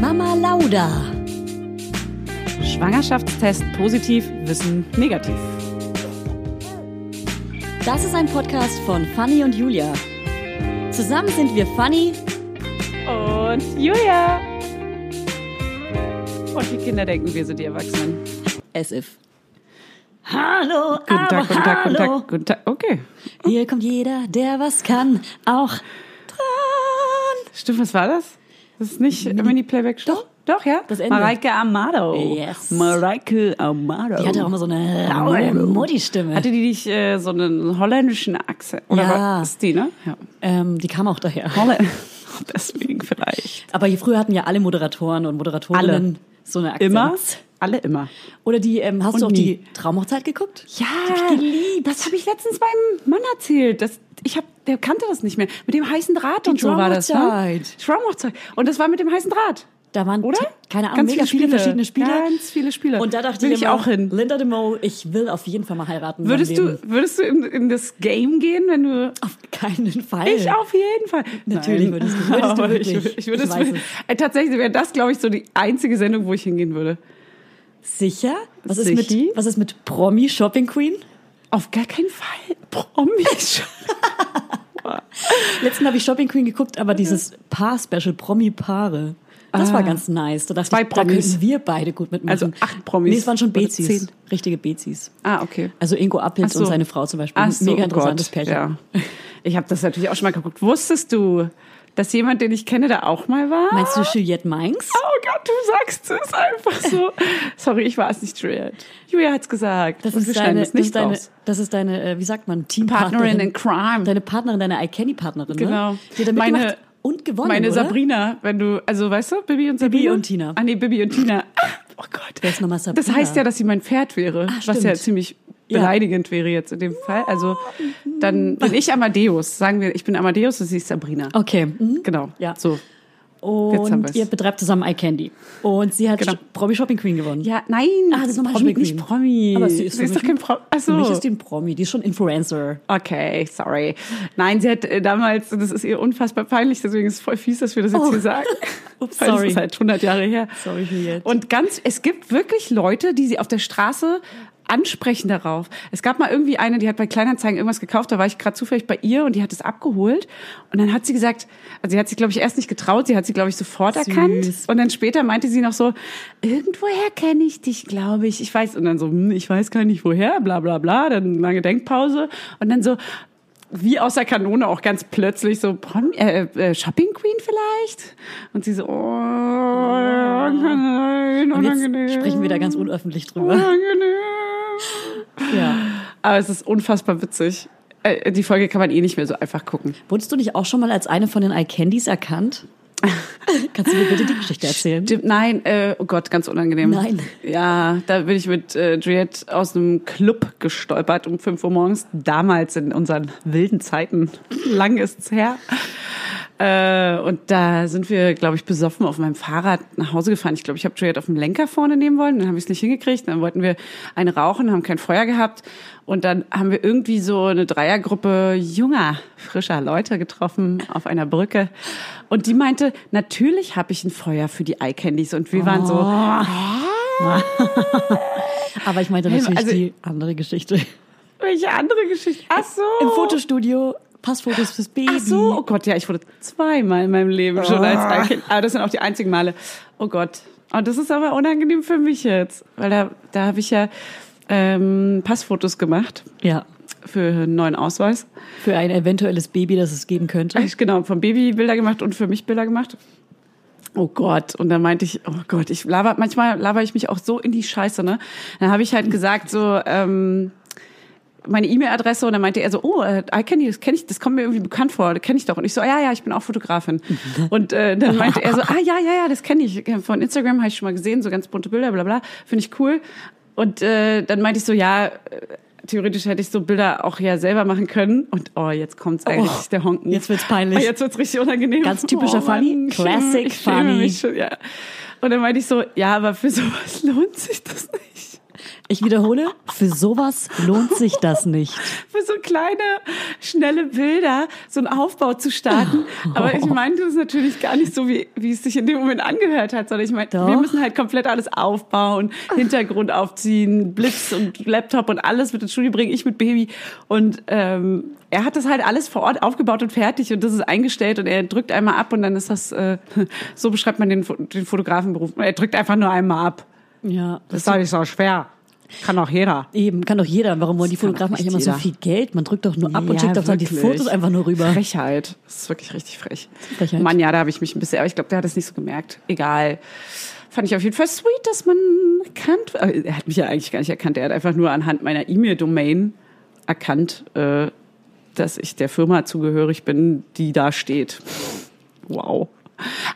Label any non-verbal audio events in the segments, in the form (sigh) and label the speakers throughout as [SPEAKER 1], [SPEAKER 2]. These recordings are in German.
[SPEAKER 1] Mama Lauda.
[SPEAKER 2] Schwangerschaftstest positiv, Wissen negativ.
[SPEAKER 1] Das ist ein Podcast von Fanny und Julia. Zusammen sind wir Fanny
[SPEAKER 2] Und Julia. Und die Kinder denken, wir sind die Erwachsenen.
[SPEAKER 1] as if. Hallo, aber hallo.
[SPEAKER 2] guten Tag. Okay.
[SPEAKER 1] Hier kommt jeder, der was kann, auch dran.
[SPEAKER 2] Stimmt, was war das? Das ist nicht Mini-Playback-Show?
[SPEAKER 1] Doch.
[SPEAKER 2] Doch, ja?
[SPEAKER 1] Das Ende.
[SPEAKER 2] Mareike Amado.
[SPEAKER 1] Yes.
[SPEAKER 2] Mareike Amado.
[SPEAKER 1] Die hatte auch immer so eine raue Mutti-Stimme.
[SPEAKER 2] Hatte die nicht äh, so einen holländischen Achse? Oder
[SPEAKER 1] Ja.
[SPEAKER 2] war- ist die, ne? Ja.
[SPEAKER 1] Ähm, die kam auch daher.
[SPEAKER 2] Holle. (laughs) Deswegen vielleicht.
[SPEAKER 1] Aber hier früher hatten ja alle Moderatoren und Moderatorinnen
[SPEAKER 2] Alle.
[SPEAKER 1] so eine Akzent.
[SPEAKER 2] Immer? Alle immer.
[SPEAKER 1] Oder die, ähm, hast
[SPEAKER 2] Und
[SPEAKER 1] du auch
[SPEAKER 2] nie.
[SPEAKER 1] die Traumhochzeit geguckt?
[SPEAKER 2] Ja, das habe ich letztens meinem Mann erzählt. Das, ich hab, der kannte das nicht mehr. Mit dem heißen Draht und so war das. Ne?
[SPEAKER 1] Traumhochzeit.
[SPEAKER 2] Traumhochzeit. Und das war mit dem heißen Draht.
[SPEAKER 1] Da waren,
[SPEAKER 2] Oder?
[SPEAKER 1] keine Ahnung,
[SPEAKER 2] Ganz
[SPEAKER 1] mega viele,
[SPEAKER 2] viele Spiele.
[SPEAKER 1] verschiedene Spiele.
[SPEAKER 2] Ganz viele Spiele.
[SPEAKER 1] Und da dachte
[SPEAKER 2] Will
[SPEAKER 1] ich,
[SPEAKER 2] ich
[SPEAKER 1] immer,
[SPEAKER 2] auch hin.
[SPEAKER 1] Linda de Mol, ich will auf jeden Fall mal heiraten. in meinem
[SPEAKER 2] Würdest du,
[SPEAKER 1] Leben.
[SPEAKER 2] würdest du in, in das Game gehen, wenn du.
[SPEAKER 1] Auf keinen Fall.
[SPEAKER 2] Ich auf jeden Fall.
[SPEAKER 1] Natürlich würdest du- würdest du
[SPEAKER 2] (laughs) Aber
[SPEAKER 1] wirklich.
[SPEAKER 2] Ich, wür- ich würde
[SPEAKER 1] Ich
[SPEAKER 2] es,
[SPEAKER 1] weiß
[SPEAKER 2] Äh, tatsächlich wäre das, glaube ich, so die einzige Sendung, wo ich hingehen würde.
[SPEAKER 1] Sicher? Was ist,
[SPEAKER 2] Sichi?
[SPEAKER 1] mit, was ist mit Promi Shopping Queen?
[SPEAKER 2] Auf gar keinen Fall. Promis.
[SPEAKER 1] Letztens habe ich Shopping Queen geguckt, aber dieses Paar-Special, Promi-Paare. Das
[SPEAKER 2] Ah.
[SPEAKER 1] war ganz nice. Da dachte
[SPEAKER 2] Zwei
[SPEAKER 1] ich, da
[SPEAKER 2] Promis.
[SPEAKER 1] könnten wir beide gut mitmachen.
[SPEAKER 2] Also acht Promis.
[SPEAKER 1] Nee, es waren schon
[SPEAKER 2] Oder
[SPEAKER 1] Bezis.
[SPEAKER 2] zehn.
[SPEAKER 1] Richtige Bezis.
[SPEAKER 2] (laughs) ah, okay.
[SPEAKER 1] Also Ingo Appels
[SPEAKER 2] Ach so.
[SPEAKER 1] und seine Frau zum Beispiel.
[SPEAKER 2] Ach so,
[SPEAKER 1] Mega
[SPEAKER 2] oh
[SPEAKER 1] interessantes
[SPEAKER 2] Gott,
[SPEAKER 1] Pärchen.
[SPEAKER 2] Ja. Ich habe das natürlich auch schon mal geguckt. Wusstest du, dass jemand, den ich kenne, da auch mal war?
[SPEAKER 1] Meinst du Juliette Mainz?
[SPEAKER 2] Oh Gott, du sagst es
[SPEAKER 1] (laughs)
[SPEAKER 2] einfach so. Sorry, ich war es nicht, Juliette. Julia hat's gesagt.
[SPEAKER 1] Das
[SPEAKER 2] Und
[SPEAKER 1] ist,
[SPEAKER 2] wir schneiden
[SPEAKER 1] deine,
[SPEAKER 2] es nicht
[SPEAKER 1] das, ist
[SPEAKER 2] raus.
[SPEAKER 1] deine, das ist deine, äh, wie sagt man,
[SPEAKER 2] Partnerin
[SPEAKER 1] Teampartnerin.
[SPEAKER 2] in Crime.
[SPEAKER 1] Deine Partnerin, deine iCandy-Partnerin.
[SPEAKER 2] Genau.
[SPEAKER 1] Ne? Die hat da
[SPEAKER 2] Meine-
[SPEAKER 1] mitgemacht und gewonnen,
[SPEAKER 2] Meine
[SPEAKER 1] oder?
[SPEAKER 2] Sabrina, wenn du, also weißt du, Bibi und Sabrina?
[SPEAKER 1] und Tina.
[SPEAKER 2] Ah nee, Bibi
[SPEAKER 1] (laughs)
[SPEAKER 2] und Tina. Ah, Oh Gott.
[SPEAKER 1] Wer ist nochmal Sabrina? Ah,
[SPEAKER 2] Das heißt ja, dass sie mein Pferd wäre, was
[SPEAKER 1] stimmt.
[SPEAKER 2] ja ziemlich
[SPEAKER 1] Ja.
[SPEAKER 2] beleidigend wäre jetzt in dem Fall. Also dann bin ich Amadeus. Sagen wir, ich bin Amadeus und sie ist Sabrina.
[SPEAKER 1] Okay. Mhm.
[SPEAKER 2] Genau.
[SPEAKER 1] Ja.
[SPEAKER 2] So. Jetzt haben
[SPEAKER 1] Und
[SPEAKER 2] wir's.
[SPEAKER 1] ihr betreibt zusammen iCandy. Und sie hat
[SPEAKER 2] Genau.
[SPEAKER 1] Sch- Promi Shopping Queen gewonnen.
[SPEAKER 2] Ja, nein.
[SPEAKER 1] Ah, das ist nochmal
[SPEAKER 2] Promi,
[SPEAKER 1] Shopping
[SPEAKER 2] nicht
[SPEAKER 1] Queen.
[SPEAKER 2] Promi.
[SPEAKER 1] Aber sie ist, für
[SPEAKER 2] doch
[SPEAKER 1] mich-
[SPEAKER 2] kein Promi. Ach
[SPEAKER 1] Für mich
[SPEAKER 2] so.
[SPEAKER 1] ist die ein Promi, die ist schon Influencer.
[SPEAKER 2] Okay, sorry. Nein, sie hat äh, damals, das ist ihr unfassbar peinlich, deswegen ist es voll fies, dass wir das jetzt
[SPEAKER 1] Oh.
[SPEAKER 2] hier sagen.
[SPEAKER 1] Ups,
[SPEAKER 2] Weil
[SPEAKER 1] sorry.
[SPEAKER 2] Es ist halt 100 Jahre her.
[SPEAKER 1] Sorry, Juliette.
[SPEAKER 2] Und ganz, es gibt wirklich Leute, die sie auf der Straße ansprechen darauf. Es gab mal irgendwie eine, die hat bei Kleinanzeigen irgendwas gekauft, da war ich gerade zufällig bei ihr und die hat es abgeholt und dann hat sie gesagt, also sie hat sich glaube ich erst nicht getraut, sie hat sie glaube ich sofort
[SPEAKER 1] Süß.
[SPEAKER 2] erkannt und dann später meinte sie noch so, irgendwoher kenne ich dich, glaube ich. Ich weiß und dann so, hm, ich weiß gar nicht woher, bla bla bla, dann lange Denkpause und dann so wie aus der Kanone auch ganz plötzlich so Prom- äh, äh, Shopping Queen vielleicht und sie so oh, nein,
[SPEAKER 1] Und jetzt
[SPEAKER 2] unangenehm.
[SPEAKER 1] sprechen wir da ganz unöffentlich drüber.
[SPEAKER 2] Unangenehm.
[SPEAKER 1] Ja.
[SPEAKER 2] Aber es ist unfassbar witzig. Äh, Die Folge kann man eh nicht mehr so einfach gucken.
[SPEAKER 1] Wurdest du nicht auch schon mal als eine von den iCandys
[SPEAKER 2] (laughs)
[SPEAKER 1] erkannt? Kannst du mir bitte die Geschichte erzählen?
[SPEAKER 2] Stimmt, nein, äh, oh Gott, ganz unangenehm.
[SPEAKER 1] Nein.
[SPEAKER 2] Ja, da bin ich mit äh, Juliette aus einem Club gestolpert um 5 Uhr morgens, damals in unseren wilden Zeiten. Lang ist's her. Äh, und da sind wir, glaube ich, besoffen auf meinem Fahrrad nach Hause gefahren. Ich glaube, ich habe Juliette auf dem Lenker vorne nehmen wollen, dann habe ich es nicht hingekriegt. Dann wollten wir eine rauchen, haben kein Feuer gehabt. Und dann haben wir irgendwie so eine Dreiergruppe junger, frischer Leute getroffen auf einer Brücke. Und die meinte, natürlich habe ich ein Feuer für die Eye-Candies. Und wir waren so,
[SPEAKER 1] Aber ich meinte natürlich
[SPEAKER 2] also-
[SPEAKER 1] die andere Geschichte.
[SPEAKER 2] (laughs) welche andere Geschichte? Ach so.
[SPEAKER 1] Im Fotostudio, Passfotos fürs Baby.
[SPEAKER 2] Oh. Ach so, oh Gott, ja, ich wurde zweimal in meinem Leben schon als Eikind. Aber das sind auch die einzigen Male. Oh Gott. Und das ist aber unangenehm für mich jetzt, weil da, da habe ich ja ähm, Passfotos gemacht
[SPEAKER 1] Ja.
[SPEAKER 2] für einen neuen Ausweis.
[SPEAKER 1] Für ein eventuelles Baby, das es geben könnte.
[SPEAKER 2] Ich, genau, vom Baby Bilder gemacht und für mich Bilder gemacht. Oh Gott, und dann meinte ich, oh Gott, ich laber, manchmal laber ich mich auch so in die Scheiße, ne? Dann habe ich halt gesagt, so, ähm, meine E-Mail-Adresse und dann meinte er so, oh, äh, I can you, das kenne ich, das kommt mir irgendwie bekannt vor, das kenne ich doch. Und ich so, ah, ja, ja, ich bin auch Fotografin. Und äh, dann meinte er so, ah, ja, ja, ja, das kenne ich. Von Instagram habe ich schon mal gesehen, so ganz bunte Bilder, bla bla, finde ich cool. Und äh, dann meinte ich so, ja, äh, theoretisch hätte ich so Bilder auch ja selber machen können. Und oh, jetzt kommt's eigentlich,
[SPEAKER 1] Oh,
[SPEAKER 2] der Honken.
[SPEAKER 1] jetzt wird's peinlich.
[SPEAKER 2] Oh, jetzt wird's richtig unangenehm. Oh,
[SPEAKER 1] Ganz typischer Fanny.
[SPEAKER 2] Mann, ich schäme-
[SPEAKER 1] Classic
[SPEAKER 2] ich schäme
[SPEAKER 1] Fanny.
[SPEAKER 2] (laughs) Mich schon, ja. Und dann meinte ich so, ja, aber für sowas lohnt sich das nicht.
[SPEAKER 1] Ich wiederhole, für sowas lohnt sich das nicht.
[SPEAKER 2] für so kleine, schnelle Bilder so einen Aufbau zu starten. Aber ich meinte es natürlich gar nicht so, wie, wie es sich in dem Moment angehört hat, sondern ich meinte, wir
[SPEAKER 1] Doch.
[SPEAKER 2] müssen halt komplett alles aufbauen, Hintergrund aufziehen, Blitz und Laptop und alles mit ins Studio bringen, ich mit Baby. Und ähm, er hat das halt alles vor Ort aufgebaut und fertig und das ist eingestellt und er drückt einmal ab und dann ist das, äh, (laughs) so beschreibt man den, Fo- den Fotografenberuf. Er drückt einfach nur einmal ab.
[SPEAKER 1] Ja,
[SPEAKER 2] Das ist doch nicht so schwer. Kann auch jeder.
[SPEAKER 1] Eben, kann doch jeder. Warum wollen die
[SPEAKER 2] kann
[SPEAKER 1] Fotografen
[SPEAKER 2] doch nicht
[SPEAKER 1] eigentlich immer so
[SPEAKER 2] jeder.
[SPEAKER 1] viel Geld? Man drückt doch nur ab und
[SPEAKER 2] Ja,
[SPEAKER 1] schickt doch dann die
[SPEAKER 2] wirklich.
[SPEAKER 1] Fotos einfach nur rüber.
[SPEAKER 2] Frechheit. Das ist wirklich richtig frech.
[SPEAKER 1] Frechheit.
[SPEAKER 2] Mann, ja, da habe ich mich ein bisschen, aber ich glaube, der hat es nicht so gemerkt. Egal. Fand ich auf jeden Fall sweet, dass man erkannt. äh, Er hat mich ja eigentlich gar nicht erkannt. Er hat einfach nur anhand meiner E-Mail-Domain erkannt, äh, dass ich der Firma zugehörig bin, die da steht. Wow.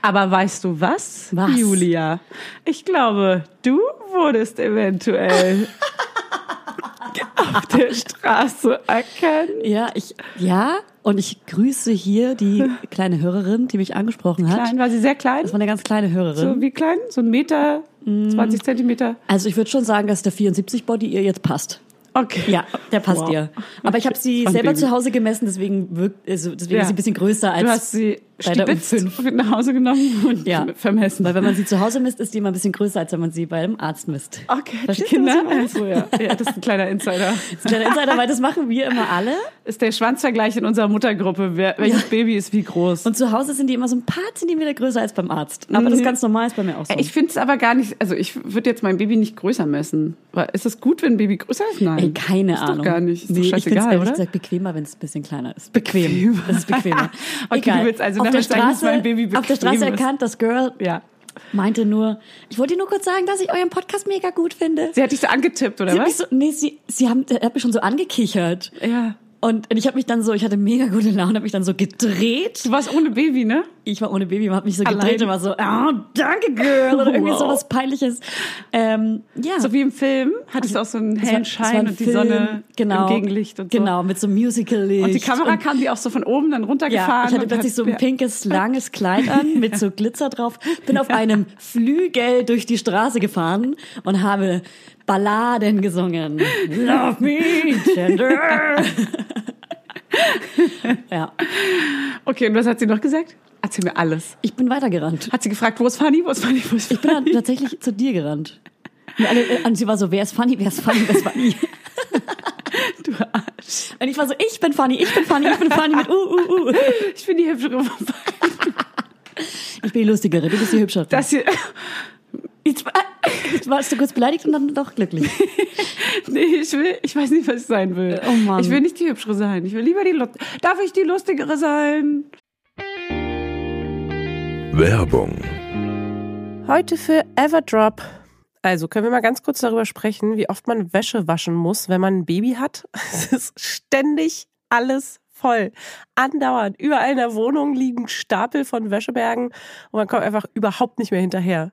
[SPEAKER 2] Aber weißt du was,
[SPEAKER 1] Was?
[SPEAKER 2] Julia? Ich glaube, du
[SPEAKER 1] (laughs)
[SPEAKER 2] wurdest eventuell auf der Straße erkannt.
[SPEAKER 1] Ja, ich, ja, und ich grüße hier
[SPEAKER 2] (laughs)
[SPEAKER 1] die kleine Hörerin, die mich angesprochen hat.
[SPEAKER 2] Klein, war sie sehr klein?
[SPEAKER 1] Das war Mm. eine ganz kleine Hörerin.
[SPEAKER 2] So wie klein? So ein Meter, 20 Zentimeter?
[SPEAKER 1] Also ich würde schon sagen, dass der 74-Body ihr jetzt passt.
[SPEAKER 2] Okay.
[SPEAKER 1] Ja, der passt
[SPEAKER 2] Wow.
[SPEAKER 1] ihr. Aber ich habe sie
[SPEAKER 2] Von
[SPEAKER 1] selber
[SPEAKER 2] Baby.
[SPEAKER 1] zu Hause gemessen, deswegen wirkt, also deswegen
[SPEAKER 2] Ja.
[SPEAKER 1] ist sie ein bisschen größer als.
[SPEAKER 2] Du hast sie
[SPEAKER 1] bei der
[SPEAKER 2] stibitzt mit nach Hause genommen und
[SPEAKER 1] Ja.
[SPEAKER 2] vermessen.
[SPEAKER 1] weil wenn man sie zu Hause misst, ist die immer ein bisschen größer, als wenn man sie beim Arzt misst.
[SPEAKER 2] okay,
[SPEAKER 1] Verstehst du, was
[SPEAKER 2] Kinder?
[SPEAKER 1] ich meine?
[SPEAKER 2] Also, ja. ja, das ist ein kleiner Insider.
[SPEAKER 1] Kleiner Insider, weil das machen wir immer alle.
[SPEAKER 2] Ist der Schwanzvergleich in unserer Muttergruppe, wer, welches Baby ist wie groß?
[SPEAKER 1] Und zu Hause sind die immer so ein paar Zentimeter größer als beim Arzt. Aber das ist ganz normal, ist bei mir auch so.
[SPEAKER 2] Mhm. Äh, ich finde es aber gar nicht, also ich würde jetzt mein Baby nicht größer messen. Weil Ist es gut, wenn ein Baby größer ist? Nein.
[SPEAKER 1] Ey, keine
[SPEAKER 2] ist
[SPEAKER 1] Ahnung.
[SPEAKER 2] Doch gar nicht. Ist
[SPEAKER 1] nee,
[SPEAKER 2] doch
[SPEAKER 1] ich finde
[SPEAKER 2] scheißegal,
[SPEAKER 1] ehrlich
[SPEAKER 2] oder?
[SPEAKER 1] gesagt bequemer, wenn es ein bisschen kleiner ist. Bequem. Das ist bequemer.
[SPEAKER 2] (laughs) Okay,
[SPEAKER 1] Egal.
[SPEAKER 2] du willst also
[SPEAKER 1] auf der
[SPEAKER 2] damit sagen, dass
[SPEAKER 1] Straße,
[SPEAKER 2] mein Baby
[SPEAKER 1] auf der
[SPEAKER 2] bequem
[SPEAKER 1] Straße
[SPEAKER 2] ist.
[SPEAKER 1] erkannt, das Girl
[SPEAKER 2] ja.
[SPEAKER 1] meinte nur, ich wollte nur kurz sagen, dass ich euren Podcast mega gut finde.
[SPEAKER 2] Sie hat dich so angetippt, oder
[SPEAKER 1] Sie hat mich
[SPEAKER 2] was?
[SPEAKER 1] so, nee, sie, sie haben, er hat mich schon so angekichert.
[SPEAKER 2] Ja.
[SPEAKER 1] Und ich habe mich dann so, ich hatte mega gute Laune, habe mich dann so gedreht.
[SPEAKER 2] Du warst ohne Baby, ne?
[SPEAKER 1] Ich war ohne Baby, habe mich so gedreht
[SPEAKER 2] Allein.
[SPEAKER 1] und war so, ah, danke, Girl. Oder irgendwie
[SPEAKER 2] Wow.
[SPEAKER 1] sowas peinliches. Ähm, ja. Also
[SPEAKER 2] So wie im Film hattest du auch so einen
[SPEAKER 1] Das war-
[SPEAKER 2] hellen
[SPEAKER 1] das war
[SPEAKER 2] Schein
[SPEAKER 1] ein
[SPEAKER 2] und die
[SPEAKER 1] Film,
[SPEAKER 2] Sonne
[SPEAKER 1] genau,
[SPEAKER 2] im Gegenlicht und so.
[SPEAKER 1] Genau, mit so Musical-Licht.
[SPEAKER 2] Und die Kamera kam die auch so von oben dann runtergefahren.
[SPEAKER 1] Ja, ich hatte
[SPEAKER 2] und
[SPEAKER 1] plötzlich
[SPEAKER 2] hat-
[SPEAKER 1] so ein
[SPEAKER 2] ja.
[SPEAKER 1] pinkes, langes Kleid an,
[SPEAKER 2] (laughs)
[SPEAKER 1] mit so Glitzer drauf. Bin auf einem Flügel durch die Straße gefahren und habe Balladen gesungen. Love me,
[SPEAKER 2] (laughs)
[SPEAKER 1] tender. ja,
[SPEAKER 2] Okay, und was hat sie noch gesagt? Erzähl mir alles.
[SPEAKER 1] ich bin weitergerannt.
[SPEAKER 2] Hat sie gefragt, wo ist Fanny, wo ist Fanny, wo ist Fanny?
[SPEAKER 1] Ich bin dann tatsächlich zu dir gerannt. Und, alle, äh, und sie war so, wer ist funny, wer ist funny, wer ist funny?
[SPEAKER 2] (laughs) du Arsch.
[SPEAKER 1] Und ich war so, ich bin funny, ich bin funny, ich bin funny mit uh, uh, uh.
[SPEAKER 2] Ich bin die hübschere von beiden.
[SPEAKER 1] Ich bin die Lustigere, du bist die Hübschere.
[SPEAKER 2] Das hier. Jetzt,
[SPEAKER 1] Jetzt warst du kurz beleidigt und dann doch glücklich.
[SPEAKER 2] (laughs) nee, ich will, ich weiß nicht, was ich sein will.
[SPEAKER 1] Oh Mann.
[SPEAKER 2] Ich will nicht die hübschere sein. Ich will lieber die Lust. Darf ich die lustigere sein?
[SPEAKER 3] Werbung.
[SPEAKER 4] Heute für Everdrop. Also können wir mal ganz kurz darüber sprechen, wie oft man Wäsche waschen muss, wenn man ein Baby hat. (laughs) Es ist ständig alles voll. Andauernd. Überall in der Wohnung liegen Stapel von Wäschebergen und man kommt einfach überhaupt nicht mehr hinterher.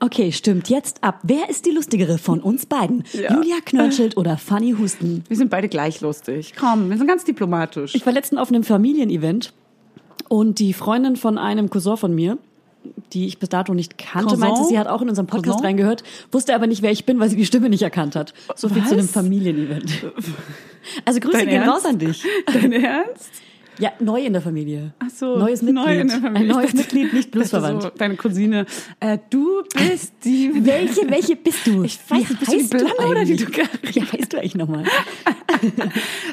[SPEAKER 1] Okay, stimmt jetzt ab. Wer ist die lustigere von uns beiden?
[SPEAKER 2] Ja.
[SPEAKER 1] Julia Knörnschild oder Fanny Husten?
[SPEAKER 2] Wir sind beide gleich lustig. Komm, wir sind ganz diplomatisch.
[SPEAKER 1] Ich war letztens auf einem Familienevent und die Freundin von einem Cousin von mir, die ich bis dato nicht kannte,
[SPEAKER 2] Cousin?
[SPEAKER 1] meinte, sie hat auch in unseren Podcast
[SPEAKER 2] Cousin?
[SPEAKER 1] reingehört, wusste aber nicht, wer ich bin, weil sie die Stimme nicht erkannt hat. So viel zu
[SPEAKER 2] Was?
[SPEAKER 1] einem Familienevent. Also Grüße
[SPEAKER 2] Dein
[SPEAKER 1] gehen
[SPEAKER 2] Ernst?
[SPEAKER 1] raus an dich.
[SPEAKER 2] Dein Ernst?
[SPEAKER 1] Ja, neu in der Familie.
[SPEAKER 2] Ach so,
[SPEAKER 1] Neues Mitglied.
[SPEAKER 2] neu in der Familie.
[SPEAKER 1] Ein
[SPEAKER 2] Ich
[SPEAKER 1] neues
[SPEAKER 2] dachte-
[SPEAKER 1] Mitglied, nicht
[SPEAKER 2] dachte
[SPEAKER 1] blutsverwandt.
[SPEAKER 2] So, deine Cousine. Äh, du bist
[SPEAKER 1] (laughs)
[SPEAKER 2] die.
[SPEAKER 1] Welche, welche bist du? Ich
[SPEAKER 2] weiß nicht, bist du die Blonde oder die Ducaria?
[SPEAKER 1] Wie heißt du eigentlich nochmal?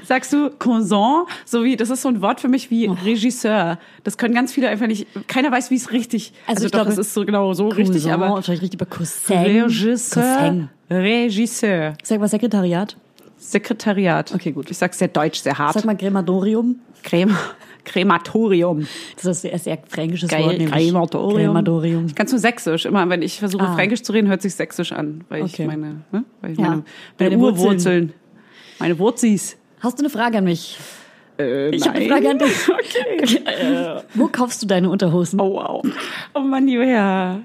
[SPEAKER 2] Sagst du Cousin? So wie, das ist so ein Wort für mich
[SPEAKER 1] Oh.
[SPEAKER 2] wie Regisseur. Das können ganz viele einfach nicht. Keiner weiß, wie es richtig.
[SPEAKER 1] Also
[SPEAKER 2] Also,
[SPEAKER 1] ich
[SPEAKER 2] doch,
[SPEAKER 1] glaube,
[SPEAKER 2] es ist so genau so richtig,
[SPEAKER 1] Cousin,
[SPEAKER 2] aber
[SPEAKER 1] wahrscheinlich richtig, aber Cousin.
[SPEAKER 2] Regisseur.
[SPEAKER 1] Cousin.
[SPEAKER 2] Regisseur.
[SPEAKER 1] Sag mal Sekretariat.
[SPEAKER 2] Sekretariat. Okay, gut. Ich sag's sehr deutsch, sehr hart.
[SPEAKER 1] Sag mal Krematorium.
[SPEAKER 2] Crema, Krematorium.
[SPEAKER 1] Das ist ein sehr fränkisches
[SPEAKER 2] Geil,
[SPEAKER 1] Wort. nämlich.
[SPEAKER 2] Krematorium.
[SPEAKER 1] Krematorium.
[SPEAKER 2] Ich kann nur sächsisch. Immer wenn ich versuche,
[SPEAKER 1] Ah.
[SPEAKER 2] fränkisch zu reden, hört sich sächsisch an, weil
[SPEAKER 1] Okay.
[SPEAKER 2] ich meine, ne? weil ich
[SPEAKER 1] Ja.
[SPEAKER 2] meine, meine,
[SPEAKER 1] Deine
[SPEAKER 2] Urwurzeln, meine Wurzis.
[SPEAKER 1] Hast du eine Frage an mich?
[SPEAKER 2] (laughs) Äh,
[SPEAKER 1] Ich habe eine
[SPEAKER 2] nein.
[SPEAKER 1] Frage an dich. (laughs)
[SPEAKER 2] Okay.
[SPEAKER 1] Wo kaufst du deine Unterhosen?
[SPEAKER 2] Oh wow. Oh Mann, Julia.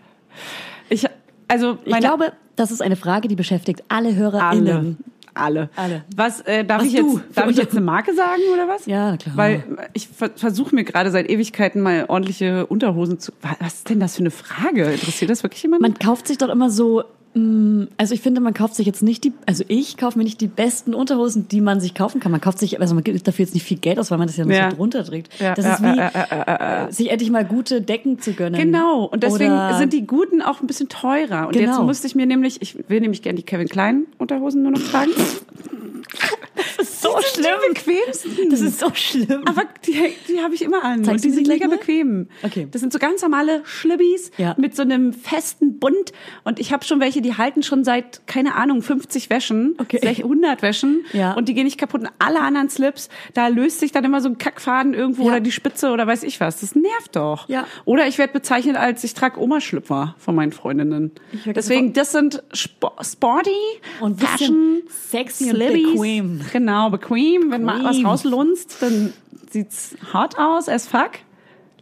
[SPEAKER 2] Ich also
[SPEAKER 1] ich
[SPEAKER 2] meine
[SPEAKER 1] glaube, das ist eine Frage, die beschäftigt alle HörerInnen.
[SPEAKER 2] alle. Alle.
[SPEAKER 1] Alle.
[SPEAKER 2] Was, äh, darf
[SPEAKER 1] Was
[SPEAKER 2] ich
[SPEAKER 1] du?
[SPEAKER 2] jetzt, darf
[SPEAKER 1] Für
[SPEAKER 2] ich
[SPEAKER 1] uns-
[SPEAKER 2] jetzt eine Marke sagen oder was?
[SPEAKER 1] Ja, na klar.
[SPEAKER 2] Weil äh, ich ver versuche mir gerade seit Ewigkeiten mal ordentliche Unterhosen zu. Wa- Was ist denn das für eine Frage? Interessiert das wirklich jemanden?
[SPEAKER 1] Man kauft sich doch immer so, mh, also ich finde, man kauft sich jetzt nicht die, also ich kaufe mir nicht die besten Unterhosen, die man sich kaufen kann. Man kauft sich, also man gibt dafür jetzt nicht viel Geld aus, weil man das ja nur
[SPEAKER 2] Ja.
[SPEAKER 1] so drunter trägt.
[SPEAKER 2] Ja,
[SPEAKER 1] das
[SPEAKER 2] ja,
[SPEAKER 1] ist wie,
[SPEAKER 2] ja, ja, ja,
[SPEAKER 1] äh, sich endlich mal gute Decken zu gönnen.
[SPEAKER 2] Genau, und deswegen
[SPEAKER 1] Oder-
[SPEAKER 2] sind die guten auch ein bisschen teurer. Und jetzt
[SPEAKER 1] Genau.
[SPEAKER 2] musste ich mir nämlich, ich will nämlich gerne die Kevin Klein Unterhosen nur noch tragen.
[SPEAKER 1] so schlimm.
[SPEAKER 2] Die bequemsten.
[SPEAKER 1] Das ist so schlimm.
[SPEAKER 2] aber die, die habe ich immer an.
[SPEAKER 1] Zeigst
[SPEAKER 2] und
[SPEAKER 1] du
[SPEAKER 2] die
[SPEAKER 1] sie
[SPEAKER 2] sind
[SPEAKER 1] gleich
[SPEAKER 2] mega
[SPEAKER 1] mal?
[SPEAKER 2] bequem.
[SPEAKER 1] Okay.
[SPEAKER 2] Das sind so ganz normale Schlibbis
[SPEAKER 1] Ja.
[SPEAKER 2] mit so einem festen Bund. Und ich habe schon welche, die halten schon seit, keine Ahnung, 50 Wäschen,
[SPEAKER 1] Okay.
[SPEAKER 2] vielleicht 100 Wäschen.
[SPEAKER 1] Ja.
[SPEAKER 2] Und die gehen nicht kaputt. Und alle anderen Slips, da löst sich dann immer so ein Kackfaden irgendwo
[SPEAKER 1] Ja.
[SPEAKER 2] oder die Spitze oder weiß ich was. Das nervt doch.
[SPEAKER 1] Ja.
[SPEAKER 2] Oder ich werde bezeichnet als, ich trage Oma-Schlüpfer von meinen Freundinnen.
[SPEAKER 1] Ich werd
[SPEAKER 2] Deswegen, das sind Spo sporty
[SPEAKER 1] Und bisschen
[SPEAKER 2] Fashion,
[SPEAKER 1] sexy und
[SPEAKER 2] Slibbies.
[SPEAKER 1] bequem.
[SPEAKER 2] Genau, bequem. Wenn mal was
[SPEAKER 1] Bequem.
[SPEAKER 2] rauslunzt, dann sieht's hart aus, as fuck.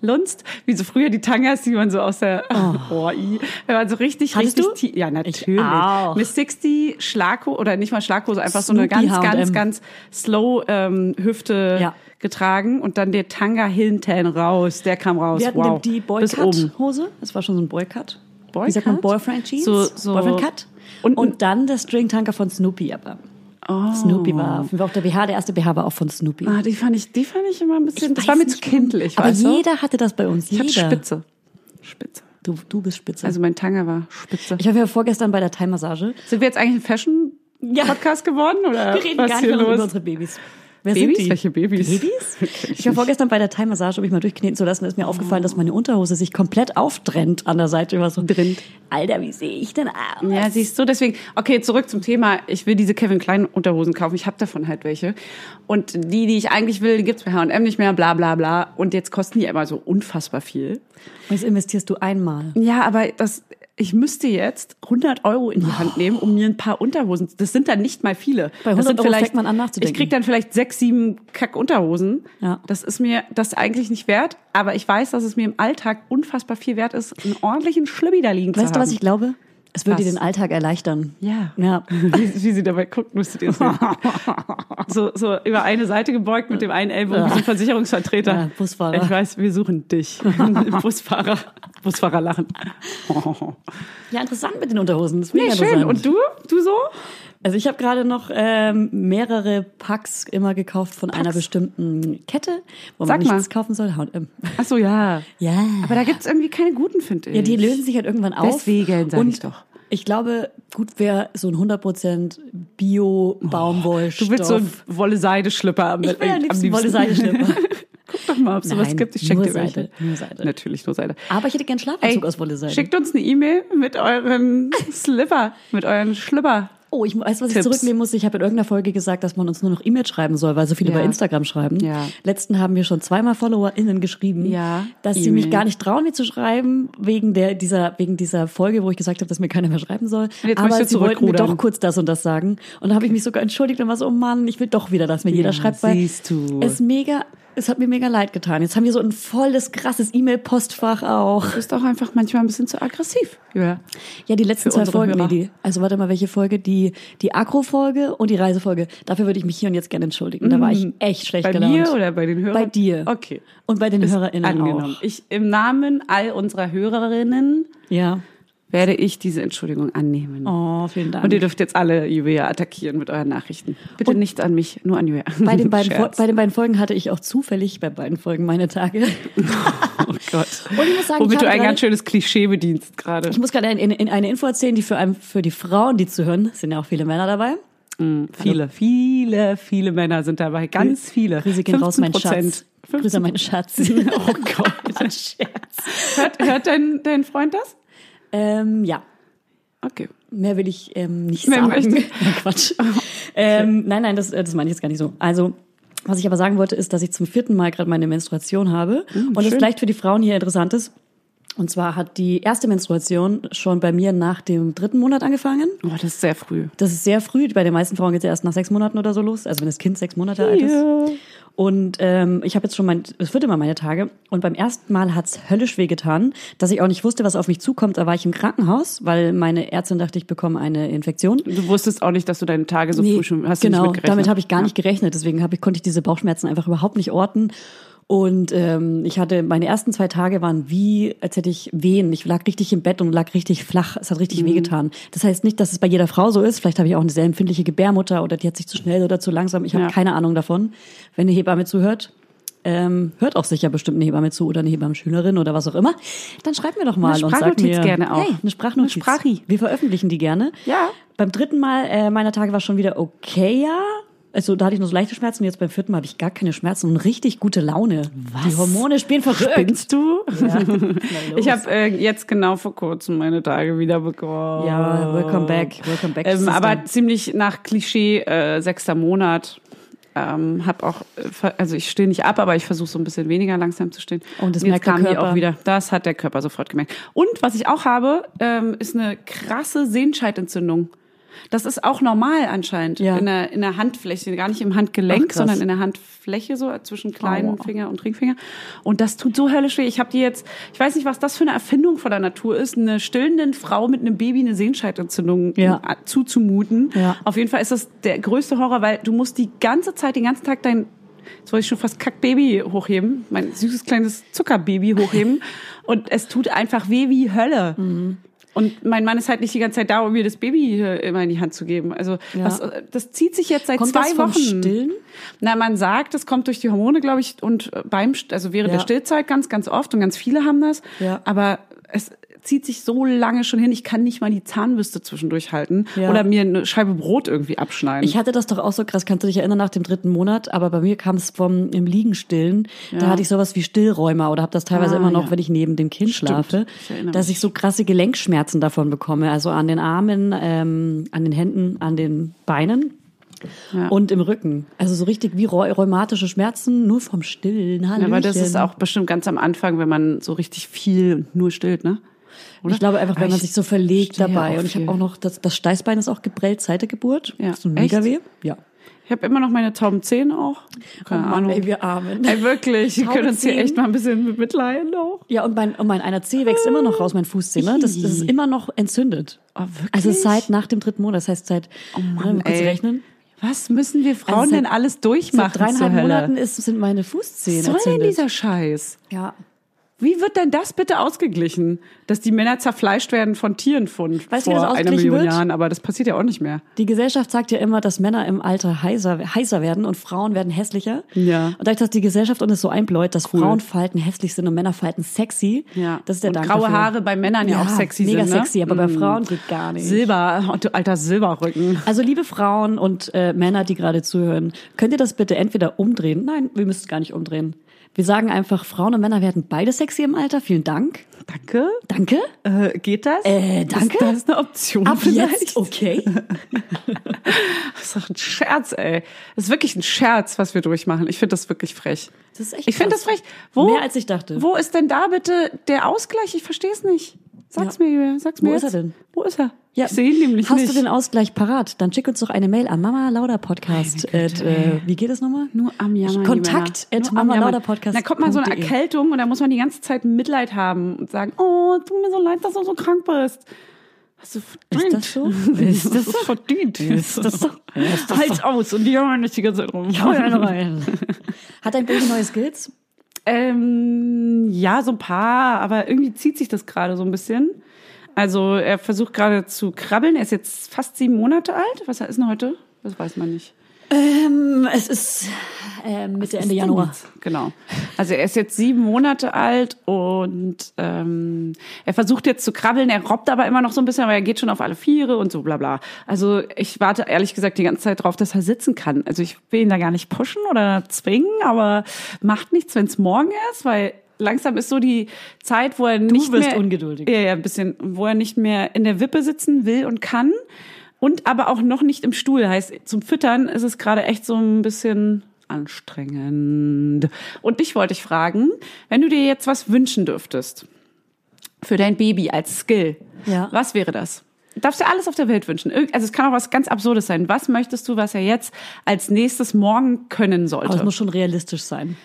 [SPEAKER 2] Lunzt, wie so früher die Tangas, die man so aus der (laughs) oh. i. wenn man so richtig,
[SPEAKER 1] Hattest
[SPEAKER 2] richtig
[SPEAKER 1] du?
[SPEAKER 2] tie- Ja, natürlich.
[SPEAKER 1] auch.
[SPEAKER 2] Miss Sixty, Schlako oder nicht mal Schlako, so einfach so eine
[SPEAKER 1] Snoopy
[SPEAKER 2] ganz, ganz,
[SPEAKER 1] H&M.
[SPEAKER 2] ganz slow ähm, Hüfte
[SPEAKER 1] Ja.
[SPEAKER 2] getragen und dann der Tanga hinten raus, der kam raus.
[SPEAKER 1] Wir hatten
[SPEAKER 2] wow.
[SPEAKER 1] die
[SPEAKER 2] Bis oben.
[SPEAKER 1] Boycut-Hose. Das war schon so ein Boycut.
[SPEAKER 2] Boycut?
[SPEAKER 1] Wie sagt man Boyfriend Jeans?
[SPEAKER 2] So- so-
[SPEAKER 1] Boyfriend Cut.
[SPEAKER 2] Und-
[SPEAKER 1] Und, dann der Stringtanker von Snoopy aber.
[SPEAKER 2] Oh.
[SPEAKER 1] Snoopy war, auf jeden Fall auch der BH, der erste BH war auch von Snoopy.
[SPEAKER 2] Ah, die fand ich, die fand ich immer ein bisschen, das
[SPEAKER 1] weiß
[SPEAKER 2] war mir zu
[SPEAKER 1] nicht,
[SPEAKER 2] kindlich,
[SPEAKER 1] Aber
[SPEAKER 2] weißt du?
[SPEAKER 1] jeder hatte das bei uns.
[SPEAKER 2] Ich hatte
[SPEAKER 1] jeder.
[SPEAKER 2] Spitze. Spitze.
[SPEAKER 1] Du, du bist spitze.
[SPEAKER 2] Also mein Tanga war spitze.
[SPEAKER 1] ich war ja vorgestern bei der Thai-Massage.
[SPEAKER 2] Sind wir jetzt eigentlich ein Fashion-Podcast geworden? Oder
[SPEAKER 1] Wir reden
[SPEAKER 2] Ah, was
[SPEAKER 1] gar
[SPEAKER 2] hier
[SPEAKER 1] nicht mehr
[SPEAKER 2] los?
[SPEAKER 1] über unsere Babys. Wer
[SPEAKER 2] Babys?
[SPEAKER 1] sind die?
[SPEAKER 2] Welche Babys?
[SPEAKER 1] Babys? Ich war vorgestern bei der Thai-Massage, um mich mal durchkneten zu lassen. Da ist mir aufgefallen, dass meine Unterhose sich komplett auftrennt an der Seite. Ich war so,
[SPEAKER 2] Drinnt.
[SPEAKER 1] Alter, wie sehe ich denn aus?
[SPEAKER 2] Ja, siehst du, deswegen, okay, zurück zum Thema. Ich will diese Kevin Klein Unterhosen kaufen. Ich habe davon halt welche. Und die, die ich eigentlich will, die gibt's bei H&M nicht mehr, bla, bla, bla. Und jetzt kosten die immer so unfassbar viel.
[SPEAKER 1] Und Jetzt investierst du einmal.
[SPEAKER 2] Ja, aber das, ich müsste jetzt 100 Euro in die Hand nehmen, um mir ein paar Unterhosen. Das sind dann nicht mal viele.
[SPEAKER 1] Bei 100
[SPEAKER 2] das sind
[SPEAKER 1] Euro fängt man an nachzudenken.
[SPEAKER 2] Ich krieg dann vielleicht sechs, sieben Kack-Unterhosen.
[SPEAKER 1] Ja.
[SPEAKER 2] Das ist mir das eigentlich nicht wert. Aber ich weiß, dass es mir im Alltag unfassbar viel wert ist, einen ordentlichen Schlibbi da liegen
[SPEAKER 1] Weißt
[SPEAKER 2] zu
[SPEAKER 1] du,
[SPEAKER 2] haben.
[SPEAKER 1] was ich glaube? Es würde
[SPEAKER 2] Was?
[SPEAKER 1] dir den Alltag erleichtern.
[SPEAKER 2] Ja.
[SPEAKER 1] Ja.
[SPEAKER 2] (laughs) Wie, wie sie dabei guckt, müsstet
[SPEAKER 1] (laughs)
[SPEAKER 2] ihr sehen. so, so über eine Seite gebeugt mit dem einen Ellbogen, wie so ein Versicherungsvertreter.
[SPEAKER 1] Ja, Busfahrer.
[SPEAKER 2] Ich weiß, wir
[SPEAKER 1] (laughs)
[SPEAKER 2] suchen dich. Busfahrer. Busfahrer lachen.
[SPEAKER 1] Ja, interessant mit den Unterhosen. Das ist
[SPEAKER 2] Nee,
[SPEAKER 1] mega
[SPEAKER 2] schön.
[SPEAKER 1] interessant.
[SPEAKER 2] Und du? Du so?
[SPEAKER 1] Also ich habe gerade noch ähm, mehrere Packs immer gekauft von einer bestimmten Kette, wo
[SPEAKER 2] Sag
[SPEAKER 1] man nichts
[SPEAKER 2] mal.
[SPEAKER 1] kaufen soll. H&M.
[SPEAKER 2] Ach so, ja.
[SPEAKER 1] Ja.
[SPEAKER 2] Aber da gibt's irgendwie keine guten, finde ich.
[SPEAKER 1] ja, die lösen sich halt irgendwann auf.
[SPEAKER 2] Deswegen, sag
[SPEAKER 1] Und
[SPEAKER 2] ich doch.
[SPEAKER 1] Ich glaube, gut wäre so ein 100% Bio-Baumwollstoff.
[SPEAKER 2] Du willst so einen Wolle-Seide-Schlipper am, äh,
[SPEAKER 1] Ich will am
[SPEAKER 2] am
[SPEAKER 1] liebsten Wolle-Seide-Schlipper.
[SPEAKER 2] (laughs) Guck doch mal, ob es sowas
[SPEAKER 1] Nein,
[SPEAKER 2] gibt. Ich schenke
[SPEAKER 1] nur
[SPEAKER 2] dir welche.
[SPEAKER 1] Seide, nur Seide.
[SPEAKER 2] Natürlich nur Seide.
[SPEAKER 1] Aber ich hätte gern Schlafanzug aus Wolle sein.
[SPEAKER 2] Schickt uns eine E-Mail mit eurem
[SPEAKER 1] (laughs)
[SPEAKER 2] Slipper, mit euren Schlipper.
[SPEAKER 1] Oh, ich weiß, was ich
[SPEAKER 2] Tipps.
[SPEAKER 1] zurücknehmen muss. Ich habe in irgendeiner Folge gesagt, dass man uns nur noch E-Mail schreiben soll, weil so viele
[SPEAKER 2] Ja.
[SPEAKER 1] bei Instagram schreiben.
[SPEAKER 2] Ja.
[SPEAKER 1] Letzten haben wir schon zweimal FollowerInnen geschrieben,
[SPEAKER 2] Ja,
[SPEAKER 1] dass sie
[SPEAKER 2] E-Mail.
[SPEAKER 1] mich gar nicht trauen, mir zu schreiben, wegen der, dieser, wegen dieser Folge, wo ich gesagt habe, dass mir keiner mehr schreiben soll.
[SPEAKER 2] jetzt
[SPEAKER 1] Aber
[SPEAKER 2] möchtest du
[SPEAKER 1] sie wollten mir
[SPEAKER 2] zurückrudern.
[SPEAKER 1] doch kurz das und das sagen. Und da habe ich mich sogar entschuldigt und war so, oh Mann, ich will doch wieder, dass mir jeder schreibt, weil
[SPEAKER 2] siehst du.
[SPEAKER 1] es mega, es hat mir mega leid getan. Jetzt haben wir so ein volles, krasses E-Mail-Postfach auch.
[SPEAKER 2] Du bist auch einfach manchmal ein bisschen zu aggressiv. Ja.
[SPEAKER 1] Ja, die letzten
[SPEAKER 2] Für
[SPEAKER 1] zwei
[SPEAKER 2] unsere
[SPEAKER 1] Folgen. Nee,
[SPEAKER 2] Hörer.
[SPEAKER 1] die, also warte mal, welche Folge? Die, die Agro-Folge und die Reisefolge. Dafür würde ich mich hier und jetzt gerne entschuldigen. Da war ich echt schlecht
[SPEAKER 2] Mhm. Bei
[SPEAKER 1] gelaunt.
[SPEAKER 2] mir oder bei den Hörern?
[SPEAKER 1] Genau. Bei dir.
[SPEAKER 2] Okay.
[SPEAKER 1] Und bei den HörerInnen
[SPEAKER 2] Angenommen.
[SPEAKER 1] auch.
[SPEAKER 2] Ich, Im Namen all unserer Hörerinnen
[SPEAKER 1] Ja.
[SPEAKER 2] werde ich diese Entschuldigung annehmen.
[SPEAKER 1] Oh, vielen Dank.
[SPEAKER 2] Und ihr dürft jetzt alle Julia attackieren mit euren Nachrichten. Bitte nicht an mich, nur an Julia.
[SPEAKER 1] bei
[SPEAKER 2] (laughs)
[SPEAKER 1] den, beiden, Fol-
[SPEAKER 2] Scherz.
[SPEAKER 1] bei den beiden Folgen hatte ich auch zufällig bei beiden Folgen meine Tage.
[SPEAKER 2] Oh Gott.
[SPEAKER 1] Und ich muss sagen, ich
[SPEAKER 2] Womit du
[SPEAKER 1] habe
[SPEAKER 2] ein
[SPEAKER 1] gerade-
[SPEAKER 2] ganz schönes Klischee bedienst gerade.
[SPEAKER 1] Ich muss gerade in, in, in eine Info erzählen, die für, ein, für die Frauen, die zuhören, sind ja auch viele Männer dabei.
[SPEAKER 2] Viele, viele, viele Männer sind dabei. Ganz viele.
[SPEAKER 1] Grüße gehen raus, mein
[SPEAKER 2] 15%.
[SPEAKER 1] Schatz. Grüße an meinen Schatz.
[SPEAKER 2] (laughs) Oh Gott.
[SPEAKER 1] Scherz.
[SPEAKER 2] hört hört dein, dein Freund das?
[SPEAKER 1] (laughs) Ähm, ja.
[SPEAKER 2] Okay.
[SPEAKER 1] Mehr will ich ähm, nicht
[SPEAKER 2] Mehr
[SPEAKER 1] sagen. (laughs)
[SPEAKER 2] möchte-
[SPEAKER 1] Nein,
[SPEAKER 2] (laughs)
[SPEAKER 1] Quatsch. ähm, nein, nein, das, äh, das meine ich jetzt gar nicht so. Also, was ich aber sagen wollte, ist, dass ich zum vierten Mal gerade meine Menstruation habe. und das
[SPEAKER 2] Uh, schön.
[SPEAKER 1] vielleicht für die Frauen hier interessant ist. Und zwar hat die erste Menstruation schon bei mir nach dem dritten Monat angefangen.
[SPEAKER 2] Oh, das ist sehr früh.
[SPEAKER 1] Das ist sehr früh. Bei den meisten Frauen geht es ja erst nach sechs Monaten oder so los. Also wenn das Kind sechs Monate alt ist. Und ähm, ich habe jetzt schon mein, das vierte Mal meine Tage. Und beim ersten Mal hat's höllisch wehgetan, dass ich auch nicht wusste, was auf mich zukommt. Da war ich im Krankenhaus, weil meine Ärztin dachte, ich bekomme eine Infektion.
[SPEAKER 2] Du wusstest auch nicht, dass du deine Tage so früh schon hast. du
[SPEAKER 1] genau,
[SPEAKER 2] nicht mitgerechnet?
[SPEAKER 1] damit habe ich gar nicht gerechnet. Deswegen hab ich, konnte ich diese Bauchschmerzen einfach überhaupt nicht orten. Und ähm, ich hatte, meine ersten zwei Tage waren wie, als hätte ich Wehen. Ich lag richtig im Bett und lag richtig flach. Es hat
[SPEAKER 2] Mhm.
[SPEAKER 1] richtig wehgetan. Das heißt nicht, dass es bei jeder Frau so ist. Vielleicht habe ich auch eine sehr empfindliche Gebärmutter oder die hat sich zu schnell oder zu langsam. Ich habe
[SPEAKER 2] Ja.
[SPEAKER 1] keine Ahnung davon. Wenn eine Hebamme zuhört, ähm, hört auch sicher bestimmt eine Hebamme zu oder eine Hebammenschülerin oder was auch immer. Dann schreibt mir doch mal
[SPEAKER 2] Eine
[SPEAKER 1] und sagt
[SPEAKER 2] Sprachnotiz
[SPEAKER 1] mir.
[SPEAKER 2] gerne auch.
[SPEAKER 1] Hey, eine Sprachnotiz.
[SPEAKER 2] Eine Sprachi.
[SPEAKER 1] Wir veröffentlichen die gerne.
[SPEAKER 2] Ja.
[SPEAKER 1] Beim dritten Mal äh, meiner Tage war schon wieder okay, ja. Also da hatte ich nur so leichte Schmerzen und jetzt beim vierten Mal habe ich gar keine Schmerzen und richtig gute Laune. Was? Die Hormone spielen verrückt. (laughs)
[SPEAKER 2] Spinnst du?
[SPEAKER 1] los.
[SPEAKER 2] (laughs) Ich habe äh, jetzt genau vor kurzem meine Tage wieder bekommen.
[SPEAKER 1] Ja, welcome back, welcome back,
[SPEAKER 2] Ähm,
[SPEAKER 1] Sister.
[SPEAKER 2] aber ziemlich nach Klischee äh, sechster Monat. Ähm, hab auch, äh, ver- also ich stehe nicht ab, aber ich versuche so ein bisschen weniger langsam zu stehen.
[SPEAKER 1] Und Oh, das
[SPEAKER 2] jetzt
[SPEAKER 1] merkt der
[SPEAKER 2] kamen die
[SPEAKER 1] Körper.
[SPEAKER 2] auch wieder. Das hat der Körper sofort gemerkt. Und was ich auch habe, ähm, ist eine krasse Sehnscheidentzündung. Das ist auch normal anscheinend
[SPEAKER 1] Ja.
[SPEAKER 2] in, der, in der Handfläche, gar nicht im
[SPEAKER 1] Ach,
[SPEAKER 2] Handgelenk,
[SPEAKER 1] krass.
[SPEAKER 2] sondern in der Handfläche so zwischen kleinen
[SPEAKER 1] Aua.
[SPEAKER 2] Finger und Ringfinger. Und das tut so höllisch weh. Ich habe die jetzt, ich weiß nicht, was das für eine Erfindung von der Natur ist, eine stillenden Frau mit einem Baby eine Sehnscheidentzündung
[SPEAKER 1] Ja.
[SPEAKER 2] äh, zuzumuten.
[SPEAKER 1] Ja.
[SPEAKER 2] Auf jeden Fall ist das der größte Horror, weil du musst die ganze Zeit, den ganzen Tag dein, jetzt wollte ich schon fast Kackbaby hochheben, mein süßes kleines Zuckerbaby hochheben.
[SPEAKER 1] (laughs)
[SPEAKER 2] und es tut einfach weh wie Hölle.
[SPEAKER 1] Mhm.
[SPEAKER 2] Und mein Mann ist halt nicht die ganze Zeit da, um mir das Baby hier immer in die Hand zu geben. Also
[SPEAKER 1] Ja.
[SPEAKER 2] was, äh, das zieht sich jetzt seit
[SPEAKER 1] Kommt
[SPEAKER 2] zwei
[SPEAKER 1] das vom
[SPEAKER 2] Wochen.
[SPEAKER 1] Stillen?
[SPEAKER 2] Na, man sagt, es kommt durch die Hormone, glaube ich, und äh, beim, St- also während
[SPEAKER 1] Ja.
[SPEAKER 2] der Stillzeit ganz, ganz oft und ganz viele haben das.
[SPEAKER 1] Ja.
[SPEAKER 2] Aber es zieht sich so lange schon hin, ich kann nicht mal die Zahnbürste zwischendurch halten
[SPEAKER 1] Ja.
[SPEAKER 2] oder mir eine Scheibe Brot irgendwie abschneiden.
[SPEAKER 1] Ich hatte das doch auch so krass, kannst du dich erinnern, nach dem dritten Monat, aber bei mir kam es vom im Liegen stillen. Da
[SPEAKER 2] Ja.
[SPEAKER 1] hatte ich sowas wie Stillräume oder habe das teilweise
[SPEAKER 2] Ah,
[SPEAKER 1] immer noch,
[SPEAKER 2] ja.
[SPEAKER 1] wenn ich neben dem Kind
[SPEAKER 2] Stimmt.
[SPEAKER 1] schlafe,
[SPEAKER 2] Ich erinnere
[SPEAKER 1] dass
[SPEAKER 2] mich.
[SPEAKER 1] ich so krasse Gelenkschmerzen davon bekomme. Also an den Armen, ähm, an den Händen, an den Beinen.
[SPEAKER 2] Ja.
[SPEAKER 1] Und im Rücken. Also so richtig wie rheu- rheumatische Schmerzen, nur vom Stillen.
[SPEAKER 2] ja, aber das
[SPEAKER 1] Hallöchen.
[SPEAKER 2] ist auch bestimmt ganz am Anfang, wenn man so richtig viel und nur stillt, ne? Oder?
[SPEAKER 1] Ich glaube einfach,
[SPEAKER 2] Aber
[SPEAKER 1] wenn man
[SPEAKER 2] ich
[SPEAKER 1] sich so verlegt
[SPEAKER 2] stehe
[SPEAKER 1] dabei.
[SPEAKER 2] auf
[SPEAKER 1] Und ich habe
[SPEAKER 2] viel.
[SPEAKER 1] auch noch, das, das Steißbein ist auch geprellt seit der Geburt.
[SPEAKER 2] Ja.
[SPEAKER 1] Das ist ein mega
[SPEAKER 2] Echt?
[SPEAKER 1] weh. Ja.
[SPEAKER 2] Ich habe immer noch meine tauben Zehen auch. Keine
[SPEAKER 1] oh Mann,
[SPEAKER 2] Ahnung.
[SPEAKER 1] ey, wir Armen.
[SPEAKER 2] Ey, wirklich, wir
[SPEAKER 1] Taube
[SPEAKER 2] können uns hier
[SPEAKER 1] Zehen.
[SPEAKER 2] echt mal ein bisschen mit- mitleiden auch.
[SPEAKER 1] Ja, und mein, und mein einer Zeh wächst immer noch raus, mein Fußzeh, ne? Das, das ist immer noch entzündet.
[SPEAKER 2] Oh, wirklich?
[SPEAKER 1] Also seit nach dem dritten Monat, das heißt seit, oh
[SPEAKER 2] Mann,
[SPEAKER 1] kurz
[SPEAKER 2] ey.
[SPEAKER 1] rechnen,
[SPEAKER 2] Was müssen wir Frauen
[SPEAKER 1] Also seit-
[SPEAKER 2] denn alles durchmachen?
[SPEAKER 1] seit dreieinhalb
[SPEAKER 2] zur Hölle?
[SPEAKER 1] Monaten ist, sind meine Fußzehen
[SPEAKER 2] Was soll denn
[SPEAKER 1] entzündet.
[SPEAKER 2] dieser Scheiß?
[SPEAKER 1] ja.
[SPEAKER 2] Wie wird denn das bitte ausgeglichen, dass die Männer zerfleischt werden von Tieren von
[SPEAKER 1] Weißt du, wie das
[SPEAKER 2] vor einer
[SPEAKER 1] ausgeglichen
[SPEAKER 2] Million
[SPEAKER 1] wird?
[SPEAKER 2] Jahren? Aber das passiert ja auch nicht mehr.
[SPEAKER 1] Die Gesellschaft sagt ja immer, dass Männer im Alter heiser, heißer werden und Frauen werden hässlicher.
[SPEAKER 2] Ja.
[SPEAKER 1] Und dadurch, dass die Gesellschaft uns das so einbläut, dass Frauenfalten hässlich sind und Männerfalten sexy, das ist der
[SPEAKER 2] Und
[SPEAKER 1] Dank
[SPEAKER 2] graue
[SPEAKER 1] dafür.
[SPEAKER 2] Haare bei Männern ja, auch sexy
[SPEAKER 1] mega
[SPEAKER 2] sind. ne?
[SPEAKER 1] sexy, aber bei
[SPEAKER 2] Mm.
[SPEAKER 1] Frauen geht gar nicht.
[SPEAKER 2] Silber, oh, du alter Silberrücken.
[SPEAKER 1] Also liebe Frauen und äh, Männer, die gerade zuhören, könnt ihr das bitte entweder umdrehen? Nein, wir müssen es gar nicht umdrehen. Wir sagen einfach, Frauen und Männer werden beide sexy im Alter. Vielen Dank.
[SPEAKER 2] Danke.
[SPEAKER 1] Danke.
[SPEAKER 2] Äh, geht das?
[SPEAKER 1] Äh, danke.
[SPEAKER 2] Ist das eine Option?
[SPEAKER 1] Ab
[SPEAKER 2] vielleicht?
[SPEAKER 1] jetzt, Oh. okay.
[SPEAKER 2] Das ist doch ein Scherz, ey. Das ist wirklich ein Scherz, was wir durchmachen. Ich finde das wirklich frech.
[SPEAKER 1] Das ist echt
[SPEAKER 2] Ich finde das
[SPEAKER 1] krass.
[SPEAKER 2] frech. Wo,
[SPEAKER 1] Mehr als ich dachte.
[SPEAKER 2] Wo ist denn da bitte der Ausgleich? Ich verstehe es nicht. Sag's mir, Julia. Sag's mir
[SPEAKER 1] Wo ist
[SPEAKER 2] jetzt.
[SPEAKER 1] er denn?
[SPEAKER 2] Wo ist er?
[SPEAKER 1] Ja.
[SPEAKER 2] Ich sehe ihn nämlich
[SPEAKER 1] Hast
[SPEAKER 2] nicht.
[SPEAKER 1] du den Ausgleich parat? Dann schick uns doch eine Mail an Mama Lauda Podcast.
[SPEAKER 2] Meine
[SPEAKER 1] at,
[SPEAKER 2] Güte,
[SPEAKER 1] äh, wie geht es nochmal?
[SPEAKER 2] Nur am Jammern.
[SPEAKER 1] Kontakt
[SPEAKER 2] die Männer.
[SPEAKER 1] at
[SPEAKER 2] Nur am
[SPEAKER 1] Mama
[SPEAKER 2] Jammern.
[SPEAKER 1] Lauda Podcast.
[SPEAKER 2] Da kommt mal so eine
[SPEAKER 1] .de.
[SPEAKER 2] Erkältung und da muss man die ganze Zeit Mitleid haben und sagen, oh, tut mir so leid, dass du so krank bist. Hast du verdient.
[SPEAKER 1] das so?
[SPEAKER 2] Ist (laughs) das so? verdient. Ist (laughs)
[SPEAKER 1] das so?
[SPEAKER 2] Halt aus und die jammern nicht die ganze Zeit rum.
[SPEAKER 1] (laughs) Hau da noch rein. Hat dein Baby neue Skills?
[SPEAKER 2] Ähm, ja, so ein paar, aber irgendwie zieht sich das gerade so ein bisschen. Also er versucht gerade zu krabbeln. Er ist jetzt fast sieben Monate alt. Was ist denn heute? Das weiß man nicht.
[SPEAKER 1] Ähm, es ist
[SPEAKER 2] äh,
[SPEAKER 1] ähm, Mitte, Ende
[SPEAKER 2] Ist denn
[SPEAKER 1] Januar.
[SPEAKER 2] jetzt? Genau. Also er ist jetzt sieben Monate alt und ähm, er versucht jetzt zu krabbeln, er robbt aber immer noch so ein bisschen, aber er geht schon auf alle Viere und so bla bla. Also ich warte ehrlich gesagt die ganze Zeit drauf, dass er sitzen kann. Also ich will ihn da gar nicht pushen oder zwingen, aber macht nichts, wenn es morgen ist, weil langsam ist so die Zeit, wo er nicht
[SPEAKER 1] wirst
[SPEAKER 2] mehr,
[SPEAKER 1] ungeduldig.
[SPEAKER 2] Ja, ja, ein bisschen, wo er nicht mehr in der Wippe sitzen will und kann. Und aber auch noch nicht im Stuhl. Heißt, zum Füttern ist es gerade echt so ein bisschen anstrengend. Und ich wollte dich fragen, wenn du dir jetzt was wünschen dürftest für dein Baby als Skill,
[SPEAKER 1] Ja.
[SPEAKER 2] was wäre das? Du Darfst dir alles auf der Welt wünschen. Irg- Also es kann auch was ganz Absurdes sein. Was möchtest du, was er jetzt als nächstes morgen können
[SPEAKER 1] Aber es
[SPEAKER 2] sollte?
[SPEAKER 1] muss schon realistisch sein.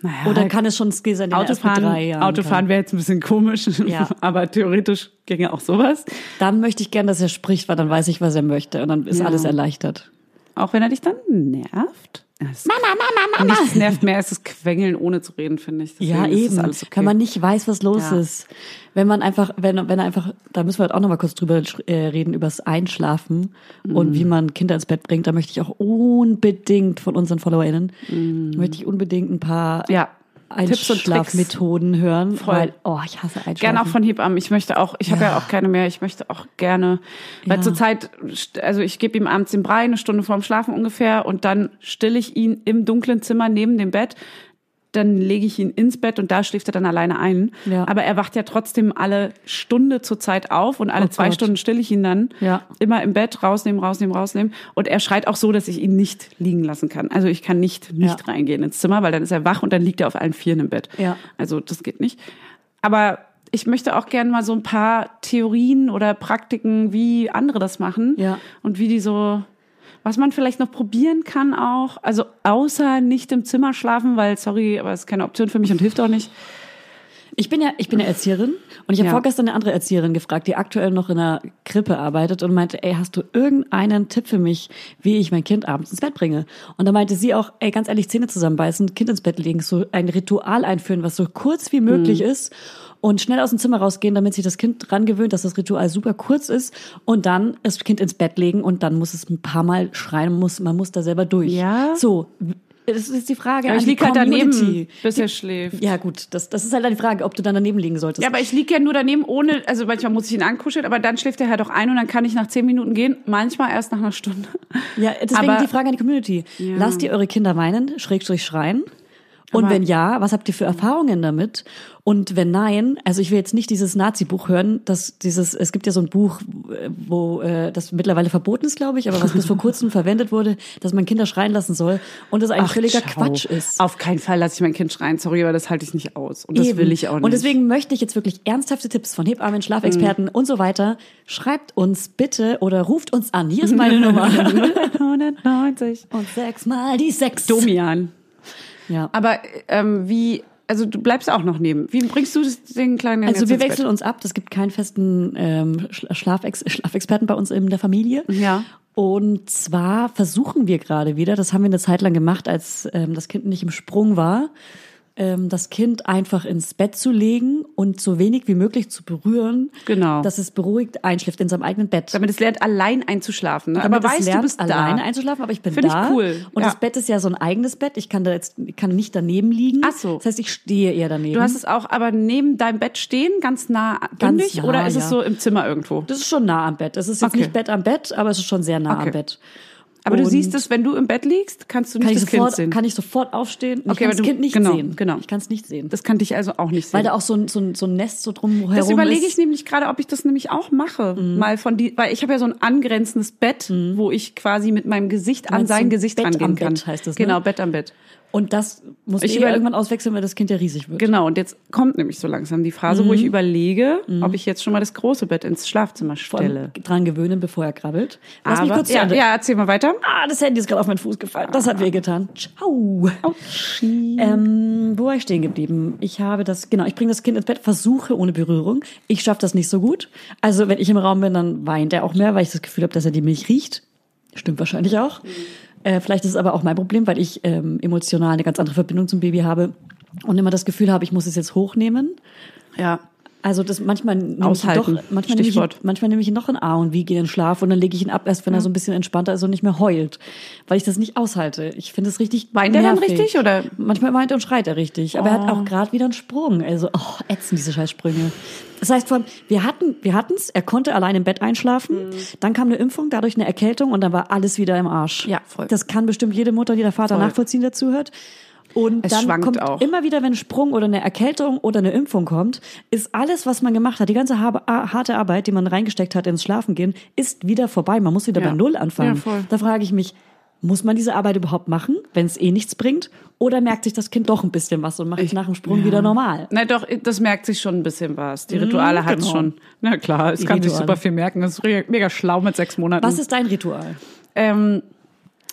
[SPEAKER 2] Naja,
[SPEAKER 1] Oder kann es schon ein Skill sein, den er erst mit
[SPEAKER 2] Autofahren,
[SPEAKER 1] drei Jahren
[SPEAKER 2] Autofahren wäre jetzt ein bisschen komisch,
[SPEAKER 1] (laughs) Ja.
[SPEAKER 2] (laughs) aber theoretisch ginge auch sowas.
[SPEAKER 1] Kann. Dann möchte ich gern, dass er spricht, weil dann weiß ich, was er möchte. Und dann ist
[SPEAKER 2] Ja.
[SPEAKER 1] alles erleichtert.
[SPEAKER 2] Auch wenn er dich dann nervt. Mama, Mama, Mama. Nichts nervt mehr, es ist Quengeln, ohne zu reden, finde ich.
[SPEAKER 1] Ja,
[SPEAKER 2] Deswegen Ist
[SPEAKER 1] eben.
[SPEAKER 2] das alles okay.
[SPEAKER 1] Wenn man nicht weiß, was los
[SPEAKER 2] Ja.
[SPEAKER 1] ist. Wenn man einfach, wenn, wenn er einfach, da müssen wir halt auch nochmal kurz drüber sch- äh, reden, übers Einschlafen und wie man Kinder ins Bett bringt. Da möchte ich auch unbedingt von unseren FollowerInnen, möchte ich unbedingt ein paar
[SPEAKER 2] Ja. Tipps und Tricks.
[SPEAKER 1] Einschlafmethoden hören.
[SPEAKER 2] Voll.
[SPEAKER 1] Weil, oh, ich hasse Einschlafen.
[SPEAKER 2] Gerne auch von Hebammen. Ich möchte auch, ich habe ja auch keine mehr, ich möchte auch gerne, weil
[SPEAKER 1] Ja.
[SPEAKER 2] zurzeit, st- also ich gebe ihm abends den Brei, eine Stunde vorm Schlafen ungefähr und dann stille ich ihn im dunklen Zimmer neben dem Bett, dann lege ich ihn ins Bett und da schläft er dann alleine ein.
[SPEAKER 1] Ja.
[SPEAKER 2] Aber er wacht ja trotzdem alle Stunde zurzeit auf und alle
[SPEAKER 1] Oh
[SPEAKER 2] zwei
[SPEAKER 1] Gott.
[SPEAKER 2] Stunden stille ich ihn dann
[SPEAKER 1] Ja.
[SPEAKER 2] immer im Bett rausnehmen, rausnehmen, rausnehmen und er schreit auch so, dass ich ihn nicht liegen lassen kann. Also ich kann nicht nicht
[SPEAKER 1] Ja.
[SPEAKER 2] reingehen ins Zimmer, weil dann ist er wach und dann liegt er auf allen Vieren im Bett.
[SPEAKER 1] Ja.
[SPEAKER 2] Also das geht nicht. Aber ich möchte auch gerne mal so ein paar Theorien oder Praktiken, wie andere das machen
[SPEAKER 1] Ja.
[SPEAKER 2] und wie die so, was man vielleicht noch probieren kann auch. Also außer nicht im Zimmer schlafen, weil sorry, aber es ist keine Option für mich und hilft auch nicht.
[SPEAKER 1] Ich bin ja, ich bin ja Erzieherin und ich habe
[SPEAKER 2] Ja.
[SPEAKER 1] vorgestern eine andere Erzieherin gefragt, die aktuell noch in einer Krippe arbeitet und meinte, ey, hast du irgendeinen Tipp für mich, wie ich mein Kind abends ins Bett bringe? Und da meinte sie auch, ey, ganz ehrlich, Zähne zusammenbeißen, Kind ins Bett legen, so ein Ritual einführen, was so kurz wie möglich
[SPEAKER 2] Mhm.
[SPEAKER 1] ist und schnell aus dem Zimmer rausgehen, damit sich das Kind dran gewöhnt, dass das Ritual super kurz ist und dann das Kind ins Bett legen und dann muss es ein paar Mal schreien, muss, man muss da selber durch.
[SPEAKER 2] Ja.
[SPEAKER 1] So. Das ist die Frage.
[SPEAKER 2] Aber
[SPEAKER 1] an
[SPEAKER 2] ich
[SPEAKER 1] die
[SPEAKER 2] liege halt daneben,
[SPEAKER 1] Community.
[SPEAKER 2] bis er schläft.
[SPEAKER 1] Ja, gut, das, das ist halt dann die Frage, ob du dann daneben liegen solltest.
[SPEAKER 2] Ja, aber ich liege ja nur daneben ohne, also manchmal muss ich ihn ankuscheln, aber dann schläft er halt auch ein und dann kann ich nach zehn Minuten gehen, manchmal erst nach einer Stunde.
[SPEAKER 1] ja deswegen
[SPEAKER 2] aber-
[SPEAKER 1] die Frage an die Community. Lasst ihr eure Kinder weinen, schrägstrich schreien? Und
[SPEAKER 2] Aber-
[SPEAKER 1] wenn ja, was habt ihr für Erfahrungen damit? Und wenn nein, also ich will jetzt nicht dieses Nazi-Buch hören, dass dieses, es gibt ja so ein Buch, äh, wo äh, das mittlerweile verboten ist, glaube ich, aber was bis vor
[SPEAKER 2] (laughs)
[SPEAKER 1] kurzem verwendet wurde, dass man Kinder schreien lassen soll und das eigentlich völliger
[SPEAKER 2] ciao.
[SPEAKER 1] Quatsch ist.
[SPEAKER 2] Auf keinen Fall lasse ich mein Kind schreien, sorry, aber das halte ich nicht aus. Und das
[SPEAKER 1] Eben.
[SPEAKER 2] will ich auch nicht. Mm.
[SPEAKER 1] Und deswegen möchte ich jetzt wirklich ernsthafte Tipps von Hebammen, Schlafexperten und so weiter. Schreibt uns bitte oder ruft uns an. Hier ist
[SPEAKER 2] (laughs)
[SPEAKER 1] meine Nummer.
[SPEAKER 2] 190.
[SPEAKER 1] und sechsmal die sechs.
[SPEAKER 2] Domian.
[SPEAKER 1] Ja.
[SPEAKER 2] Aber ähm, wie, also du bleibst auch noch neben. Wie bringst du das, den kleinen
[SPEAKER 1] Also
[SPEAKER 2] jetzt
[SPEAKER 1] wir
[SPEAKER 2] ins
[SPEAKER 1] wechseln
[SPEAKER 2] Bett?
[SPEAKER 1] uns ab. Es gibt keinen festen ähm, Schla- Schlafex Schlafexperten bei uns in der Familie.
[SPEAKER 2] Ja.
[SPEAKER 1] Und zwar versuchen wir gerade wieder, das haben wir eine Zeit lang gemacht, als ähm, das Kind nicht im Sprung war, ähm, das Kind einfach ins Bett zu legen und so wenig wie möglich zu berühren,
[SPEAKER 2] Genau.
[SPEAKER 1] dass es beruhigt einschläft in seinem eigenen Bett.
[SPEAKER 2] Damit es lernt, allein einzuschlafen. Ne?
[SPEAKER 1] Damit
[SPEAKER 2] Aber
[SPEAKER 1] es
[SPEAKER 2] weißt du,
[SPEAKER 1] lernt,
[SPEAKER 2] bist
[SPEAKER 1] alleine
[SPEAKER 2] da.
[SPEAKER 1] einzuschlafen, aber ich bin
[SPEAKER 2] Finde ich
[SPEAKER 1] da.
[SPEAKER 2] cool.
[SPEAKER 1] Und
[SPEAKER 2] Ja.
[SPEAKER 1] das Bett ist ja so ein eigenes Bett. Ich kann da jetzt kann nicht daneben liegen.
[SPEAKER 2] Ach so.
[SPEAKER 1] Das heißt, ich stehe eher daneben.
[SPEAKER 2] Du hast es auch, aber neben deinem Bett stehen, ganz nah an
[SPEAKER 1] Ganz
[SPEAKER 2] dich,
[SPEAKER 1] nah,
[SPEAKER 2] oder ist es
[SPEAKER 1] ja.
[SPEAKER 2] so im Zimmer irgendwo?
[SPEAKER 1] das ist schon nah am Bett. Es ist jetzt
[SPEAKER 2] Okay.
[SPEAKER 1] nicht Bett am Bett, aber es ist schon sehr nah
[SPEAKER 2] Okay.
[SPEAKER 1] am Bett.
[SPEAKER 2] Aber du
[SPEAKER 1] Und
[SPEAKER 2] siehst es, wenn du im Bett liegst, kannst du nicht
[SPEAKER 1] kann ich,
[SPEAKER 2] das
[SPEAKER 1] sofort,
[SPEAKER 2] Kind sehen.
[SPEAKER 1] kann ich sofort aufstehen. und Ich
[SPEAKER 2] Okay,
[SPEAKER 1] kann
[SPEAKER 2] aber
[SPEAKER 1] das
[SPEAKER 2] du-
[SPEAKER 1] Kind nicht
[SPEAKER 2] genau,
[SPEAKER 1] sehen.
[SPEAKER 2] genau.
[SPEAKER 1] Ich kann es nicht sehen.
[SPEAKER 2] das kann dich also auch nicht sehen.
[SPEAKER 1] Weil da auch so ein, so ein, so ein Nest so drumherum
[SPEAKER 2] das überlege
[SPEAKER 1] ist. Mhm.
[SPEAKER 2] ich nämlich gerade, ob ich das nämlich auch mache. Mal von die, weil ich habe ja so ein angrenzendes Bett, wo ich quasi mit meinem Gesicht an
[SPEAKER 1] meinst so
[SPEAKER 2] sein
[SPEAKER 1] ein
[SPEAKER 2] Gesicht
[SPEAKER 1] Bett
[SPEAKER 2] rangehen
[SPEAKER 1] am
[SPEAKER 2] kann.
[SPEAKER 1] Bett heißt das, ne?
[SPEAKER 2] genau, Bett am Bett.
[SPEAKER 1] Und das muss
[SPEAKER 2] Ich
[SPEAKER 1] ich eh
[SPEAKER 2] überle-
[SPEAKER 1] irgendwann auswechseln, weil das Kind ja riesig wird.
[SPEAKER 2] Genau, und jetzt kommt nämlich so langsam die Phase, wo ich
[SPEAKER 1] Mhm.
[SPEAKER 2] überlege, ob ich jetzt schon mal das große Bett ins Schlafzimmer
[SPEAKER 1] Vor
[SPEAKER 2] stelle.
[SPEAKER 1] allem dran gewöhnen, bevor er krabbelt. Lass mich
[SPEAKER 2] Aber-
[SPEAKER 1] kurz zu
[SPEAKER 2] ja, Ah.
[SPEAKER 1] Ende-
[SPEAKER 2] ja, erzähl mal weiter.
[SPEAKER 1] Ah, das Handy ist gerade auf meinen Fuß gefallen. Das hat wehgetan. Ciao.
[SPEAKER 2] Autschi.
[SPEAKER 1] Ähm, wo war ich stehen geblieben? Ich habe das, genau, ich bringe das Kind ins Bett, versuche ohne Berührung. Ich schaffe das nicht so gut. Also wenn ich im Raum bin, dann weint er auch mehr, weil ich das Gefühl habe, dass er die Milch riecht. Stimmt wahrscheinlich auch. Äh, vielleicht ist es aber auch mein Problem, weil ich ähm, emotional eine ganz andere Verbindung zum Baby habe und immer das Gefühl habe, ich muss es jetzt hochnehmen.
[SPEAKER 2] Ja.
[SPEAKER 1] Also das manchmal nehme ich ihn doch,
[SPEAKER 2] Aushalten.
[SPEAKER 1] manchmal nehme ich, ihn-
[SPEAKER 2] Stichwort.
[SPEAKER 1] manchmal nehme ich ihn noch in A und wie gehe in den Schlaf und dann lege ich ihn ab, erst wenn er so ein bisschen entspannter ist und nicht mehr heult, weil ich das nicht aushalte. Ich finde es richtig
[SPEAKER 2] Weint er dann
[SPEAKER 1] nervig.
[SPEAKER 2] richtig, oder? Oh.
[SPEAKER 1] Manchmal weint er und schreit er richtig, aber er hat auch gerade wieder einen Sprung. Also oh, ätzen diese Scheißsprünge. Das heißt vor allem, wir hatten wir hatten's, er konnte allein im Bett
[SPEAKER 2] Mhm.
[SPEAKER 1] einschlafen, dann kam eine Impfung, dadurch eine Erkältung und dann war alles wieder im Arsch.
[SPEAKER 2] Ja, voll.
[SPEAKER 1] Das kann bestimmt jede Mutter und jeder Vater
[SPEAKER 2] Voll.
[SPEAKER 1] nachvollziehen, der zuhört. Und
[SPEAKER 2] Es
[SPEAKER 1] dann
[SPEAKER 2] schwankt
[SPEAKER 1] kommt
[SPEAKER 2] auch.
[SPEAKER 1] immer immer wieder, wenn ein Sprung oder eine Erkältung oder eine Impfung kommt, ist alles, was man gemacht hat, die ganze habe- a- harte Arbeit, die man reingesteckt hat ins Schlafen gehen, ist wieder vorbei. Man muss wieder
[SPEAKER 2] Ja.
[SPEAKER 1] bei Null anfangen.
[SPEAKER 2] Ja, voll.
[SPEAKER 1] da frage ich mich, muss man diese Arbeit überhaupt machen, wenn es eh nichts bringt? Oder merkt sich das Kind doch ein bisschen was und macht es nach dem Sprung wieder normal?
[SPEAKER 2] Na doch, das merkt sich schon ein bisschen was. Die Rituale hat's hat es
[SPEAKER 1] genau.
[SPEAKER 2] schon. Na klar, es
[SPEAKER 1] Die
[SPEAKER 2] kann sich
[SPEAKER 1] Rituale.
[SPEAKER 2] super viel merken. Das ist re- mega schlau mit sechs Monaten.
[SPEAKER 1] Was ist dein Ritual?
[SPEAKER 2] Ähm,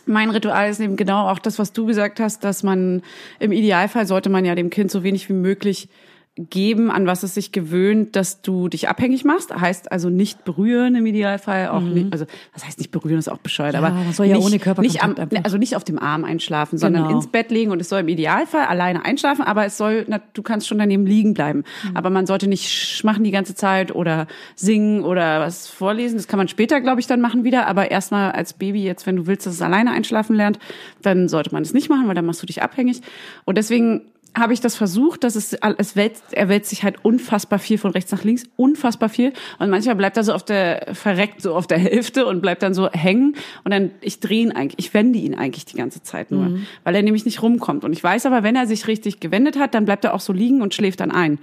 [SPEAKER 2] mein Ritual ist eben genau auch das, was du gesagt hast, dass man im Idealfall sollte man ja dem Kind so wenig wie möglich geben, an was es sich gewöhnt, dass du dich abhängig machst. Heißt also nicht berühren im Idealfall, auch nicht, also was heißt nicht berühren, ist auch bescheuert, aber
[SPEAKER 1] man soll Mhm. ja
[SPEAKER 2] nicht,
[SPEAKER 1] ohne Körperkontakt
[SPEAKER 2] nicht am,
[SPEAKER 1] einfach.
[SPEAKER 2] also nicht auf dem Arm einschlafen, sondern
[SPEAKER 1] Genau.
[SPEAKER 2] ins Bett legen und es soll im Idealfall alleine einschlafen, aber es soll, na, du kannst schon daneben liegen bleiben. Aber man sollte nicht sch- machen die ganze Zeit oder singen oder was vorlesen. Das kann man später, glaube ich, dann machen wieder. Aber erstmal als Baby jetzt, wenn du willst, dass es alleine einschlafen lernt, dann sollte man es nicht machen, weil dann machst du dich abhängig. Und deswegen habe ich das versucht, dass es, es wälzt, er wälzt sich halt unfassbar viel von rechts nach links, unfassbar viel. Und manchmal bleibt er so auf der, verreckt so auf der Hälfte und bleibt dann so hängen. Und dann, ich drehe ihn eigentlich, ich wende ihn eigentlich die ganze Zeit nur, weil er nämlich nicht rumkommt. Und ich weiß aber, wenn er sich richtig gewendet hat, dann bleibt er auch so liegen und schläft dann ein.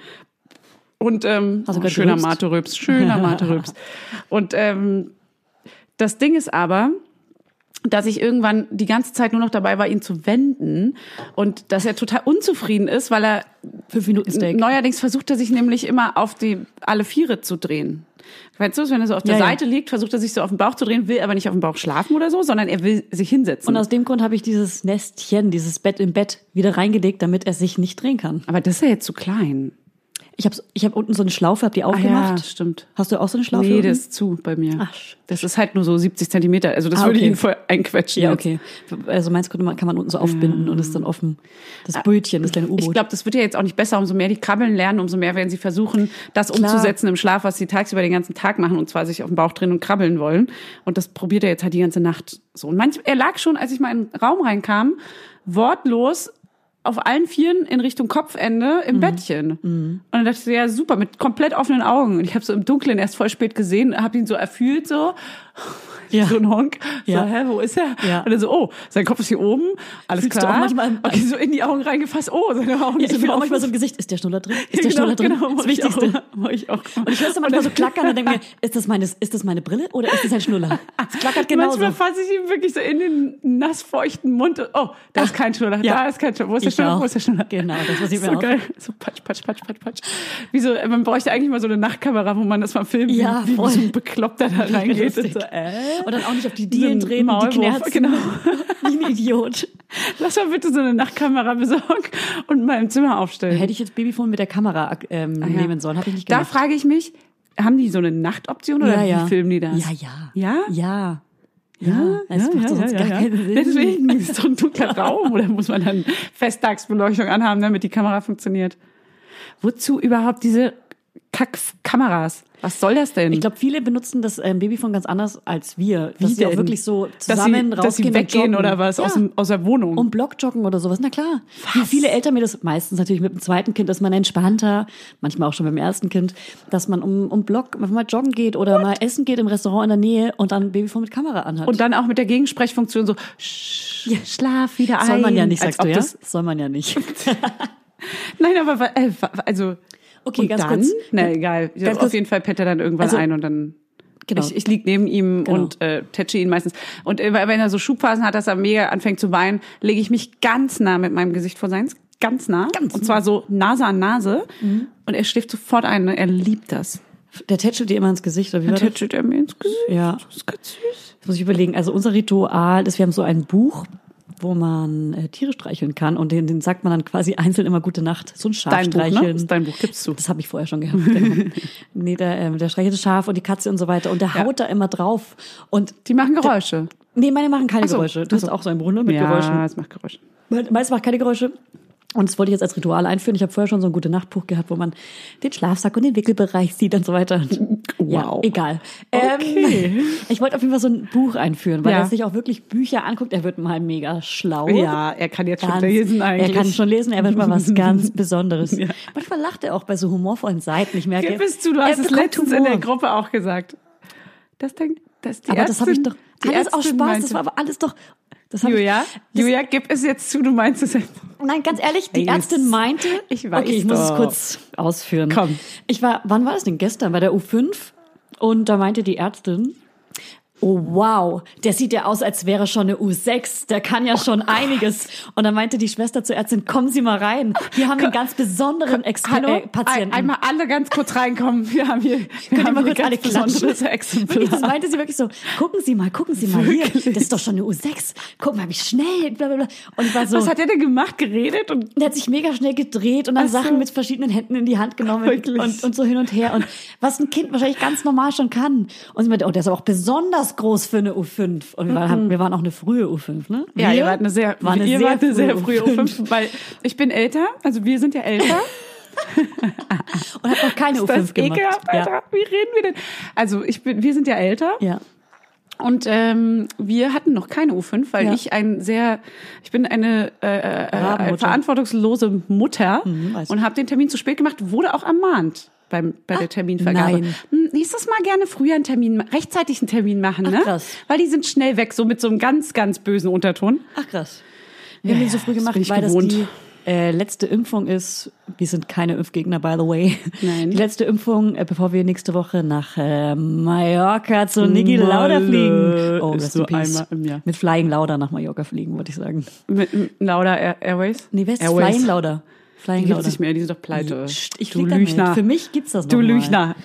[SPEAKER 2] Und ähm,
[SPEAKER 1] Also
[SPEAKER 2] oh,
[SPEAKER 1] gerade
[SPEAKER 2] schöner
[SPEAKER 1] rülpst.
[SPEAKER 2] Mate Rübs, schöner Mate Rübs. Und ähm, das Ding ist aber, dass ich irgendwann die ganze Zeit nur noch dabei war, ihn zu wenden und dass er total unzufrieden ist, weil er
[SPEAKER 1] Fünf Minuten Steak.
[SPEAKER 2] neuerdings versucht er sich nämlich immer auf die alle Viere zu drehen. Weißt du, wenn er so auf der
[SPEAKER 1] Ja, ja.
[SPEAKER 2] Seite liegt, versucht er sich so auf den Bauch zu drehen, will aber nicht auf dem Bauch schlafen oder so, sondern er will sich hinsetzen.
[SPEAKER 1] Und aus dem Grund habe ich dieses Nestchen, dieses Bett im Bett wieder reingelegt, damit er sich nicht drehen kann.
[SPEAKER 2] aber das ist ja jetzt zu klein.
[SPEAKER 1] Ich habe ich hab unten so eine Schlaufe, habe die
[SPEAKER 2] Ah ja,
[SPEAKER 1] aufgemacht.
[SPEAKER 2] stimmt.
[SPEAKER 1] Hast du auch so eine Schlaufe?
[SPEAKER 2] Nee,
[SPEAKER 1] unten?
[SPEAKER 2] das ist zu bei mir.
[SPEAKER 1] Ach, sch-
[SPEAKER 2] das ist halt nur so 70 Zentimeter. Also das
[SPEAKER 1] Ah,
[SPEAKER 2] würde ich
[SPEAKER 1] okay.
[SPEAKER 2] ihn voll einquetschen.
[SPEAKER 1] Ja,
[SPEAKER 2] jetzt.
[SPEAKER 1] okay. Also meins könnte man, kann man unten so aufbinden und ist dann offen. Das Brötchen, das kleine
[SPEAKER 2] Ah, Ich
[SPEAKER 1] U-Boot.
[SPEAKER 2] glaube, das wird ja jetzt auch nicht besser. Umso mehr die krabbeln lernen, umso mehr werden sie versuchen, das
[SPEAKER 1] Klar.
[SPEAKER 2] umzusetzen im Schlaf, was sie tagsüber den ganzen Tag machen und zwar sich auf den Bauch drehen und krabbeln wollen. Und das probiert er jetzt halt die ganze Nacht so. Und manch, er lag schon, als ich mal in den Raum reinkam, wortlos auf allen Vieren in Richtung Kopfende
[SPEAKER 1] Mhm.
[SPEAKER 2] im Bettchen. Und dann dachte ich so, ja super, mit komplett offenen Augen. Und ich habe so im Dunkeln erst voll spät gesehen, habe ihn so erfüllt so,
[SPEAKER 1] Ja.
[SPEAKER 2] so ein Honk.
[SPEAKER 1] Ja.
[SPEAKER 2] So, hä, wo ist er?
[SPEAKER 1] Ja.
[SPEAKER 2] Und dann so, oh, sein Kopf ist hier oben, alles
[SPEAKER 1] Fühlst du
[SPEAKER 2] klar.
[SPEAKER 1] auch manchmal- äh,
[SPEAKER 2] okay, so in die Augen reingefasst, oh, seine Augen
[SPEAKER 1] ja, ich
[SPEAKER 2] sind
[SPEAKER 1] fühle auch
[SPEAKER 2] offen.
[SPEAKER 1] manchmal so
[SPEAKER 2] (laughs)
[SPEAKER 1] ein Gesicht. Ist der Schnuller drin? Ist der
[SPEAKER 2] Genau,
[SPEAKER 1] Schnuller drin?
[SPEAKER 2] Genau,
[SPEAKER 1] das
[SPEAKER 2] mach ich auch
[SPEAKER 1] Wichtigste.
[SPEAKER 2] immer, mach ich auch.
[SPEAKER 1] Und ich höre es dann
[SPEAKER 2] (laughs)
[SPEAKER 1] manchmal so klackern und denke mir, ist das, meine, ist das meine Brille oder ist das ein Schnuller? Es klackert genauso.
[SPEAKER 2] Manchmal fasse ich ihn wirklich so in den nassfeuchten Mund. und- Oh, da ist kein Schnuller,
[SPEAKER 1] ja.
[SPEAKER 2] da ist kein Schnuller. Wo ist der
[SPEAKER 1] Ich
[SPEAKER 2] Schnuller? Wo
[SPEAKER 1] auch.
[SPEAKER 2] ist der Schnuller?
[SPEAKER 1] Genau, das
[SPEAKER 2] (laughs)
[SPEAKER 1] passiert mir
[SPEAKER 2] so
[SPEAKER 1] auch. (laughs)
[SPEAKER 2] geil. So patsch, patsch, patsch, patsch, patsch. Wieso, äh, man bräuchte eigentlich mal so eine Nachtkamera, wo man das mal filmt,
[SPEAKER 1] Ja,
[SPEAKER 2] wie, wie
[SPEAKER 1] voll.
[SPEAKER 2] so ein Bekloppter da reingeht.
[SPEAKER 1] lustig.
[SPEAKER 2] Und so, äh?
[SPEAKER 1] Und dann auch nicht auf die Dielen
[SPEAKER 2] So ein
[SPEAKER 1] drehen, die
[SPEAKER 2] Maulwurf,
[SPEAKER 1] Knerzen.
[SPEAKER 2] genau.
[SPEAKER 1] (laughs) Wie ein Idiot.
[SPEAKER 2] Lass mal bitte so eine Nachtkamera besorgen und mal im Zimmer aufstellen.
[SPEAKER 1] Hätte ich jetzt Babyphone mit der Kamera ähm,
[SPEAKER 2] Ah, Ja.
[SPEAKER 1] nehmen sollen, habe ich nicht
[SPEAKER 2] Da
[SPEAKER 1] gemacht.
[SPEAKER 2] frage ich mich, haben die so eine Nachtoption oder
[SPEAKER 1] ja, ja.
[SPEAKER 2] wie filmen die das?
[SPEAKER 1] Ja, ja.
[SPEAKER 2] Ja?
[SPEAKER 1] Ja. Ja, es macht
[SPEAKER 2] ja,
[SPEAKER 1] sonst
[SPEAKER 2] ja,
[SPEAKER 1] gar
[SPEAKER 2] ja.
[SPEAKER 1] keinen Sinn.
[SPEAKER 2] Deswegen ist es doch ein dunkler Raum oder muss man dann Festtagsbeleuchtung anhaben, damit die Kamera funktioniert? Wozu überhaupt diese Kack-Kameras? Was soll das denn?
[SPEAKER 1] Ich glaube, viele benutzen das ähm, Babyphone ganz anders als wir. Dass
[SPEAKER 2] Wie
[SPEAKER 1] sie auch
[SPEAKER 2] denn?
[SPEAKER 1] wirklich so
[SPEAKER 2] dass
[SPEAKER 1] zusammen
[SPEAKER 2] sie, dass sie
[SPEAKER 1] rausgehen und
[SPEAKER 2] weggehen
[SPEAKER 1] joggen.
[SPEAKER 2] oder was
[SPEAKER 1] ja.
[SPEAKER 2] aus, dem, aus der Wohnung.
[SPEAKER 1] und Blockjoggen oder sowas, na klar. Wie viele Eltern mir das meistens natürlich mit dem zweiten Kind ist man entspannter, manchmal auch schon beim ersten Kind, dass man um, um Block einfach mal joggen geht oder mal essen geht im Restaurant in der Nähe und dann Babyphone mit Kamera anhat.
[SPEAKER 2] Und dann auch mit der Gegensprechfunktion so, "Sch, schlaf wieder ein.
[SPEAKER 1] soll man ja nicht, sagst
[SPEAKER 2] Als
[SPEAKER 1] du,
[SPEAKER 2] ob
[SPEAKER 1] ja?
[SPEAKER 2] das-
[SPEAKER 1] Soll man ja
[SPEAKER 2] (laughs)
[SPEAKER 1] nicht.
[SPEAKER 2] Nein, aber, wa- äh, wa- also.
[SPEAKER 1] Okay,
[SPEAKER 2] und
[SPEAKER 1] ganz
[SPEAKER 2] dann?
[SPEAKER 1] kurz.
[SPEAKER 2] Na, egal.
[SPEAKER 1] Ganz
[SPEAKER 2] auf
[SPEAKER 1] kurz.
[SPEAKER 2] jeden Fall pennt er dann irgendwann
[SPEAKER 1] Also,
[SPEAKER 2] ein und dann.
[SPEAKER 1] genau.
[SPEAKER 2] Ich, ich lieg neben ihm
[SPEAKER 1] Genau.
[SPEAKER 2] und äh, tätsche ihn meistens. Und immer, wenn er so Schubphasen hat, dass er mega anfängt zu weinen, lege ich mich ganz nah mit meinem Gesicht vor seins. Ganz nah.
[SPEAKER 1] Ganz Mhm.
[SPEAKER 2] und zwar so Nase an Nase. Und er schläft sofort ein. Ne? Er liebt das.
[SPEAKER 1] Der tätschelt dir immer ins Gesicht, oder wie war das?
[SPEAKER 2] Tätschelt er mir ins Gesicht.
[SPEAKER 1] Ja.
[SPEAKER 2] Das ist ganz süß.
[SPEAKER 1] Jetzt muss ich überlegen. Also unser Ritual ist, wir haben so ein Buch, wo man äh, Tiere streicheln kann und den, den sagt man dann quasi einzeln immer Gute Nacht. So ein Schaf
[SPEAKER 2] Dein Buch,
[SPEAKER 1] streicheln.
[SPEAKER 2] ne? Ist dein Buch, gibst du.
[SPEAKER 1] Das habe ich vorher schon gehabt.
[SPEAKER 2] (laughs)
[SPEAKER 1] genau. nee, der, ähm, der streichelt das Schaf und die Katze und so weiter und der haut da immer drauf. Und
[SPEAKER 2] Die machen Geräusche.
[SPEAKER 1] nee, meine machen keine
[SPEAKER 2] so,
[SPEAKER 1] Geräusche. Du
[SPEAKER 2] ach so.
[SPEAKER 1] hast auch so ein Brunnen mit
[SPEAKER 2] ja,
[SPEAKER 1] Geräuschen.
[SPEAKER 2] es macht Geräusche.
[SPEAKER 1] Me- Meins macht keine Geräusche. Und das wollte ich jetzt als Ritual einführen. Ich habe vorher schon so ein gute Nachtbuch gehabt, wo man den Schlafsack und den Wickelbereich sieht und so weiter.
[SPEAKER 2] (laughs)
[SPEAKER 1] Ja,
[SPEAKER 2] Wow.
[SPEAKER 1] egal.
[SPEAKER 2] Okay.
[SPEAKER 1] Ähm, (laughs) ich wollte auf jeden Fall so ein Buch einführen, weil
[SPEAKER 2] Ja.
[SPEAKER 1] er sich auch wirklich Bücher anguckt. Er wird mal mega schlau.
[SPEAKER 2] Ja, er kann jetzt schon
[SPEAKER 1] Oh. Ganz,
[SPEAKER 2] lesen eigentlich.
[SPEAKER 1] er kann schon lesen, er wird mal was
[SPEAKER 2] (laughs)
[SPEAKER 1] ganz Besonderes. Manchmal lacht er auch bei so humorvollen Seiten. Ich merke,
[SPEAKER 2] Gib es zu, du
[SPEAKER 1] er
[SPEAKER 2] hast es
[SPEAKER 1] bekommt
[SPEAKER 2] letztens
[SPEAKER 1] Humor.
[SPEAKER 2] in der Gruppe auch gesagt. Das denkt, dass die
[SPEAKER 1] Aber das habe ich
[SPEAKER 2] Ärztin-
[SPEAKER 1] doch.
[SPEAKER 2] die
[SPEAKER 1] Alles auch
[SPEAKER 2] Ärztin
[SPEAKER 1] Spaß,
[SPEAKER 2] meinte-
[SPEAKER 1] das war aber alles doch. Das hab
[SPEAKER 2] Julia,
[SPEAKER 1] ich, das,
[SPEAKER 2] Julia, gib es jetzt zu, du meinst es jetzt.
[SPEAKER 1] Nein, ganz ehrlich, die
[SPEAKER 2] Ey, das-
[SPEAKER 1] Ärztin meinte.
[SPEAKER 2] Ich weiß
[SPEAKER 1] Okay, ich muss es
[SPEAKER 2] doch.
[SPEAKER 1] kurz ausführen.
[SPEAKER 2] Komm.
[SPEAKER 1] Ich war, wann war das denn? Gestern bei der U5 und da meinte die Ärztin. Oh wow, der sieht ja aus, als wäre schon eine U6. Der kann
[SPEAKER 2] Oh
[SPEAKER 1] ja schon einiges. Und dann meinte die Schwester zur Ärztin, kommen Sie mal rein. Wir haben einen ganz besonderen Exper äh, Patienten.
[SPEAKER 2] Ein, einmal alle ganz kurz reinkommen. Wir haben hier, wir
[SPEAKER 1] Könnt ihr
[SPEAKER 2] haben
[SPEAKER 1] mal
[SPEAKER 2] hier
[SPEAKER 1] kurz alle
[SPEAKER 2] ganz
[SPEAKER 1] klatschen?
[SPEAKER 2] besonderes
[SPEAKER 1] Wirklich, das
[SPEAKER 2] Exemplar.
[SPEAKER 1] meinte sie wirklich so, gucken Sie mal, gucken Sie mal hier. Das
[SPEAKER 2] Wirklich?
[SPEAKER 1] ist doch schon eine U6. Guck mal, wie schnell, bla, bla, bla. Und ich war so,
[SPEAKER 2] Was hat er denn gemacht? Geredet und
[SPEAKER 1] der hat sich mega schnell gedreht und dann
[SPEAKER 2] Ach so.
[SPEAKER 1] Sachen mit verschiedenen Händen in die Hand genommen
[SPEAKER 2] Wirklich?
[SPEAKER 1] und, und so hin und her. Und was ein Kind wahrscheinlich ganz normal schon kann. Und sie meinte, oh, der ist aber auch besonders groß für eine U5. Und wir waren, wir waren auch eine frühe U5, ne?
[SPEAKER 2] Mhm. Ja,
[SPEAKER 1] wir
[SPEAKER 2] ihr wart eine sehr,
[SPEAKER 1] waren
[SPEAKER 2] ihr wart eine sehr frühe
[SPEAKER 1] U5.
[SPEAKER 2] U5, weil ich bin älter, also wir sind
[SPEAKER 1] (laughs)
[SPEAKER 2] ja älter.
[SPEAKER 1] Und hat noch keine
[SPEAKER 2] das
[SPEAKER 1] U5
[SPEAKER 2] ist
[SPEAKER 1] Um gemacht.
[SPEAKER 2] ekelhaft, Alter.
[SPEAKER 1] ja.
[SPEAKER 2] Wie reden wir denn? Also ich bin, wir sind ja älter
[SPEAKER 1] ja.
[SPEAKER 2] und ähm, wir hatten noch keine U5, weil
[SPEAKER 1] Ja.
[SPEAKER 2] ich ein sehr, ich bin eine äh, äh,
[SPEAKER 1] Rabenmutter.
[SPEAKER 2] verantwortungslose Mutter
[SPEAKER 1] Mhm, weiß Ah,
[SPEAKER 2] und habe den Termin zu spät gemacht, wurde auch ermahnt. Beim, bei der Terminvergabe.
[SPEAKER 1] nein.
[SPEAKER 2] Hm, Nächstes Mal gerne früher einen Termin, ma- rechtzeitig einen Termin machen,
[SPEAKER 1] Ach,
[SPEAKER 2] ne?
[SPEAKER 1] krass.
[SPEAKER 2] Weil die sind schnell weg, so mit so einem ganz, ganz bösen Unterton.
[SPEAKER 1] Ach krass. Wir haben den so früh
[SPEAKER 2] das
[SPEAKER 1] gemacht,
[SPEAKER 2] bin ich
[SPEAKER 1] weil
[SPEAKER 2] gewohnt.
[SPEAKER 1] das die äh, letzte Impfung ist. Wir sind keine Impfgegner, by the way.
[SPEAKER 2] Nein.
[SPEAKER 1] Die letzte Impfung, äh, bevor wir nächste Woche nach äh, Mallorca zu Niki
[SPEAKER 2] Malle
[SPEAKER 1] Lauda fliegen. Oh,
[SPEAKER 2] ist
[SPEAKER 1] rest in
[SPEAKER 2] nur
[SPEAKER 1] peace.
[SPEAKER 2] einmal im Jahr.
[SPEAKER 1] Mit Flying Lauda nach Mallorca fliegen, wollte ich sagen.
[SPEAKER 2] Mit, mit Lauda Air Airways?
[SPEAKER 1] Nee, wer ist das?
[SPEAKER 2] Airways.
[SPEAKER 1] Flying Lauda? Flying
[SPEAKER 2] Die gibt's
[SPEAKER 1] Lauda.
[SPEAKER 2] nicht mehr, die sind doch pleite.
[SPEAKER 1] Psst, Ich
[SPEAKER 2] du
[SPEAKER 1] flieg damit.
[SPEAKER 2] Lüchner.
[SPEAKER 1] Für mich gibt's das
[SPEAKER 2] Du
[SPEAKER 1] noch mal.
[SPEAKER 2] Lüchner.
[SPEAKER 1] (laughs)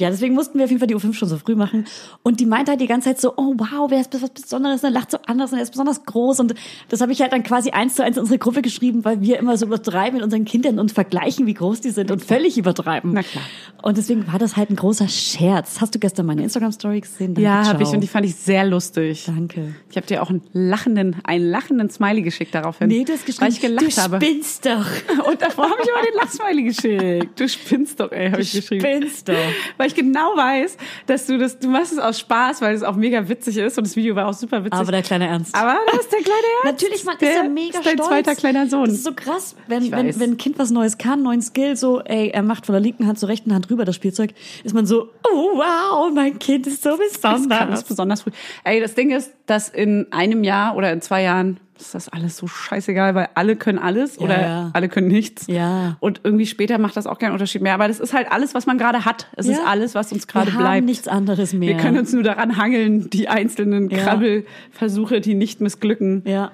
[SPEAKER 1] Ja, deswegen mussten wir auf jeden Fall die U5 schon so früh machen. Und die meinte halt die ganze Zeit so, oh wow, wer ist was Besonderes, und er lacht so anders und er ist besonders groß. Und das habe ich halt dann quasi eins zu eins in unsere Gruppe geschrieben, weil wir immer so übertreiben mit unseren Kindern und vergleichen, wie groß die sind und völlig übertreiben.
[SPEAKER 2] Na klar.
[SPEAKER 1] Und deswegen war das halt ein großer Scherz. Hast du gestern meine Instagram-Story gesehen? Danke,
[SPEAKER 2] Ja, habe
[SPEAKER 1] ciao.
[SPEAKER 2] ich und die fand ich sehr lustig.
[SPEAKER 1] Danke.
[SPEAKER 2] Ich habe dir auch einen lachenden, einen lachenden Smiley geschickt daraufhin.
[SPEAKER 1] Nee, du hast geschrieben,
[SPEAKER 2] weil ich gelacht
[SPEAKER 1] du
[SPEAKER 2] habe.
[SPEAKER 1] spinnst doch.
[SPEAKER 2] (laughs) Und davor habe ich
[SPEAKER 1] (laughs)
[SPEAKER 2] immer den Lachsmiley geschickt. Du spinnst doch, ey, habe
[SPEAKER 1] Du
[SPEAKER 2] ich geschrieben.
[SPEAKER 1] spinnst doch.
[SPEAKER 2] (laughs) Weil ich genau weiß, dass du das, du machst es aus Spaß, weil es auch mega witzig ist und das Video war auch super witzig.
[SPEAKER 1] Aber der kleine Ernst.
[SPEAKER 2] Aber das ist der kleine Ernst.
[SPEAKER 1] (laughs) Natürlich, man
[SPEAKER 2] der
[SPEAKER 1] ist ja mega
[SPEAKER 2] ist dein
[SPEAKER 1] stolz.
[SPEAKER 2] zweiter kleiner Sohn.
[SPEAKER 1] Das ist so krass, wenn,
[SPEAKER 2] Ich
[SPEAKER 1] wenn,
[SPEAKER 2] weiß.
[SPEAKER 1] wenn ein Kind was Neues kann, neuen Skill, so, ey, er macht von der linken Hand zur rechten Hand rüber das Spielzeug, ist man so, oh wow, mein Kind ist so
[SPEAKER 2] Das kann
[SPEAKER 1] besonders.
[SPEAKER 2] ist besonders früh. Ey, das Ding ist, dass in einem Jahr oder in zwei Jahren ist das alles so scheißegal, weil alle können alles
[SPEAKER 1] Ja,
[SPEAKER 2] oder
[SPEAKER 1] ja.
[SPEAKER 2] alle können nichts.
[SPEAKER 1] Ja.
[SPEAKER 2] Und irgendwie später macht das auch keinen Unterschied mehr. Aber das ist halt alles, was man gerade hat. Es
[SPEAKER 1] Ja.
[SPEAKER 2] ist alles, was uns
[SPEAKER 1] Wir
[SPEAKER 2] gerade
[SPEAKER 1] haben
[SPEAKER 2] bleibt.
[SPEAKER 1] nichts anderes mehr.
[SPEAKER 2] Wir können uns nur daran hangeln, die einzelnen
[SPEAKER 1] Ja.
[SPEAKER 2] Krabbelversuche, die nicht missglücken.
[SPEAKER 1] ja.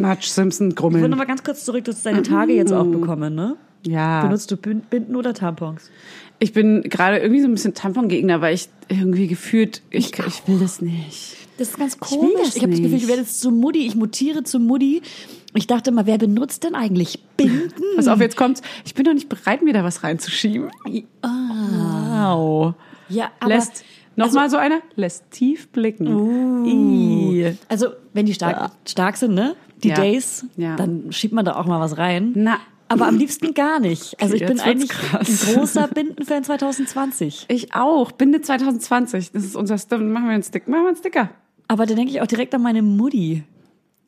[SPEAKER 2] Matsch Simpson
[SPEAKER 1] Ich will
[SPEAKER 2] grummeln.
[SPEAKER 1] nochmal ganz kurz zurück, du hast deine Tage jetzt auch bekommen, ne?
[SPEAKER 2] Ja.
[SPEAKER 1] Benutzt du Bin- Binden oder Tampons?
[SPEAKER 2] Ich bin gerade irgendwie so ein bisschen Tampongegner, weil ich irgendwie gefühlt, ich, ich will das nicht.
[SPEAKER 1] Das ist ganz
[SPEAKER 2] will
[SPEAKER 1] komisch.
[SPEAKER 2] das
[SPEAKER 1] Ich, habe das Gefühl,
[SPEAKER 2] nicht.
[SPEAKER 1] ich werde jetzt zu Mutti, ich mutiere zu Mutti. Ich dachte mal, wer benutzt denn eigentlich Binden?
[SPEAKER 2] Pass auf, jetzt kommt's. Ich bin noch nicht bereit, mir da was reinzuschieben. Wow.
[SPEAKER 1] Ja, Ah. aber also Uh.
[SPEAKER 2] Lässt Nochmal so einer, lässt tief blicken. Ih.
[SPEAKER 1] Also, wenn die stark, stark sind, ne? Die
[SPEAKER 2] Ja.
[SPEAKER 1] Days,
[SPEAKER 2] Ja.
[SPEAKER 1] dann schiebt man da auch mal was rein.
[SPEAKER 2] Na.
[SPEAKER 1] Aber am liebsten gar nicht. Also ich bin
[SPEAKER 2] jetzt wird's
[SPEAKER 1] eigentlich
[SPEAKER 2] krass.
[SPEAKER 1] ein großer Bindenfan 2020.
[SPEAKER 2] Ich auch. Binde 2020. Das ist unser Stick. Machen wir einen Stick. Machen wir einen Sticker.
[SPEAKER 1] Aber da denke ich auch direkt an meine Mutti.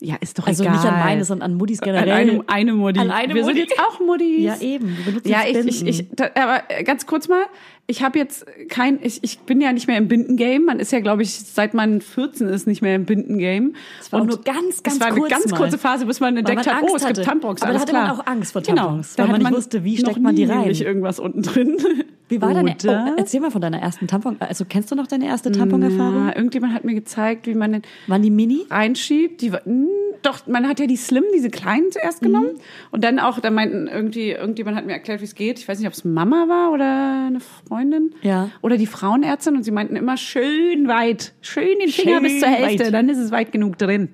[SPEAKER 2] Ja, ist doch
[SPEAKER 1] Also
[SPEAKER 2] egal.
[SPEAKER 1] nicht an meine, sondern an Muttis
[SPEAKER 2] an
[SPEAKER 1] generell.
[SPEAKER 2] einem, eine Mutti.
[SPEAKER 1] An eine
[SPEAKER 2] wir
[SPEAKER 1] Mutti.
[SPEAKER 2] sind jetzt auch Muttis.
[SPEAKER 1] Ja, eben. Wir benutzen
[SPEAKER 2] Ja,
[SPEAKER 1] das
[SPEAKER 2] ich, ich,
[SPEAKER 1] Binden.
[SPEAKER 2] ich da, aber äh, ganz kurz mal, ich habe jetzt kein, ich, ich bin ja nicht mehr im Binden-Game. Man ist ja, glaube ich, seit man 14 ist, nicht mehr im Binden-Game.
[SPEAKER 1] war
[SPEAKER 2] Und
[SPEAKER 1] nur ganz, ganz
[SPEAKER 2] Es war eine
[SPEAKER 1] kurz
[SPEAKER 2] ganz
[SPEAKER 1] mal.
[SPEAKER 2] kurze Phase, bis man
[SPEAKER 1] man
[SPEAKER 2] entdeckt hat,
[SPEAKER 1] Angst
[SPEAKER 2] oh, es
[SPEAKER 1] hatte.
[SPEAKER 2] gibt Tampons,
[SPEAKER 1] Aber da
[SPEAKER 2] alles
[SPEAKER 1] hatte man
[SPEAKER 2] klar.
[SPEAKER 1] auch Angst vor
[SPEAKER 2] genau.
[SPEAKER 1] Tampons,
[SPEAKER 2] Da
[SPEAKER 1] weil man
[SPEAKER 2] hatte
[SPEAKER 1] nicht wusste, wie
[SPEAKER 2] noch
[SPEAKER 1] steckt man die
[SPEAKER 2] nie
[SPEAKER 1] rein.
[SPEAKER 2] nämlich irgendwas unten drin.
[SPEAKER 1] Wie war deine,
[SPEAKER 2] Oder?
[SPEAKER 1] oh, erzähl mal von deiner ersten Tampon, also kennst du noch deine erste
[SPEAKER 2] Mm.
[SPEAKER 1] Tamponerfahrung?
[SPEAKER 2] Ja, irgendjemand hat mir gezeigt, wie man den
[SPEAKER 1] Waren die Mini?
[SPEAKER 2] reinschiebt. Die, war- mh, doch, man hat ja die Slim, diese kleinen zuerst genommen. Und dann auch, da meinten irgendwie, irgendjemand hat mir erklärt, wie es geht. Ich weiß nicht, ob es Mama war oder eine Freundin.
[SPEAKER 1] Ja.
[SPEAKER 2] Oder die Frauenärztin. Und sie meinten immer schön weit. Schön den Finger
[SPEAKER 1] Schön
[SPEAKER 2] bis zur Hälfte.
[SPEAKER 1] weit.
[SPEAKER 2] Dann ist es weit genug drin.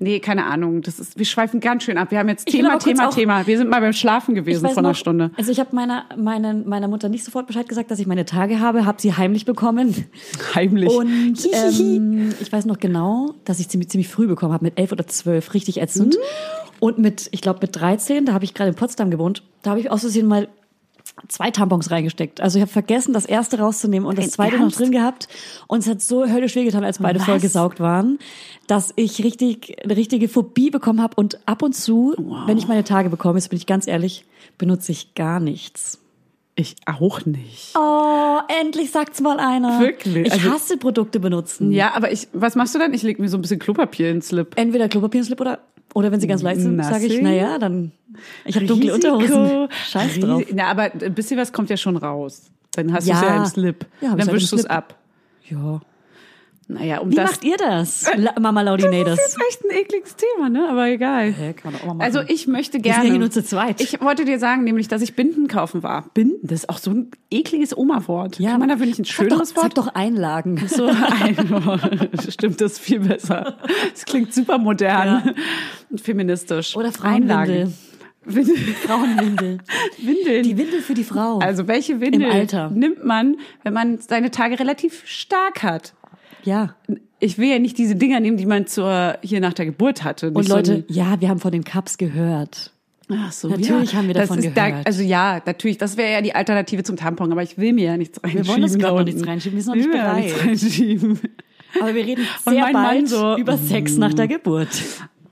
[SPEAKER 2] Nee, keine Ahnung. Das ist, wir schweifen ganz schön ab. Wir haben jetzt
[SPEAKER 1] Ich will
[SPEAKER 2] Thema,
[SPEAKER 1] aber kurz
[SPEAKER 2] Thema,
[SPEAKER 1] auch-
[SPEAKER 2] Thema. Wir sind mal beim Schlafen gewesen
[SPEAKER 1] weiß
[SPEAKER 2] vor einer
[SPEAKER 1] noch,
[SPEAKER 2] Stunde.
[SPEAKER 1] Also ich habe meiner, meiner, meiner Mutter nicht sofort Bescheid gesagt, dass ich meine Tage habe, habe sie heimlich bekommen.
[SPEAKER 2] Heimlich.
[SPEAKER 1] Und
[SPEAKER 2] (laughs)
[SPEAKER 1] ähm, ich weiß noch genau, dass ich ziemlich, ziemlich früh bekommen habe, mit elf oder zwölf, richtig ätzend. Und mit, ich glaube, mit 13, da habe ich gerade in Potsdam gewohnt, da habe ich aus Versehen mal zwei Tampons reingesteckt. Also ich habe vergessen, das erste rauszunehmen und das
[SPEAKER 2] Dein
[SPEAKER 1] zweite
[SPEAKER 2] Ernst?
[SPEAKER 1] noch drin gehabt. Und es hat so höllisch wehgetan, als beide
[SPEAKER 2] Was?
[SPEAKER 1] vollgesaugt waren, dass ich richtig, eine richtige Phobie bekommen habe. Und ab und zu, wenn ich meine Tage bekomme, jetzt bin ich ganz ehrlich, benutze ich gar nichts.
[SPEAKER 2] ich auch nicht.
[SPEAKER 1] Oh, endlich sagt's mal einer.
[SPEAKER 2] Wirklich?
[SPEAKER 1] Ich
[SPEAKER 2] Also-
[SPEAKER 1] hasse Produkte benutzen.
[SPEAKER 2] Ja, aber ich, was machst du dann? Ich leg mir so ein bisschen Klopapier in den Slip.
[SPEAKER 1] entweder Klopapier und Slip oder oder wenn sie ganz leicht sind, sage ich,
[SPEAKER 2] Nothing.
[SPEAKER 1] naja, dann ich habe dunkle Unterhosen. Scheiß drauf.
[SPEAKER 2] Risiko. Na, aber ein bisschen was kommt ja schon raus. Dann hast du es
[SPEAKER 1] Ja.
[SPEAKER 2] ja im Slip.
[SPEAKER 1] Ja, hab
[SPEAKER 2] dann
[SPEAKER 1] ich halt
[SPEAKER 2] wischst du
[SPEAKER 1] im
[SPEAKER 2] es
[SPEAKER 1] Slip.
[SPEAKER 2] ab.
[SPEAKER 1] Ja.
[SPEAKER 2] Naja, um
[SPEAKER 1] Wie
[SPEAKER 2] das.
[SPEAKER 1] macht ihr das? La Mama Laudinators.
[SPEAKER 2] das ist echt ein ekliges Thema, ne? Aber egal.
[SPEAKER 1] kann man auch mal machen.
[SPEAKER 2] Also ich möchte
[SPEAKER 1] Wir sind ja
[SPEAKER 2] gerne.
[SPEAKER 1] hier nur zu zweit.
[SPEAKER 2] Ich wollte dir sagen, nämlich, dass ich Binden kaufen war. Binden, das ist auch so ein ekliges Oma-Wort. Kann man da wirklich ein schöneres
[SPEAKER 1] sag doch,
[SPEAKER 2] Wort?
[SPEAKER 1] Sag doch
[SPEAKER 2] (laughs)
[SPEAKER 1] Einlagen. (laughs)
[SPEAKER 2] So ein Stimmt, das ist viel besser. Das klingt super modern und feministisch.
[SPEAKER 1] Oder
[SPEAKER 2] Einlagen. Windel.
[SPEAKER 1] Frauenwindel.
[SPEAKER 2] Windeln.
[SPEAKER 1] Die Windel für die Frau.
[SPEAKER 2] Also welche Windel
[SPEAKER 1] Im Alter.
[SPEAKER 2] nimmt man, wenn man seine Tage relativ stark hat?
[SPEAKER 1] ja.
[SPEAKER 2] Ich will ja nicht diese Dinger nehmen, die man zur hier nach der Geburt hatte.
[SPEAKER 1] Und
[SPEAKER 2] Nicht
[SPEAKER 1] Leute, ja, wir haben von den Cups gehört.
[SPEAKER 2] so ein, ach so,
[SPEAKER 1] natürlich
[SPEAKER 2] ja,
[SPEAKER 1] haben wir
[SPEAKER 2] das
[SPEAKER 1] davon
[SPEAKER 2] ist Da,
[SPEAKER 1] gehört.
[SPEAKER 2] also ja, natürlich, das wäre ja die Alternative zum Tampon, aber ich will mir ja nichts reinschieben.
[SPEAKER 1] wollen uns
[SPEAKER 2] da
[SPEAKER 1] gerade noch
[SPEAKER 2] unten.
[SPEAKER 1] nichts reinschieben, wir sind noch nicht
[SPEAKER 2] will mir ja
[SPEAKER 1] bereit.
[SPEAKER 2] nichts reinschieben.
[SPEAKER 1] Aber wir reden
[SPEAKER 2] Und
[SPEAKER 1] sehr
[SPEAKER 2] mein Mann
[SPEAKER 1] bald
[SPEAKER 2] so,
[SPEAKER 1] über Sex nach der Geburt.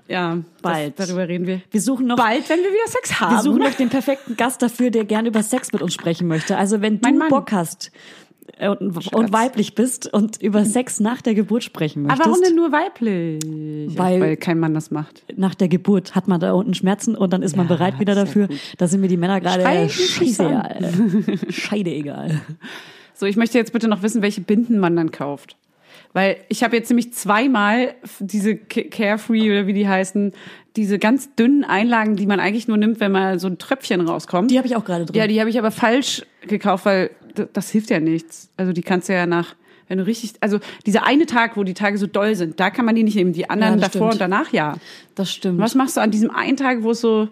[SPEAKER 2] Ja,
[SPEAKER 1] Bald.
[SPEAKER 2] Das, darüber reden wir.
[SPEAKER 1] Wir suchen noch
[SPEAKER 2] Bald, wenn wir wieder Sex haben.
[SPEAKER 1] Wir suchen noch den perfekten Gast dafür, der gerne über Sex mit uns sprechen möchte. Also wenn
[SPEAKER 2] Mein
[SPEAKER 1] du
[SPEAKER 2] Mann.
[SPEAKER 1] Bock hast äh, und, und weiblich bist und über Sex nach der Geburt sprechen
[SPEAKER 2] Hm. aber
[SPEAKER 1] möchtest.
[SPEAKER 2] warum denn nur weiblich?
[SPEAKER 1] Weil-
[SPEAKER 2] Weil kein Mann das macht.
[SPEAKER 1] Nach der Geburt hat man da unten Schmerzen und dann ist man bereit wieder dafür. Da sind mir die Männer
[SPEAKER 2] Schrei
[SPEAKER 1] gerade
[SPEAKER 2] mich nicht
[SPEAKER 1] scheiße,
[SPEAKER 2] an. (laughs)
[SPEAKER 1] äh, scheide egal.
[SPEAKER 2] So, ich möchte jetzt bitte noch wissen, welche Binden man dann kauft. Weil ich habe jetzt nämlich zweimal f- diese Ca- Carefree oder wie die heißen, diese ganz dünnen Einlagen, die man eigentlich nur nimmt, wenn mal so ein Tröpfchen rauskommt.
[SPEAKER 1] Die habe ich auch gerade drin.
[SPEAKER 2] ja, die habe ich aber falsch gekauft, weil d- das hilft ja nichts. Also die kannst du ja nach, wenn du richtig, also dieser eine Tag, wo die Tage so doll sind, da kann man die nicht nehmen. Die anderen
[SPEAKER 1] Ja, das
[SPEAKER 2] davor
[SPEAKER 1] stimmt.
[SPEAKER 2] und danach ja.
[SPEAKER 1] das stimmt.
[SPEAKER 2] Was machst du an diesem einen Tag, wo es so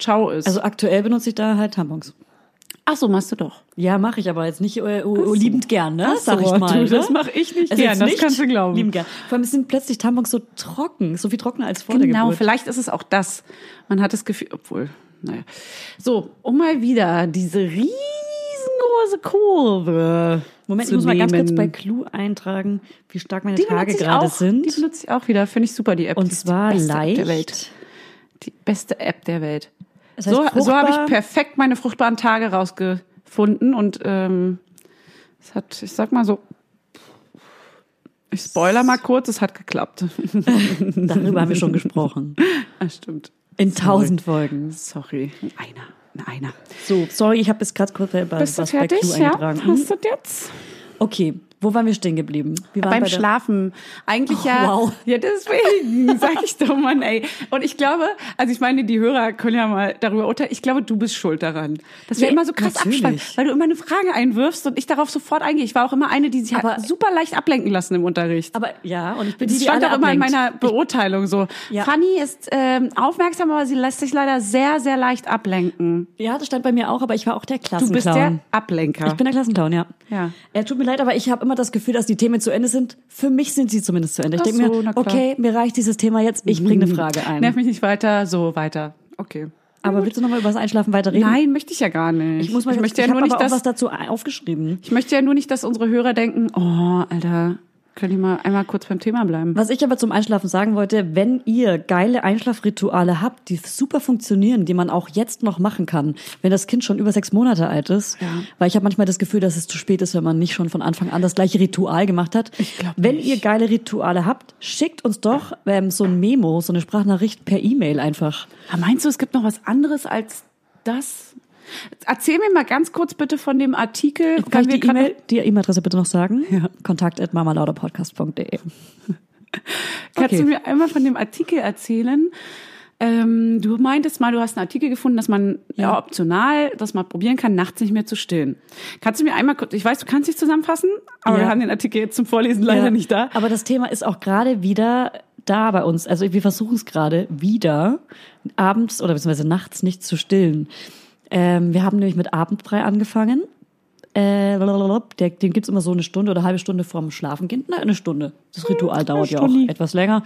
[SPEAKER 2] ciao ist?
[SPEAKER 1] Also aktuell benutze ich da halt Tampons.
[SPEAKER 2] ach so, machst du doch.
[SPEAKER 1] Ja, mache ich aber jetzt nicht äh, oh, oh, liebend gern, ne?
[SPEAKER 2] Ach so,
[SPEAKER 1] Sag ich mal.
[SPEAKER 2] du, das
[SPEAKER 1] ne?
[SPEAKER 2] mach ich nicht
[SPEAKER 1] Also
[SPEAKER 2] gern,
[SPEAKER 1] jetzt
[SPEAKER 2] das kannst du glauben.
[SPEAKER 1] Liebend gern. Vor allem sind plötzlich Tampons so trocken, so viel trockener als vor der
[SPEAKER 2] Genau,
[SPEAKER 1] Geburt.
[SPEAKER 2] vielleicht ist es auch das. Man hat das Gefühl, obwohl, naja. So, um mal wieder diese riesengroße Kurve.
[SPEAKER 1] Moment, ich
[SPEAKER 2] zu
[SPEAKER 1] muss mal ganz
[SPEAKER 2] nehmen.
[SPEAKER 1] kurz bei Clue eintragen, wie stark meine
[SPEAKER 2] die
[SPEAKER 1] Tage
[SPEAKER 2] benutze ich
[SPEAKER 1] gerade
[SPEAKER 2] auch, Die
[SPEAKER 1] sind.
[SPEAKER 2] benutze ich auch wieder, finde ich super, die App.
[SPEAKER 1] Und
[SPEAKER 2] Die ist
[SPEAKER 1] zwar
[SPEAKER 2] die beste App der Welt.
[SPEAKER 1] leicht.
[SPEAKER 2] Die beste App der Welt.
[SPEAKER 1] Das heißt,
[SPEAKER 2] so so habe
[SPEAKER 1] fruchtbar-
[SPEAKER 2] ich perfekt meine fruchtbaren Tage rausgefunden und ähm, es hat, ich sag mal so, ich spoiler mal kurz, es hat geklappt. (laughs)
[SPEAKER 1] Darüber haben wir schon gesprochen.
[SPEAKER 2] ah, stimmt.
[SPEAKER 1] (laughs) In tausend Folgen.
[SPEAKER 2] Sorry. Einer. Ein Einer.
[SPEAKER 1] So, sorry, ich habe bis gerade kurz bei,
[SPEAKER 2] Bist du
[SPEAKER 1] was bei Clue
[SPEAKER 2] fertig? Ja.
[SPEAKER 1] eingetragen. Mhm.
[SPEAKER 2] Hast du das jetzt?
[SPEAKER 1] Okay, wo waren wir stehen geblieben? Wir waren
[SPEAKER 2] Beim
[SPEAKER 1] bei der-
[SPEAKER 2] Schlafen. Eigentlich ja.
[SPEAKER 1] wow.
[SPEAKER 2] Ja, deswegen (laughs) sag ich doch, Mann, ey. Und ich glaube, also ich meine, die Hörer können ja mal darüber urteilen. Ich glaube, du bist schuld daran. Dass wir
[SPEAKER 1] Ja,
[SPEAKER 2] immer so krass
[SPEAKER 1] natürlich.
[SPEAKER 2] abschweifen, weil du immer eine Frage einwirfst und ich darauf sofort eingehe. Ich war auch immer eine, die sich
[SPEAKER 1] Aber-
[SPEAKER 2] hat super leicht ablenken lassen im Unterricht.
[SPEAKER 1] Aber ja, und ich bin die,
[SPEAKER 2] Das
[SPEAKER 1] die
[SPEAKER 2] stand
[SPEAKER 1] alle
[SPEAKER 2] auch immer in
[SPEAKER 1] ablenkt.
[SPEAKER 2] meiner Beurteilung so.
[SPEAKER 1] Ja.
[SPEAKER 2] Fanny ist ähm, aufmerksam, aber sie lässt sich leider sehr, sehr leicht ablenken.
[SPEAKER 1] Ja, das stand bei mir auch, aber ich war auch der
[SPEAKER 2] Du
[SPEAKER 1] Klassenclown.
[SPEAKER 2] bist der Ablenker.
[SPEAKER 1] Ich bin der Klassenclown, ja.
[SPEAKER 2] Ja.
[SPEAKER 1] Äh, tut mir leid, aber ich habe immer immer das Gefühl, dass die Themen zu Ende sind. Für mich sind sie zumindest zu Ende. Ich
[SPEAKER 2] Ach
[SPEAKER 1] denke mir,
[SPEAKER 2] so, na klar. Mhm.
[SPEAKER 1] okay, mir reicht dieses Thema jetzt, ich bringe eine Frage
[SPEAKER 2] Nerv
[SPEAKER 1] ein.
[SPEAKER 2] mich nicht weiter, so weiter. Okay.
[SPEAKER 1] Aber willst du nochmal über das Einschlafen weiterreden?
[SPEAKER 2] Nein, möchte ich ja gar nicht.
[SPEAKER 1] Ich muss mal
[SPEAKER 2] ich
[SPEAKER 1] ganz-
[SPEAKER 2] möchte ja
[SPEAKER 1] ich hab
[SPEAKER 2] nur nicht,
[SPEAKER 1] aber auch was
[SPEAKER 2] dass
[SPEAKER 1] dazu aufgeschrieben.
[SPEAKER 2] ich möchte ja nur nicht, dass unsere Hörer denken, oh, Alter, könnt ihr mal einmal kurz beim Thema bleiben.
[SPEAKER 1] Was ich aber zum Einschlafen sagen wollte, wenn ihr geile Einschlafrituale habt, die super funktionieren, die man auch jetzt noch machen kann, wenn das Kind schon über sechs Monate alt ist, weil ich habe manchmal das Gefühl, dass es zu spät ist, wenn man nicht schon von Anfang an das gleiche Ritual gemacht hat.
[SPEAKER 2] glaub
[SPEAKER 1] wenn
[SPEAKER 2] nicht.
[SPEAKER 1] ihr geile Rituale habt, schickt uns doch ähm, so ein Memo, so eine Sprachnachricht per E-Mail einfach.
[SPEAKER 2] Aber Ah, meinst du, es gibt noch was anderes als das? Erzähl mir mal ganz kurz bitte von dem Artikel.
[SPEAKER 1] Kann,
[SPEAKER 2] wir
[SPEAKER 1] ich die
[SPEAKER 2] grad noch-
[SPEAKER 1] E-Mail- die E-Mail-Adresse bitte noch sagen? Ja. Kontakt at mamalauderpodcast.de.
[SPEAKER 2] Kannst
[SPEAKER 1] Okay.
[SPEAKER 2] du mir einmal von dem Artikel erzählen? Ähm, du meintest mal, du hast einen Artikel gefunden, dass man ja. optional das mal probieren kann, nachts nicht mehr zu stillen. Kannst du mir einmal kurz, ich weiß, du kannst dich zusammenfassen, aber
[SPEAKER 1] Ja.
[SPEAKER 2] wir haben den Artikel jetzt zum Vorlesen leider
[SPEAKER 1] Ja.
[SPEAKER 2] nicht da.
[SPEAKER 1] Aber das Thema ist auch gerade wieder da bei uns. Also wir versuchen es gerade wieder abends oder beziehungsweise nachts nicht zu stillen. Ähm, wir haben nämlich mit Abendbrei angefangen. Äh, lalalala, der, den gibt's immer so eine Stunde oder halbe Stunde vorm Schlafengehen. Na, eine Stunde. Das Ritual dauert ja auch
[SPEAKER 2] Hm, Stunde.
[SPEAKER 1] etwas länger.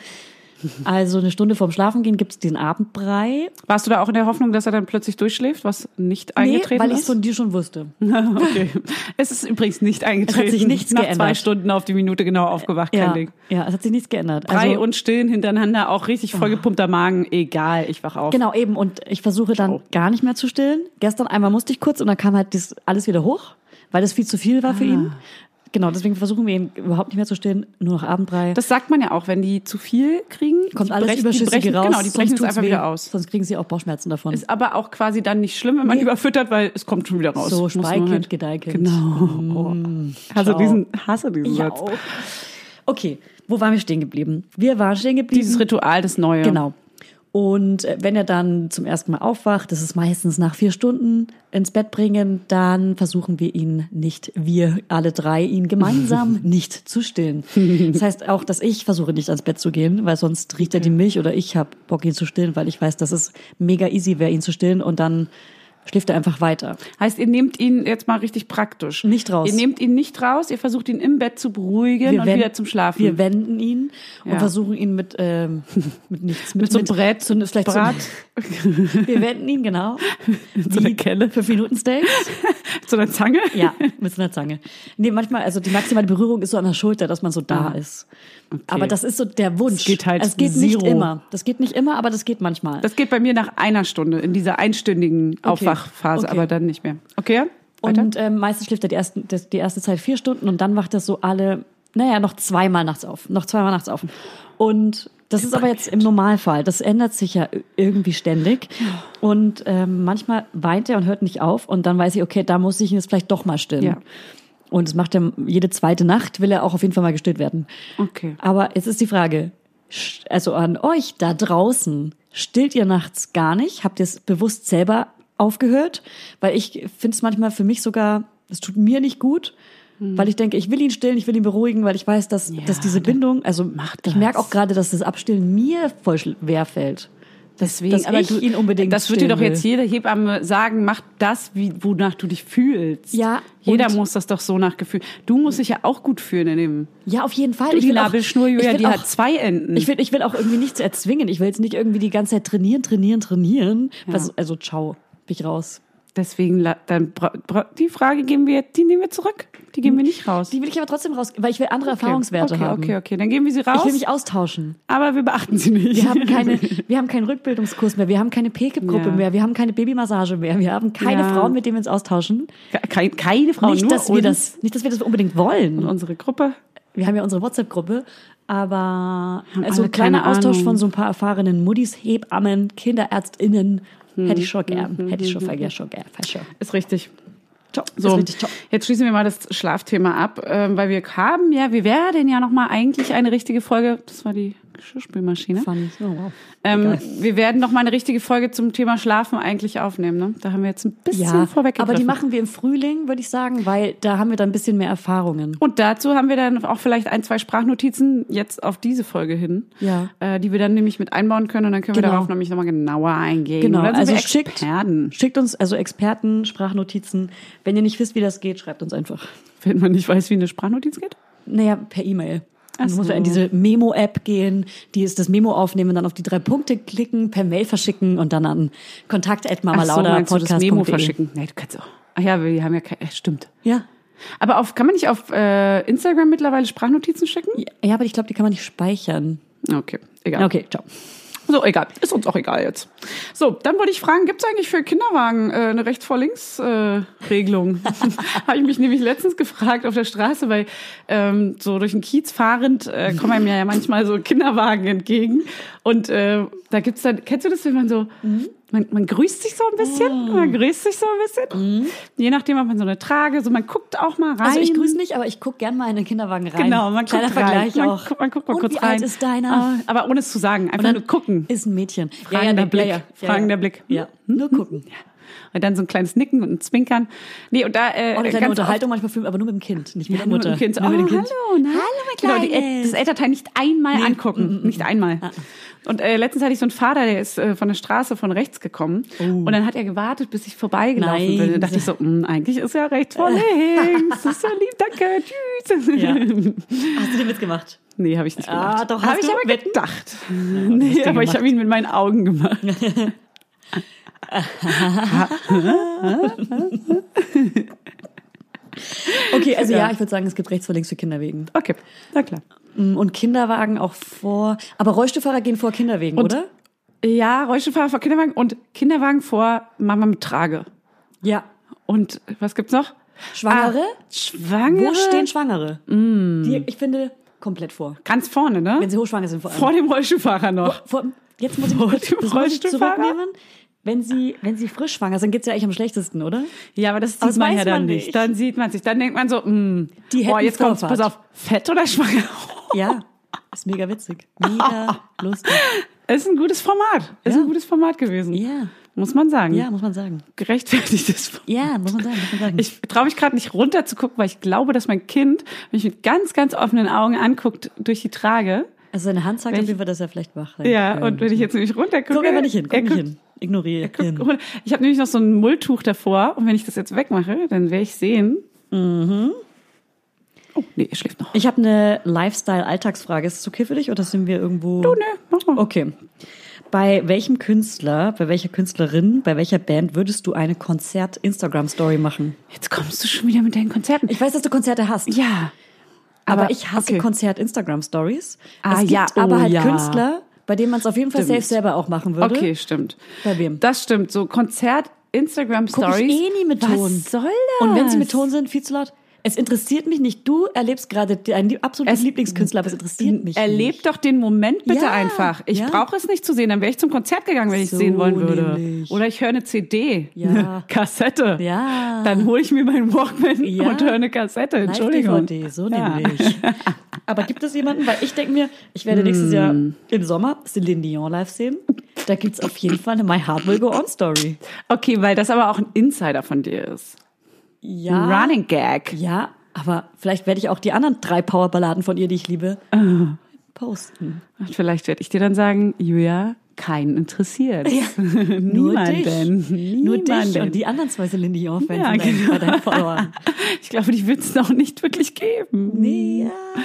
[SPEAKER 1] Also eine Stunde vorm Schlafengehen gibt's den Abendbrei.
[SPEAKER 2] Warst du da auch in der Hoffnung, dass er dann plötzlich durchschläft, was nicht eingetreten
[SPEAKER 1] weil ich
[SPEAKER 2] ist? (laughs)
[SPEAKER 1] von dir schon wusste.
[SPEAKER 2] okay. Es ist übrigens nicht eingetreten.
[SPEAKER 1] Es hat sich nichts
[SPEAKER 2] Nach zwei
[SPEAKER 1] geändert.
[SPEAKER 2] Stunden auf die Minute genau aufgewacht, kein
[SPEAKER 1] Ja,
[SPEAKER 2] Ding.
[SPEAKER 1] ja, es hat sich nichts geändert.
[SPEAKER 2] Brei
[SPEAKER 1] Also- Ah.
[SPEAKER 2] und Stillen hintereinander, auch richtig vollgepumpter Magen, egal, ich wach auf.
[SPEAKER 1] Genau, eben. Und ich versuche dann gar nicht mehr zu stillen. Gestern einmal musste ich kurz und dann kam halt das alles wieder hoch, weil das viel zu viel war für
[SPEAKER 2] Ah.
[SPEAKER 1] ihn. Genau, deswegen versuchen wir ihn überhaupt nicht mehr zu stillen, nur noch Abendbrei.
[SPEAKER 2] Das sagt man ja auch, wenn die zu viel kriegen,
[SPEAKER 1] kommt
[SPEAKER 2] die
[SPEAKER 1] alles
[SPEAKER 2] brechen, die
[SPEAKER 1] Überschüssige
[SPEAKER 2] brechen,
[SPEAKER 1] raus.
[SPEAKER 2] Genau, die brechen es
[SPEAKER 1] tut's
[SPEAKER 2] einfach
[SPEAKER 1] weh.
[SPEAKER 2] wieder aus.
[SPEAKER 1] Sonst kriegen sie auch Bauchschmerzen davon.
[SPEAKER 2] Ist aber auch quasi dann nicht schlimm, wenn man
[SPEAKER 1] Nee.
[SPEAKER 2] überfüttert, weil es kommt schon wieder raus.
[SPEAKER 1] so
[SPEAKER 2] Muss man
[SPEAKER 1] Speikind,
[SPEAKER 2] halt-
[SPEAKER 1] Gedeihkind.
[SPEAKER 2] Genau. Hasse
[SPEAKER 1] Mm. ciao.
[SPEAKER 2] diesen, hasse diesen
[SPEAKER 1] Ja.
[SPEAKER 2] Satz.
[SPEAKER 1] Okay, wo waren wir stehen geblieben? Wir waren stehen geblieben.
[SPEAKER 2] Dieses Ritual, das Neue.
[SPEAKER 1] Genau. Und äh, wenn er dann zum ersten Mal aufwacht, das ist meistens nach vier Stunden ins Bett bringen, dann versuchen wir ihn nicht, wir alle drei, ihn gemeinsam nicht zu stillen. Das heißt auch, dass ich versuche nicht ans Bett zu gehen, weil sonst riecht er die Milch oder ich habe Bock, ihn zu stillen, weil ich weiß, dass es mega easy wäre, ihn zu stillen und dann schläft er einfach weiter.
[SPEAKER 2] Heißt, ihr nehmt ihn jetzt mal richtig praktisch.
[SPEAKER 1] Nicht raus.
[SPEAKER 2] Ihr nehmt ihn nicht raus, ihr versucht ihn im Bett zu beruhigen und
[SPEAKER 1] wen-
[SPEAKER 2] wieder zum Schlafen.
[SPEAKER 1] Wir wenden ihn
[SPEAKER 2] Ja.
[SPEAKER 1] und versuchen ihn mit,
[SPEAKER 2] (laughs)
[SPEAKER 1] ähm, mit nichts.
[SPEAKER 2] mit so einem Brett,
[SPEAKER 1] so, vielleicht
[SPEAKER 2] Brat,
[SPEAKER 1] So, (laughs) wir wenden ihn, genau.
[SPEAKER 2] (laughs) so einer Kelle.
[SPEAKER 1] Fünf Minuten
[SPEAKER 2] (laughs)
[SPEAKER 1] Steaks.
[SPEAKER 2] so einer Zange.
[SPEAKER 1] Ja, mit so einer Zange. Nee, manchmal, also die maximale Berührung ist so an der Schulter, dass man so da ist. Aber das ist so der Wunsch.
[SPEAKER 2] Ah, Es geht halt
[SPEAKER 1] Es geht
[SPEAKER 2] zero.
[SPEAKER 1] nicht immer. Das geht nicht immer, aber das geht manchmal.
[SPEAKER 2] Das geht bei mir nach einer Stunde, in dieser einstündigen Aufwachphase,
[SPEAKER 1] Okay.
[SPEAKER 2] aber dann nicht mehr. Okay? Weiter?
[SPEAKER 1] und ähm, meistens schläft er die, ersten, das, die erste Zeit vier Stunden und dann wacht er so alle, naja, noch zweimal nachts auf. Noch zweimal nachts auf. Und das
[SPEAKER 2] Oh
[SPEAKER 1] ist aber jetzt im Normalfall. Das ändert sich ja irgendwie ständig. Und ähm, manchmal weint er und hört nicht auf. Und dann weiß ich, okay, da muss ich ihn jetzt vielleicht doch mal stillen.
[SPEAKER 2] Ja.
[SPEAKER 1] Und das macht er jede zweite Nacht, will er auch auf jeden Fall mal gestillt werden.
[SPEAKER 2] Okay.
[SPEAKER 1] Aber jetzt ist die Frage, sch- also an euch da draußen, stillt ihr nachts gar nicht? Habt ihr es bewusst selber aufgehört? Weil ich finde es manchmal für mich sogar, es tut mir nicht gut,
[SPEAKER 2] Hm.
[SPEAKER 1] weil ich denke, ich will ihn stillen, ich will ihn beruhigen, weil ich weiß, dass, dass diese Bindung, also
[SPEAKER 2] macht
[SPEAKER 1] ich
[SPEAKER 2] das.
[SPEAKER 1] merke auch gerade, dass das Abstillen mir voll schwer fällt.
[SPEAKER 2] Deswegen,
[SPEAKER 1] dass ich ihn unbedingt
[SPEAKER 2] Das wird dir
[SPEAKER 1] stillen
[SPEAKER 2] doch jetzt
[SPEAKER 1] will.
[SPEAKER 2] jede Hebamme sagen, mach das, wie, wonach du dich fühlst.
[SPEAKER 1] Ja,
[SPEAKER 2] Jeder
[SPEAKER 1] und-
[SPEAKER 2] muss das doch so nach Gefühl. Du musst dich ja auch gut fühlen in dem.
[SPEAKER 1] Ja, auf jeden Fall.
[SPEAKER 2] Du, die
[SPEAKER 1] will auch-
[SPEAKER 2] Nabelschnur,
[SPEAKER 1] ich
[SPEAKER 2] Julia,
[SPEAKER 1] will
[SPEAKER 2] die
[SPEAKER 1] auch-
[SPEAKER 2] hat zwei Enden.
[SPEAKER 1] Ich will, ich will auch irgendwie nichts erzwingen. Ich will jetzt nicht irgendwie die ganze Zeit trainieren, trainieren, trainieren. Was, also, ciao, bin ich raus.
[SPEAKER 2] Deswegen, la- dann, bra- bra- die Frage geben wir, die nehmen wir zurück. Die geben wir nicht raus.
[SPEAKER 1] Die will ich aber trotzdem raus, weil ich will andere Erfahrungswerte
[SPEAKER 2] okay,
[SPEAKER 1] haben.
[SPEAKER 2] Okay, okay, dann geben wir sie raus,
[SPEAKER 1] Ich will mich austauschen.
[SPEAKER 2] aber wir beachten sie nicht.
[SPEAKER 1] Wir haben,
[SPEAKER 2] (laughs)
[SPEAKER 1] keine, wir haben keinen Rückbildungskurs mehr, wir haben keine PKIP-Gruppe
[SPEAKER 2] Ja.
[SPEAKER 1] mehr, wir haben keine Babymassage mehr, wir haben keine
[SPEAKER 2] Ja.
[SPEAKER 1] Frauen, mit denen wir uns austauschen.
[SPEAKER 2] keine, keine Frau,
[SPEAKER 1] nicht,
[SPEAKER 2] nur
[SPEAKER 1] dass
[SPEAKER 2] uns,
[SPEAKER 1] wir das, nicht, dass wir das unbedingt wollen.
[SPEAKER 2] unsere Gruppe.
[SPEAKER 1] Wir haben ja unsere WhatsApp-Gruppe, aber also
[SPEAKER 2] alle
[SPEAKER 1] ein kleiner
[SPEAKER 2] keine
[SPEAKER 1] Austausch
[SPEAKER 2] Ahnung.
[SPEAKER 1] von so ein paar erfahrenen Muddies, Hebammen, KinderärztInnen,
[SPEAKER 2] Hm,
[SPEAKER 1] hätte ich schon gern, hätte ich schon vergessen, schon gern, fast schon.
[SPEAKER 2] Ist richtig.
[SPEAKER 1] Ciao.
[SPEAKER 2] hm, So,
[SPEAKER 1] Ist richtig, ne? ciao.
[SPEAKER 2] jetzt schließen wir mal das Schlafthema ab, ähm, weil wir haben ja, wir werden ja noch mal eigentlich eine richtige Folge, das war die Geschirrspülmaschine.
[SPEAKER 1] Funny. Oh, wow.
[SPEAKER 2] Ähm,
[SPEAKER 1] Egal.
[SPEAKER 2] wir werden noch mal eine richtige Folge zum Thema Schlafen eigentlich aufnehmen. Ne? Da haben wir jetzt ein bisschen
[SPEAKER 1] Ja,
[SPEAKER 2] vorweggegriffen.
[SPEAKER 1] aber die machen wir im Frühling, würde ich sagen, weil da haben wir dann ein bisschen mehr Erfahrungen.
[SPEAKER 2] Und dazu haben wir dann auch vielleicht ein, zwei Sprachnotizen jetzt auf diese Folge hin,
[SPEAKER 1] Ja.
[SPEAKER 2] äh, die wir dann nämlich mit einbauen können und dann können wir
[SPEAKER 1] Genau.
[SPEAKER 2] darauf nämlich nochmal genauer eingehen.
[SPEAKER 1] Genau,
[SPEAKER 2] Und dann sind
[SPEAKER 1] also
[SPEAKER 2] wir
[SPEAKER 1] schickt,
[SPEAKER 2] Experten. (laughs)
[SPEAKER 1] schickt uns also Experten, Sprachnotizen. Wenn ihr nicht wisst, wie das geht, schreibt uns einfach.
[SPEAKER 2] Wenn man nicht weiß, wie eine Sprachnotiz geht.
[SPEAKER 1] Naja, per E-Mail. Dann
[SPEAKER 2] Ach
[SPEAKER 1] muss
[SPEAKER 2] so.
[SPEAKER 1] man in diese Memo-App gehen, die ist das Memo aufnehmen, dann auf die drei Punkte klicken, per Mail verschicken und dann an
[SPEAKER 2] Ach so, meinst du das Memo
[SPEAKER 1] kontakt@mamalauda-podcast.de.
[SPEAKER 2] verschicken? Nee, du kannst auch. Ach ja, wir haben ja kein, äh, stimmt.
[SPEAKER 1] Ja.
[SPEAKER 2] Aber auf, kann man nicht auf äh, Instagram mittlerweile Sprachnotizen schicken?
[SPEAKER 1] ja, aber ich glaube, die kann man nicht speichern.
[SPEAKER 2] Okay, egal.
[SPEAKER 1] Okay, ciao.
[SPEAKER 2] So, egal. Ist uns auch egal jetzt. So, dann wollte ich fragen, gibt es eigentlich für Kinderwagen äh, eine rechts vor links äh,
[SPEAKER 1] (laughs)
[SPEAKER 2] Regelung? (laughs) Habe ich mich nämlich letztens gefragt auf der Straße, weil ähm, so durch den Kiez fahrend äh, kommen mir ja manchmal so Kinderwagen entgegen. Und äh, da gibt's dann, kennst du das, wenn man so,
[SPEAKER 1] Mhm.
[SPEAKER 2] man, man grüßt sich so ein bisschen, man grüßt sich so ein bisschen. Je nachdem, ob man so eine Trage, so man guckt auch mal rein.
[SPEAKER 1] Mhm. Also ich grüße nicht, aber ich gucke gern mal in den Kinderwagen rein.
[SPEAKER 2] Genau, man
[SPEAKER 1] Kleiner
[SPEAKER 2] guckt rein.
[SPEAKER 1] Vergleich
[SPEAKER 2] Man,
[SPEAKER 1] auch.
[SPEAKER 2] guckt- man guckt mal
[SPEAKER 1] und
[SPEAKER 2] kurz
[SPEAKER 1] wie
[SPEAKER 2] rein.
[SPEAKER 1] alt ist deiner?
[SPEAKER 2] Ah, aber ohne es zu sagen, einfach nur gucken.
[SPEAKER 1] Ist ein Mädchen.
[SPEAKER 2] Fragender Blick, fragender Blick. Hm?
[SPEAKER 1] Ja, nur gucken.
[SPEAKER 2] Und dann so ein kleines Nicken und ein Zwinkern. Nee, und da äh,
[SPEAKER 1] Auch eine kleine
[SPEAKER 2] ganz
[SPEAKER 1] Oh, Unterhaltung manchmal filmen, aber nur mit dem Kind, nicht mit
[SPEAKER 2] oft-
[SPEAKER 1] der Mutter.
[SPEAKER 2] Nur mit dem Kind. Oh,
[SPEAKER 1] Nur mit dem Kind.
[SPEAKER 2] Hallo, na?
[SPEAKER 1] mein
[SPEAKER 2] genau, die, El-
[SPEAKER 1] Kleines. Mm,
[SPEAKER 2] das Elternteil nicht einmal angucken, nicht einmal.
[SPEAKER 1] Ah.
[SPEAKER 2] Und äh, letztens hatte ich so einen Vater, der ist äh, von der Straße von rechts gekommen und dann hat er gewartet, bis ich vorbeigelaufen
[SPEAKER 1] Oh. Nein.
[SPEAKER 2] bin. Und dann dachte ich so, "Mh, eigentlich ist ja
[SPEAKER 1] (laughs)
[SPEAKER 2] rechts vor links. Das ist ja lieb, danke, tschüss.
[SPEAKER 1] Ja. Hast du den Witz gemacht?
[SPEAKER 2] (laughs) Nee, habe ich nicht
[SPEAKER 1] Ah,
[SPEAKER 2] gemacht.
[SPEAKER 1] doch,
[SPEAKER 2] habe
[SPEAKER 1] hast
[SPEAKER 2] ich
[SPEAKER 1] du
[SPEAKER 2] aber
[SPEAKER 1] mit-
[SPEAKER 2] gedacht. nee, aber ich
[SPEAKER 1] gemacht.
[SPEAKER 2] habe ihn mit meinen Augen gemacht.
[SPEAKER 1] Okay, also
[SPEAKER 2] (laughs) Ja.
[SPEAKER 1] ja, ich würde sagen, es gibt rechts vor links für Kinderwegen.
[SPEAKER 2] Okay, na klar.
[SPEAKER 1] Mm, Und Kinderwagen auch vor. Aber Rollstuhlfahrer gehen vor Kinderwegen,
[SPEAKER 2] Und-
[SPEAKER 1] oder?
[SPEAKER 2] Ja, Rollstuhlfahrer vor Kinderwagen und Kinderwagen vor Mama mit Trage.
[SPEAKER 1] Ja.
[SPEAKER 2] Und was gibt's noch?
[SPEAKER 1] Schwangere?
[SPEAKER 2] Ah, Mm. Schwangere?
[SPEAKER 1] Wo stehen Schwangere? Die, ich finde, komplett vor.
[SPEAKER 2] Ganz vorne,
[SPEAKER 1] Wenn
[SPEAKER 2] ne?
[SPEAKER 1] sie hochschwanger sind, vor allem.
[SPEAKER 2] Vor dem Rollstuhlfahrer noch.
[SPEAKER 1] Vor, jetzt muss ich, kurz,
[SPEAKER 2] dem
[SPEAKER 1] das muss ich
[SPEAKER 2] Rollstuhlfahrer?
[SPEAKER 1] zurücknehmen. Wenn sie, wenn sie frisch schwanger sind, geht's ja eigentlich am schlechtesten, oder?
[SPEAKER 2] Ja, aber das sieht
[SPEAKER 1] Aber das
[SPEAKER 2] man ja
[SPEAKER 1] weiß
[SPEAKER 2] dann
[SPEAKER 1] man
[SPEAKER 2] nicht.
[SPEAKER 1] nicht.
[SPEAKER 2] Dann sieht man sich. Dann denkt man so, mh,
[SPEAKER 1] Die
[SPEAKER 2] boah,
[SPEAKER 1] hätten
[SPEAKER 2] jetzt kommt's,
[SPEAKER 1] Vorfahrt.
[SPEAKER 2] pass auf, fett oder schwanger? (laughs)
[SPEAKER 1] Ja. Ist mega witzig. Mega lustig.
[SPEAKER 2] Ist ein gutes Format. Ist ein gutes Format gewesen.
[SPEAKER 1] Ja.
[SPEAKER 2] Muss man sagen.
[SPEAKER 1] Ja, muss man sagen.
[SPEAKER 2] Gerechtfertigtes Format.
[SPEAKER 1] Ja, muss man sagen, muss man sagen.
[SPEAKER 2] Ich traue mich gerade nicht runter zu gucken, weil ich glaube, dass mein Kind mich mit ganz, ganz offenen Augen anguckt durch die Trage.
[SPEAKER 1] also seine Hand sagt
[SPEAKER 2] Wenn
[SPEAKER 1] auf
[SPEAKER 2] ich-
[SPEAKER 1] jeden Fall, dass er vielleicht wach sein
[SPEAKER 2] Ja,
[SPEAKER 1] kann.
[SPEAKER 2] und wenn ich jetzt nämlich runtergucke.
[SPEAKER 1] Guck einfach nicht hin,
[SPEAKER 2] er
[SPEAKER 1] guck nicht
[SPEAKER 2] guckt-
[SPEAKER 1] hin. Ignoriere
[SPEAKER 2] guckt
[SPEAKER 1] ihn.
[SPEAKER 2] runter. Ich habe nämlich noch so ein Mulltuch davor und wenn ich das jetzt wegmache, dann werde ich sehen. Mhm. Oh, nee, er schläft noch.
[SPEAKER 1] Ich habe eine Lifestyle-Alltagsfrage. Ist es okay für dich oder sind wir irgendwo...
[SPEAKER 2] Oh, nö, mach mal.
[SPEAKER 1] Okay. Bei welchem Künstler, bei welcher Künstlerin, bei welcher Band würdest du eine Konzert-Instagram-Story machen?
[SPEAKER 2] Jetzt kommst du schon wieder mit deinen Konzerten.
[SPEAKER 1] Ich weiß, dass du Konzerte hast.
[SPEAKER 2] ja.
[SPEAKER 1] Aber, ich hasse
[SPEAKER 2] okay.
[SPEAKER 1] Konzert-Instagram-Stories.
[SPEAKER 2] Ah,
[SPEAKER 1] es gibt
[SPEAKER 2] ja, oh,
[SPEAKER 1] aber halt
[SPEAKER 2] ja.
[SPEAKER 1] Künstler, bei denen man es auf jeden Fall
[SPEAKER 2] Stimmt.
[SPEAKER 1] safe selber auch machen würde.
[SPEAKER 2] Okay, stimmt.
[SPEAKER 1] Bei wem?
[SPEAKER 2] Das stimmt. So Konzert, Instagram
[SPEAKER 1] Guck
[SPEAKER 2] Stories.
[SPEAKER 1] ich eh nie mit Ton.
[SPEAKER 2] Was soll das?
[SPEAKER 1] Und wenn sie mit Ton sind, viel zu laut. Es interessiert mich nicht. Du erlebst gerade deinen lieb- absoluten
[SPEAKER 2] Es-
[SPEAKER 1] Lieblingskünstler, aber es interessiert mich
[SPEAKER 2] Erlebt doch den Moment bitte
[SPEAKER 1] Ja,
[SPEAKER 2] einfach. Ich
[SPEAKER 1] ja.
[SPEAKER 2] brauche es nicht zu sehen. Dann wäre ich zum Konzert gegangen, wenn ich es
[SPEAKER 1] So
[SPEAKER 2] sehen wollen würde.
[SPEAKER 1] nämlich.
[SPEAKER 2] Oder ich höre eine CD,
[SPEAKER 1] Ja.
[SPEAKER 2] eine Kassette.
[SPEAKER 1] Ja.
[SPEAKER 2] Dann hole ich mir meinen Walkman
[SPEAKER 1] Ja.
[SPEAKER 2] und höre eine Kassette.
[SPEAKER 1] nicht.
[SPEAKER 2] Entschuldigung.
[SPEAKER 1] Live-DVD, so
[SPEAKER 2] Ja.
[SPEAKER 1] nämlich. (laughs) Aber gibt es jemanden, weil ich denke mir, ich werde nächstes Jahr
[SPEAKER 2] Hm.
[SPEAKER 1] im Sommer Celine Dion live sehen. Da gibt es auf jeden Fall eine My Heart Will Go On Story.
[SPEAKER 2] Okay, weil das aber auch ein Insider von dir ist.
[SPEAKER 1] Ja.
[SPEAKER 2] Running Gag.
[SPEAKER 1] Ja, aber vielleicht werde ich auch die anderen drei Powerballaden von ihr, die ich liebe, posten.
[SPEAKER 2] Und vielleicht werde ich dir dann sagen, Julia, keinen interessiert. (laughs)
[SPEAKER 1] Nur
[SPEAKER 2] Niemanden.
[SPEAKER 1] dich. Nur dich
[SPEAKER 2] Niemanden.
[SPEAKER 1] und die anderen zwei Celine Dion-Fans
[SPEAKER 2] Ja,
[SPEAKER 1] von deinen-
[SPEAKER 2] genau.
[SPEAKER 1] bei deinen Followern.
[SPEAKER 2] Ich glaube, die wird es noch nicht wirklich geben.
[SPEAKER 1] Nee, ja.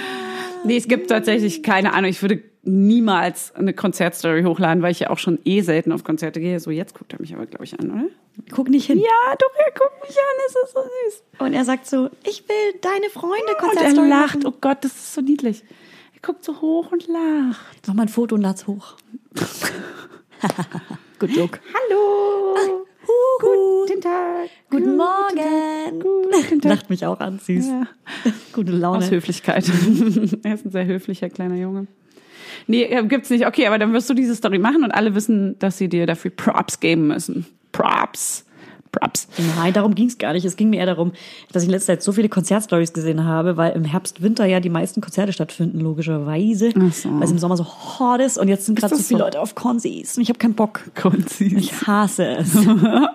[SPEAKER 2] Nee, es gibt tatsächlich keine Ahnung. Ich würde niemals eine Konzertstory hochladen, weil ich ja auch schon eh selten auf Konzerte gehe. So, jetzt guckt er mich aber, glaube ich, an, oder?
[SPEAKER 1] Guck nicht hin.
[SPEAKER 2] Ja, doch, er guckt mich an. Es ist so süß.
[SPEAKER 1] Und er sagt so, ich will deine Freunde
[SPEAKER 2] Und er
[SPEAKER 1] Konzertstory
[SPEAKER 2] lacht.
[SPEAKER 1] machen.
[SPEAKER 2] Oh Gott, das ist so niedlich. Er guckt so hoch und lacht.
[SPEAKER 1] Mach mal ein Foto und lad's (laughs) hoch. Good joke.
[SPEAKER 2] Hallo.
[SPEAKER 1] Huhu.
[SPEAKER 2] Guten Tag.
[SPEAKER 1] Guten Morgen.
[SPEAKER 2] Guten
[SPEAKER 1] (laughs)
[SPEAKER 2] Tag.
[SPEAKER 1] Lacht mich auch an, süß.
[SPEAKER 2] Ja.
[SPEAKER 1] Gute
[SPEAKER 2] Aus
[SPEAKER 1] Laune.
[SPEAKER 2] Höflichkeit. (laughs) er ist ein sehr höflicher kleiner Junge. Nee, äh, gibt's nicht. Okay, aber dann wirst du diese Story machen und alle wissen, dass sie dir dafür Props geben müssen. Props. Props.
[SPEAKER 1] Nein, darum ging es gar nicht. Es ging mir eher darum, dass ich in letzter Zeit so viele Konzertstories gesehen habe, weil im Herbst, Winter ja die meisten Konzerte stattfinden, logischerweise.
[SPEAKER 2] Ach so.
[SPEAKER 1] Weil es im Sommer so hot ist und jetzt sind gerade so
[SPEAKER 2] das
[SPEAKER 1] viele
[SPEAKER 2] so?
[SPEAKER 1] Leute auf Konzis und ich habe keinen Bock.
[SPEAKER 2] Konzis.
[SPEAKER 1] Ich hasse (laughs) es.
[SPEAKER 2] Hallo.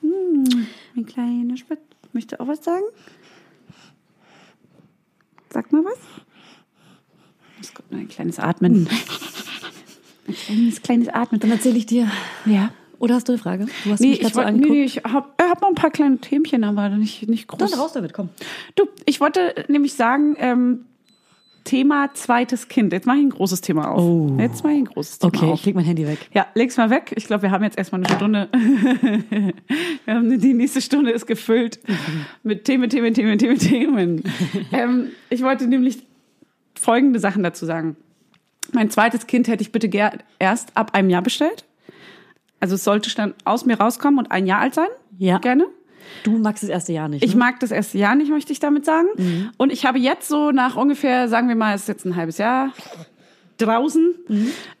[SPEAKER 2] Hm, mein kleiner Spitz. Möchte auch was sagen? Sag mal was. Es kommt nur ein kleines
[SPEAKER 1] Hm.
[SPEAKER 2] Atmen. Ein kleines, kleines Atmen.
[SPEAKER 1] Dann erzähle ich dir.
[SPEAKER 2] Ja.
[SPEAKER 1] Oder hast du eine Frage? Du hast
[SPEAKER 2] Nee,
[SPEAKER 1] mich gerade
[SPEAKER 2] ich,
[SPEAKER 1] so
[SPEAKER 2] wollt, nee,
[SPEAKER 1] angeguckt.
[SPEAKER 2] nee, ich hab, äh, hab noch ein paar kleine Themchen, aber nicht, nicht groß.
[SPEAKER 1] Dann raus damit, komm.
[SPEAKER 2] Du, ich wollte nämlich sagen, ähm, Thema zweites Kind. Jetzt mach ich ein großes Thema auf.
[SPEAKER 1] Oh.
[SPEAKER 2] Jetzt mach ich ein großes Thema
[SPEAKER 1] Okay,
[SPEAKER 2] auf.
[SPEAKER 1] ich leg mein Handy weg.
[SPEAKER 2] Ja, leg's mal weg. Ich glaube, wir haben jetzt erstmal eine Stunde. (laughs) wir haben, die nächste Stunde ist gefüllt mit Themen, Themen, Themen,
[SPEAKER 1] (laughs)
[SPEAKER 2] Themen, Themen. ähm, ich wollte nämlich folgende Sachen dazu sagen. Mein zweites Kind hätte ich bitte ger erst ab einem Jahr bestellt. Also es sollte dann aus mir rauskommen und ein Jahr alt sein.
[SPEAKER 1] Ja.
[SPEAKER 2] Gerne.
[SPEAKER 1] Du magst das erste Jahr nicht.
[SPEAKER 2] Ich
[SPEAKER 1] ne?
[SPEAKER 2] mag das erste Jahr nicht, möchte ich damit sagen. Und ich habe jetzt so nach ungefähr, sagen wir mal, es ist jetzt ein halbes Jahr draußen.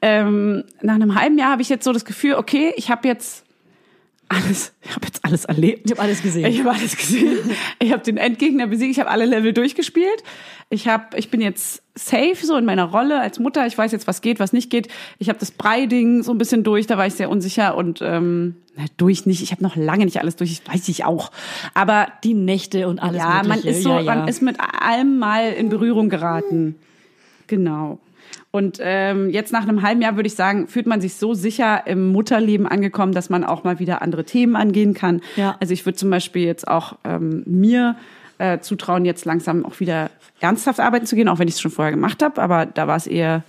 [SPEAKER 2] Ähm, nach einem halben Jahr habe ich jetzt so das Gefühl, okay, ich habe jetzt alles, ich habe jetzt alles erlebt.
[SPEAKER 1] Ich habe alles gesehen.
[SPEAKER 2] Ich habe alles gesehen. Ich habe den Endgegner besiegt. Ich habe alle Level durchgespielt. Ich habe, ich bin jetzt safe so in meiner Rolle als Mutter. Ich weiß jetzt, was geht, was nicht geht. Ich habe das Brei-Ding so ein bisschen durch. Da war ich sehr unsicher und ähm, na, durch nicht. Ich habe noch lange nicht alles durch. Ich weiß ich auch. Aber
[SPEAKER 1] die Nächte und alles
[SPEAKER 2] ja, man
[SPEAKER 1] Mögliche.
[SPEAKER 2] ist so,
[SPEAKER 1] ja, ja.
[SPEAKER 2] man ist mit allem mal in Berührung geraten. Genau. Und ähm, jetzt nach einem halben Jahr würde ich sagen, fühlt man sich so sicher im Mutterleben angekommen, dass man auch mal wieder andere Themen angehen kann.
[SPEAKER 1] Ja.
[SPEAKER 2] Also ich würde zum Beispiel jetzt auch ähm, mir äh, zutrauen, jetzt langsam auch wieder ernsthaft arbeiten zu gehen, auch wenn ich es schon vorher gemacht habe. Aber da war es eher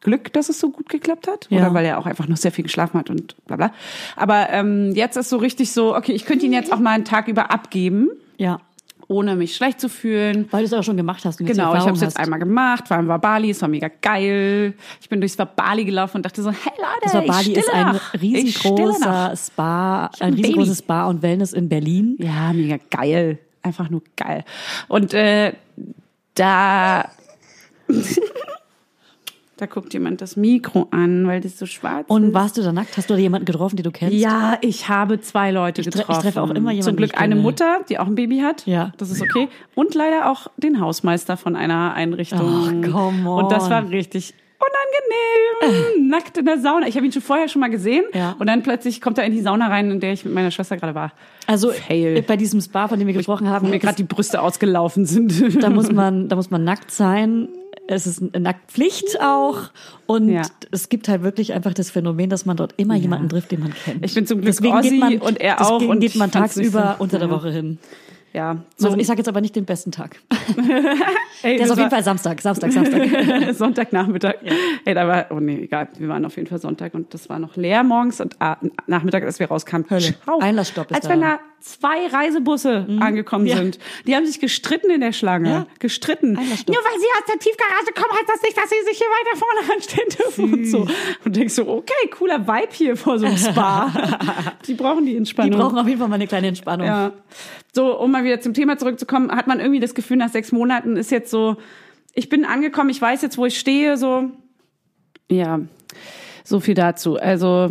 [SPEAKER 2] Glück, dass es so gut geklappt hat.
[SPEAKER 1] Ja.
[SPEAKER 2] Oder weil er auch einfach noch sehr viel geschlafen hat und bla bla. Aber ähm, jetzt ist so richtig so, okay, ich könnte ihn jetzt auch mal einen Tag über abgeben
[SPEAKER 1] ja.
[SPEAKER 2] ohne mich schlecht zu fühlen.
[SPEAKER 1] Weil du es auch schon gemacht hast. Und jetzt die
[SPEAKER 2] Genau, ich
[SPEAKER 1] Erfahrung
[SPEAKER 2] habe es jetzt
[SPEAKER 1] hast.
[SPEAKER 2] einmal gemacht, vor allem war Bali, es war mega geil. Ich bin durchs Bali gelaufen und dachte so, hey Leute,
[SPEAKER 1] Das war
[SPEAKER 2] ich
[SPEAKER 1] Bali
[SPEAKER 2] stille
[SPEAKER 1] ist ein
[SPEAKER 2] nach. Ich stille nach.
[SPEAKER 1] riesengroßer Spa,
[SPEAKER 2] hab
[SPEAKER 1] ein
[SPEAKER 2] ein
[SPEAKER 1] riesengroßes
[SPEAKER 2] Baby.
[SPEAKER 1] Spa und Wellness in Berlin.
[SPEAKER 2] Ja, mega geil. Einfach nur geil. Und äh, da... (laughs) da guckt jemand das Mikro an, weil das so schwarz
[SPEAKER 1] Und
[SPEAKER 2] ist.
[SPEAKER 1] warst du da nackt? Hast du da jemanden getroffen, den du kennst?
[SPEAKER 2] Ja, ich habe zwei Leute
[SPEAKER 1] tre- ich
[SPEAKER 2] getroffen.
[SPEAKER 1] treffe auch immer jemanden,
[SPEAKER 2] Zum
[SPEAKER 1] den
[SPEAKER 2] Glück
[SPEAKER 1] ich
[SPEAKER 2] eine
[SPEAKER 1] kenne.
[SPEAKER 2] Mutter, die auch ein Baby hat.
[SPEAKER 1] Ja.
[SPEAKER 2] Das ist okay. Und leider auch den Hausmeister von einer Einrichtung.
[SPEAKER 1] Oh, come on.
[SPEAKER 2] Und das war richtig
[SPEAKER 1] (laughs)
[SPEAKER 2] unangenehm. Nackt in der Sauna. Ich habe ihn schon vorher schon mal gesehen.
[SPEAKER 1] Ja.
[SPEAKER 2] Und dann plötzlich kommt er in die Sauna rein, in der ich mit meiner Schwester gerade war.
[SPEAKER 1] Also
[SPEAKER 2] Fail.
[SPEAKER 1] bei diesem Spa, von dem wir gesprochen haben,
[SPEAKER 2] Wo mir gerade die Brüste ausgelaufen sind. (laughs)
[SPEAKER 1] da muss man, da muss man nackt sein. Es ist eine Nacktpflicht auch. Und
[SPEAKER 2] Ja.
[SPEAKER 1] es gibt halt wirklich einfach das Phänomen, dass man dort immer jemanden trifft, den man kennt.
[SPEAKER 2] Ich bin zum Glück Ossi und er auch
[SPEAKER 1] Deswegen
[SPEAKER 2] und
[SPEAKER 1] geht
[SPEAKER 2] ich
[SPEAKER 1] man
[SPEAKER 2] fand's nicht
[SPEAKER 1] tagsüber
[SPEAKER 2] so-
[SPEAKER 1] unter der
[SPEAKER 2] Ja.
[SPEAKER 1] Woche hin.
[SPEAKER 2] ja.
[SPEAKER 1] Also ich sage jetzt aber nicht den besten Tag.
[SPEAKER 2] ey,
[SPEAKER 1] Der ist
[SPEAKER 2] das
[SPEAKER 1] auf jeden
[SPEAKER 2] war-
[SPEAKER 1] Fall Samstag, Samstag,
[SPEAKER 2] (laughs)
[SPEAKER 1] Samstag. (laughs)
[SPEAKER 2] Sonntagnachmittag. Ey, da war, oh nee, egal. Wir waren auf jeden Fall Sonntag und das war noch leer morgens und ah, Nachmittag, als wir rauskamen.
[SPEAKER 1] Hölle.
[SPEAKER 2] Ciao.
[SPEAKER 1] Einlassstopp ist
[SPEAKER 2] Als wenn
[SPEAKER 1] da. Mhm.
[SPEAKER 2] da zwei Reisebusse angekommen
[SPEAKER 1] Ja.
[SPEAKER 2] sind. Die haben sich gestritten in der Schlange.
[SPEAKER 1] Ja.
[SPEAKER 2] Gestritten. Nur weil
[SPEAKER 1] Einlassstopp.
[SPEAKER 2] sie aus der Tiefgarage kommen, heißt das nicht, dass sie sich hier weiter vorne anstehen dürfen und so. Und denkst so, okay, cooler Vibe hier vor so
[SPEAKER 1] (laughs)
[SPEAKER 2] einem Spa. die brauchen die
[SPEAKER 1] Die
[SPEAKER 2] Entspannung.
[SPEAKER 1] brauchen auf jeden Fall mal eine kleine Entspannung.
[SPEAKER 2] Ja. So, um mal wieder zum Thema zurückzukommen, hat man irgendwie das Gefühl, nach sechs Monaten ist jetzt so, ich bin angekommen, ich weiß jetzt, wo ich stehe, so. Ja, so viel dazu. Also,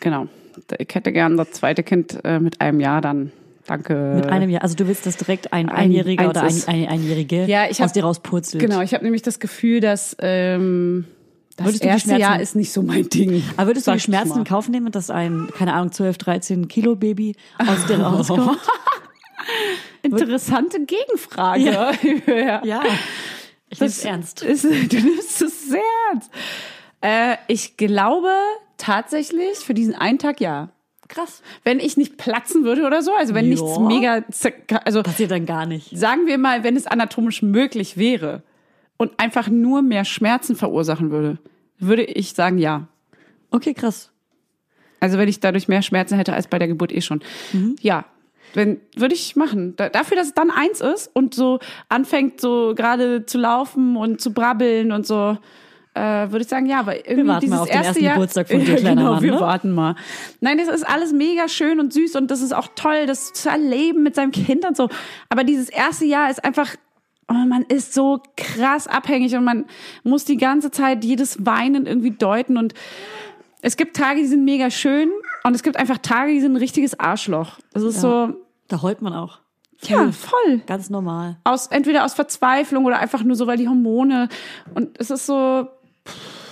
[SPEAKER 2] genau. Ich hätte gern das zweite Kind äh, mit einem Jahr dann. Danke.
[SPEAKER 1] Mit einem Jahr. Also du willst, dass direkt ein
[SPEAKER 2] Ein-
[SPEAKER 1] Einjähriger
[SPEAKER 2] eins
[SPEAKER 1] oder ein,
[SPEAKER 2] ist-
[SPEAKER 1] ein, Einjährige
[SPEAKER 2] Ja, ich hab-
[SPEAKER 1] aus dir rauspurzelt.
[SPEAKER 2] Genau, ich habe nämlich das Gefühl, dass ähm, das
[SPEAKER 1] Würdest du die
[SPEAKER 2] erste
[SPEAKER 1] Schmerzen-
[SPEAKER 2] Jahr ist nicht so mein Ding.
[SPEAKER 1] Aber würdest du
[SPEAKER 2] Sag
[SPEAKER 1] die
[SPEAKER 2] ich
[SPEAKER 1] Schmerzen
[SPEAKER 2] mal.
[SPEAKER 1] in Kauf nehmen, dass ein, keine Ahnung, 12, 13 Kilo Baby aus
[SPEAKER 2] (laughs)
[SPEAKER 1] dir rauskommt?
[SPEAKER 2] Interessante Gegenfrage.
[SPEAKER 1] Ja.
[SPEAKER 2] (laughs) ja.
[SPEAKER 1] ja. Ich nehme es ernst.
[SPEAKER 2] Ist, (laughs) du nimmst es sehr ernst. Äh, ich glaube tatsächlich für diesen einen Tag ja.
[SPEAKER 1] Krass.
[SPEAKER 2] Wenn ich nicht platzen würde oder so, also wenn
[SPEAKER 1] Ja.
[SPEAKER 2] nichts mega, zerk- also
[SPEAKER 1] Passiert dann gar nicht.
[SPEAKER 2] sagen wir mal, wenn es anatomisch möglich wäre und einfach nur mehr Schmerzen verursachen würde, würde ich sagen ja.
[SPEAKER 1] Okay, krass.
[SPEAKER 2] Also wenn ich dadurch mehr Schmerzen hätte als bei der Geburt eh schon.
[SPEAKER 1] Mhm.
[SPEAKER 2] Ja. Wenn, würde ich machen. Da, dafür, dass es dann eins ist und so anfängt, so gerade zu laufen und zu brabbeln und so, äh, würde ich sagen, ja, aber irgendwie
[SPEAKER 1] warten mal
[SPEAKER 2] dieses
[SPEAKER 1] auf den
[SPEAKER 2] erste
[SPEAKER 1] ersten
[SPEAKER 2] Jahr,
[SPEAKER 1] Geburtstag
[SPEAKER 2] (laughs)
[SPEAKER 1] von dir, kleiner
[SPEAKER 2] genau,
[SPEAKER 1] Mann,
[SPEAKER 2] wir
[SPEAKER 1] ne?
[SPEAKER 2] warten mal. Nein, das ist alles mega schön und süß und das ist auch toll, das zu erleben mit seinem Kind und so. Aber dieses erste Jahr ist einfach, oh, man ist so krass abhängig und man muss die ganze Zeit jedes Weinen irgendwie deuten und es gibt Tage, die sind mega schön Und es gibt einfach Tage, die sind ein richtiges Arschloch. Das ist
[SPEAKER 1] Ja.
[SPEAKER 2] so,
[SPEAKER 1] Da heult man auch.
[SPEAKER 2] ja, voll.
[SPEAKER 1] Ganz normal.
[SPEAKER 2] Aus, entweder aus Verzweiflung oder einfach nur so, weil die Hormone. Und es ist so. pff.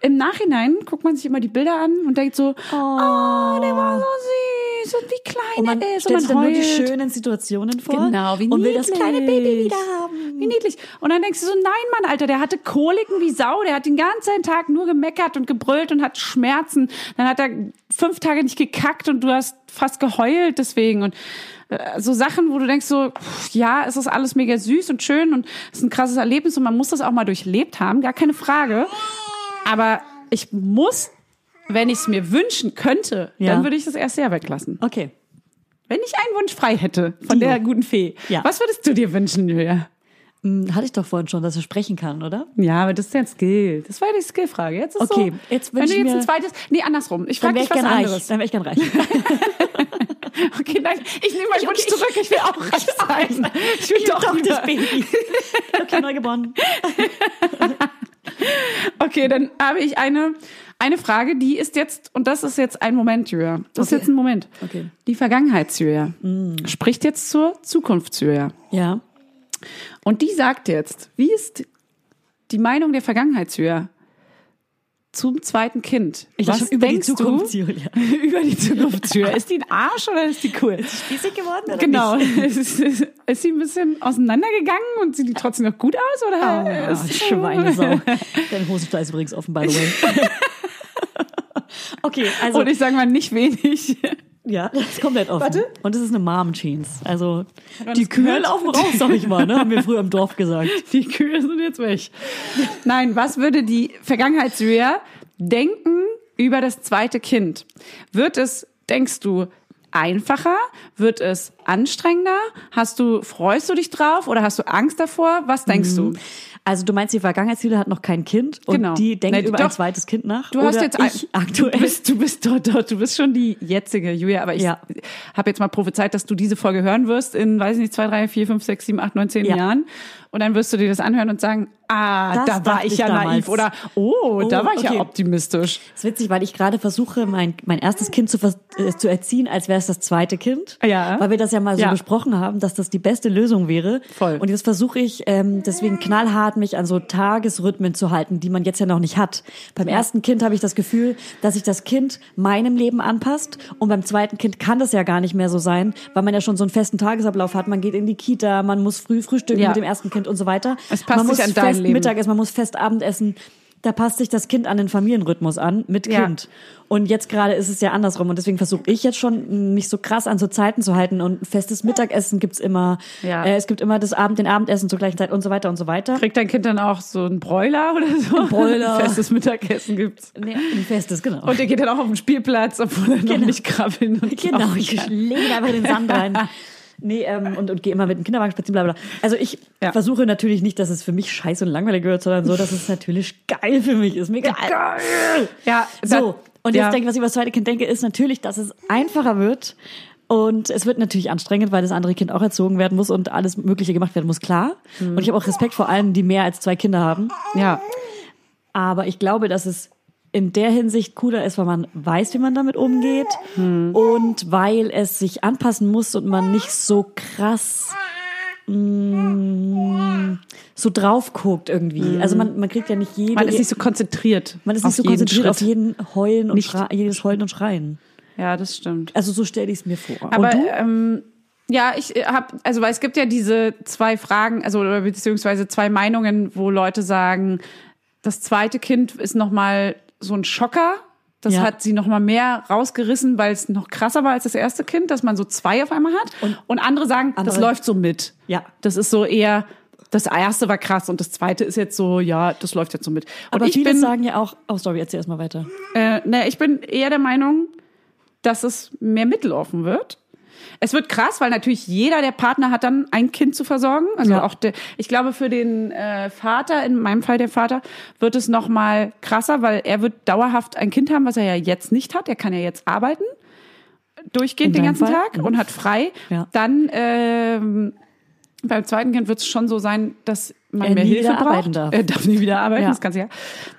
[SPEAKER 2] Im Nachhinein guckt man sich immer die Bilder an und denkt so, oh, der war so süß und wie klein
[SPEAKER 1] Und man
[SPEAKER 2] er ist.
[SPEAKER 1] stellt sich
[SPEAKER 2] und
[SPEAKER 1] dann
[SPEAKER 2] Äh, man
[SPEAKER 1] nur die
[SPEAKER 2] heult.
[SPEAKER 1] schönen Situationen vor.
[SPEAKER 2] Genau, wie
[SPEAKER 1] Und will das
[SPEAKER 2] niedlich.
[SPEAKER 1] kleine Baby wieder haben.
[SPEAKER 2] Wie niedlich. Und dann denkst du so, nein, Mann, Alter, der hatte Koliken wie Sau. Der hat den ganzen Tag nur gemeckert und gebrüllt und hat Schmerzen. Dann hat er fünf Tage nicht gekackt und du hast fast geheult deswegen. Und äh, so Sachen, wo du denkst so, pff, ja, es ist alles mega süß und schön und es ist ein krasses Erlebnis und man muss das auch mal durchlebt haben, gar keine Frage. Aber ich muss, wenn ich es mir wünschen könnte,
[SPEAKER 1] Ja.
[SPEAKER 2] dann würde ich das erste Jahr weglassen.
[SPEAKER 1] Okay.
[SPEAKER 2] Wenn ich einen Wunsch frei hätte von
[SPEAKER 1] Deal.
[SPEAKER 2] der guten Fee,
[SPEAKER 1] Ja.
[SPEAKER 2] was würdest du dir wünschen, Julia?
[SPEAKER 1] Hm, Hatte ich doch vorhin schon, dass er sprechen kann, oder?
[SPEAKER 2] Ja, aber das ist ja ein Skill. Das war ja die Skillfrage. Jetzt ist
[SPEAKER 1] Okay,
[SPEAKER 2] so,
[SPEAKER 1] jetzt
[SPEAKER 2] wenn
[SPEAKER 1] wünsch
[SPEAKER 2] du
[SPEAKER 1] ich
[SPEAKER 2] jetzt
[SPEAKER 1] mir-
[SPEAKER 2] ein zweites, nee, andersrum. Ich
[SPEAKER 1] Dann
[SPEAKER 2] frage
[SPEAKER 1] wäre
[SPEAKER 2] dich
[SPEAKER 1] ich
[SPEAKER 2] was
[SPEAKER 1] gern reich.
[SPEAKER 2] anderes. (laughs)
[SPEAKER 1] Dann wäre ich gern reich.
[SPEAKER 2] Okay, nein, ich nehme meinen Wunsch zurück. (laughs) Ich will auch
[SPEAKER 1] (laughs)
[SPEAKER 2] reich sein. Ich will doch,
[SPEAKER 1] Doch,
[SPEAKER 2] lieber.
[SPEAKER 1] das Baby. Okay, neugeboren.
[SPEAKER 2] Okay, dann habe ich eine eine Frage, die ist jetzt und das ist jetzt ein Moment, Julia. Das
[SPEAKER 1] Okay.
[SPEAKER 2] ist jetzt ein Moment.
[SPEAKER 1] Okay.
[SPEAKER 2] Die Vergangenheit, Julia, spricht jetzt zur Zukunft, Julia.
[SPEAKER 1] Ja.
[SPEAKER 2] Und die sagt jetzt, wie ist die Meinung der Vergangenheitshöhe zum zweiten Kind?
[SPEAKER 1] Ich dachte schon über die Zukunft,
[SPEAKER 2] du
[SPEAKER 1] Julia.
[SPEAKER 2] (laughs) über die (laughs) Zukunftshöhe? Ist die ein Arsch oder ist die cool?
[SPEAKER 1] Spießig geworden, oder
[SPEAKER 2] Genau.
[SPEAKER 1] Nicht?
[SPEAKER 2] (laughs) Ist, ist, ist sie ein bisschen auseinandergegangen und sieht die trotzdem noch gut aus? Oder
[SPEAKER 1] Ah,
[SPEAKER 2] ist
[SPEAKER 1] Schweinesau. Dein Hosenstall ist übrigens offen, by the way. Okay, also
[SPEAKER 2] (laughs) Und ich sage mal nicht wenig.
[SPEAKER 1] ja, (laughs) das ist komplett offen.
[SPEAKER 2] Warte.
[SPEAKER 1] Und es ist eine Mom Jeans. Also
[SPEAKER 2] man
[SPEAKER 1] die
[SPEAKER 2] das
[SPEAKER 1] Kühe
[SPEAKER 2] gehört?
[SPEAKER 1] laufen raus, sag ich mal, ne? Haben wir früher im Dorf gesagt.
[SPEAKER 2] (laughs) Die Kühe sind jetzt weg. Nein, was würde die Vergangenheitsrea denken über das zweite Kind? Wird es, denkst du, einfacher? Wird es anstrengender? Hast du, freust du dich drauf oder hast du Angst davor? Was denkst du?
[SPEAKER 1] Also du meinst, die Vergangenheitsliebe hat noch kein Kind und
[SPEAKER 2] Genau.
[SPEAKER 1] die denkt
[SPEAKER 2] Nee, die-
[SPEAKER 1] über ein
[SPEAKER 2] doch.
[SPEAKER 1] zweites Kind nach.
[SPEAKER 2] Du hast
[SPEAKER 1] oder
[SPEAKER 2] jetzt ein-
[SPEAKER 1] ich aktuell.
[SPEAKER 2] Du bist, du bist dort, dort, du bist schon die jetzige Julia, aber ich
[SPEAKER 1] Ja.
[SPEAKER 2] habe jetzt mal prophezeit, dass du diese Folge hören wirst in, weiß ich nicht, zwei, drei, vier, fünf, sechs, sieben, acht, neun, zehn
[SPEAKER 1] Ja.
[SPEAKER 2] Jahren. Und dann wirst du dir das anhören und sagen, ah,
[SPEAKER 1] Das
[SPEAKER 2] da war
[SPEAKER 1] dachte
[SPEAKER 2] ich
[SPEAKER 1] ich
[SPEAKER 2] ja
[SPEAKER 1] damals.
[SPEAKER 2] naiv oder oh, da
[SPEAKER 1] Oh,
[SPEAKER 2] war ich
[SPEAKER 1] okay.
[SPEAKER 2] ja optimistisch.
[SPEAKER 1] Das ist witzig, weil ich gerade versuche, mein, mein erstes Kind zu, vers- äh, zu erziehen, als wäre es das zweite Kind.
[SPEAKER 2] Ja.
[SPEAKER 1] Weil wir das ja mal so
[SPEAKER 2] Ja.
[SPEAKER 1] besprochen haben, dass das die beste Lösung wäre.
[SPEAKER 2] Voll.
[SPEAKER 1] Und jetzt versuche ich ähm, deswegen knallhart, mich an so Tagesrhythmen zu halten, die man jetzt ja noch nicht hat. Beim ersten Kind habe ich das Gefühl, dass sich das Kind meinem Leben anpasst. Und beim zweiten Kind kann das ja gar nicht mehr so sein, weil man ja schon so einen festen Tagesablauf hat. Man geht in die Kita, man muss früh frühstücken
[SPEAKER 2] Ja.
[SPEAKER 1] mit dem ersten Kind und so weiter.
[SPEAKER 2] Es
[SPEAKER 1] man
[SPEAKER 2] passt sich
[SPEAKER 1] muss
[SPEAKER 2] an dein
[SPEAKER 1] fest
[SPEAKER 2] Leben.
[SPEAKER 1] Mittag Mittagessen, man muss fest Abendessen. Da passt sich das Kind an den Familienrhythmus an mit
[SPEAKER 2] Ja.
[SPEAKER 1] Kind. Und jetzt gerade ist es ja andersrum. Und deswegen versuche ich jetzt schon, mich so krass an so Zeiten zu halten. Und ein festes Mittagessen gibt's immer.
[SPEAKER 2] Ja.
[SPEAKER 1] Äh, es gibt immer das Abend, den Abendessen zur gleichen Zeit und so weiter und so weiter.
[SPEAKER 2] Kriegt dein Kind dann auch so einen Broiler oder so? Ein
[SPEAKER 1] Broiler.
[SPEAKER 2] (laughs) Festes Mittagessen gibt's.
[SPEAKER 1] Nee, ein festes, genau.
[SPEAKER 2] Und der geht dann auch auf den Spielplatz, obwohl er noch nicht krabbeln und
[SPEAKER 1] (laughs) genau,
[SPEAKER 2] laufen
[SPEAKER 1] ich
[SPEAKER 2] kann.
[SPEAKER 1] lege einfach in den Sand
[SPEAKER 2] (laughs)
[SPEAKER 1] rein. Nee, ähm, und, und gehe immer mit dem Kinderwagen spazieren, bla bla. bla. Also ich
[SPEAKER 2] Ja.
[SPEAKER 1] versuche natürlich nicht, dass es für mich scheiße und langweilig wird, sondern so, dass es natürlich geil für mich ist. Mega geil.
[SPEAKER 2] Ja,
[SPEAKER 1] So, und jetzt
[SPEAKER 2] ja.
[SPEAKER 1] denke ich, was ich über das zweite Kind denke, ist natürlich, dass es einfacher wird. Und es wird natürlich anstrengend, weil das andere Kind auch erzogen werden muss und alles Mögliche gemacht werden muss, klar.
[SPEAKER 2] Mhm.
[SPEAKER 1] Und ich habe auch Respekt vor allen, die mehr als zwei Kinder haben.
[SPEAKER 2] Ja.
[SPEAKER 1] Aber ich glaube, dass es in der Hinsicht cooler ist, weil man weiß, wie man damit umgeht
[SPEAKER 2] Mhm.
[SPEAKER 1] und weil es sich anpassen muss und man nicht so krass mh, so drauf guckt irgendwie. Also man, man kriegt ja nicht jede...
[SPEAKER 2] Mhm. Man ist nicht so konzentriert.
[SPEAKER 1] man ist
[SPEAKER 2] auf
[SPEAKER 1] nicht so
[SPEAKER 2] jeden
[SPEAKER 1] konzentriert auf
[SPEAKER 2] Schritt.
[SPEAKER 1] jeden Heulen und
[SPEAKER 2] Nicht.
[SPEAKER 1] Schrei, jedes Heulen und Schreien.
[SPEAKER 2] Ja, das stimmt.
[SPEAKER 1] Also so stelle ich es mir vor.
[SPEAKER 2] Aber
[SPEAKER 1] und du?
[SPEAKER 2] Ähm, ja, ich habe, also weil es gibt ja diese zwei Fragen, also oder beziehungsweise zwei Meinungen, wo Leute sagen, das zweite Kind ist noch mal so ein Schocker. Das
[SPEAKER 1] Ja.
[SPEAKER 2] hat sie noch mal mehr rausgerissen, weil es noch krasser war als das erste Kind, dass man so zwei auf einmal hat. Und, andere sagen, das
[SPEAKER 1] andere-
[SPEAKER 2] läuft so mit.
[SPEAKER 1] Ja.
[SPEAKER 2] Das ist so eher, das erste war krass und das zweite ist jetzt so, ja, das läuft jetzt so mit. Und
[SPEAKER 1] Aber
[SPEAKER 2] ich
[SPEAKER 1] viele
[SPEAKER 2] bin,
[SPEAKER 1] sagen ja auch, oh sorry, erzähl erstmal weiter.
[SPEAKER 2] äh, ne, ich bin eher der Meinung, dass es mehr Mittel offen wird. Es wird krass, weil natürlich jeder der Partner hat dann ein Kind zu versorgen. Also
[SPEAKER 1] Ja.
[SPEAKER 2] auch der, ich glaube für den äh, Vater, in meinem Fall der Vater, wird es noch mal krasser, weil er wird dauerhaft ein Kind haben, was er ja jetzt nicht hat. Er kann ja jetzt arbeiten durchgehend
[SPEAKER 1] In
[SPEAKER 2] den
[SPEAKER 1] deinem
[SPEAKER 2] ganzen
[SPEAKER 1] Fall?
[SPEAKER 2] Tag
[SPEAKER 1] Mhm.
[SPEAKER 2] und hat frei.
[SPEAKER 1] Ja.
[SPEAKER 2] Dann ähm, beim zweiten Kind wird es schon so sein, dass man
[SPEAKER 1] Er
[SPEAKER 2] mehr
[SPEAKER 1] nie
[SPEAKER 2] Hilfe
[SPEAKER 1] wieder arbeiten
[SPEAKER 2] braucht.
[SPEAKER 1] darf.
[SPEAKER 2] Er darf nie wieder arbeiten,
[SPEAKER 1] Ja.
[SPEAKER 2] das ganze Jahr.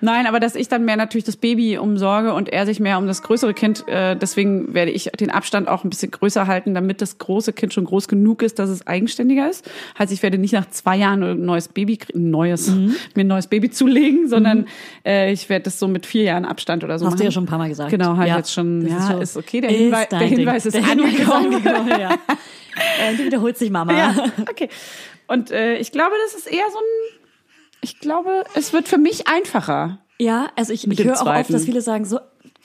[SPEAKER 2] Nein, aber dass ich dann mehr natürlich das Baby umsorge und er sich mehr um das größere Kind. Äh, deswegen werde ich den Abstand auch ein bisschen größer halten, damit das große Kind schon groß genug ist, dass es eigenständiger ist. Heißt, ich werde nicht nach zwei Jahren ein neues Baby, krie- ein neues,
[SPEAKER 1] Mhm.
[SPEAKER 2] mir ein neues Baby zulegen, sondern äh, ich werde das so mit vier Jahren Abstand oder so
[SPEAKER 1] Hast
[SPEAKER 2] machen.
[SPEAKER 1] du ja schon ein paar Mal gesagt.
[SPEAKER 2] Genau, habe ich jetzt schon.
[SPEAKER 1] das
[SPEAKER 2] Ja, ist,
[SPEAKER 1] so-
[SPEAKER 2] okay. Der,
[SPEAKER 1] ist
[SPEAKER 2] Hinweis,
[SPEAKER 1] dein
[SPEAKER 2] der
[SPEAKER 1] Ding.
[SPEAKER 2] Hinweis ist
[SPEAKER 1] Der Hinweis ist
[SPEAKER 2] (laughs) angekommen.
[SPEAKER 1] angekommen, ja. Äh, Du wiederholst dich, Mama.
[SPEAKER 2] Ja, okay. Und äh, ich glaube, das ist eher so ein. Ich glaube, es wird für mich einfacher.
[SPEAKER 1] Ja, also ich, ich
[SPEAKER 2] dem
[SPEAKER 1] höre auch oft,
[SPEAKER 2] zweiten.
[SPEAKER 1] dass viele sagen, so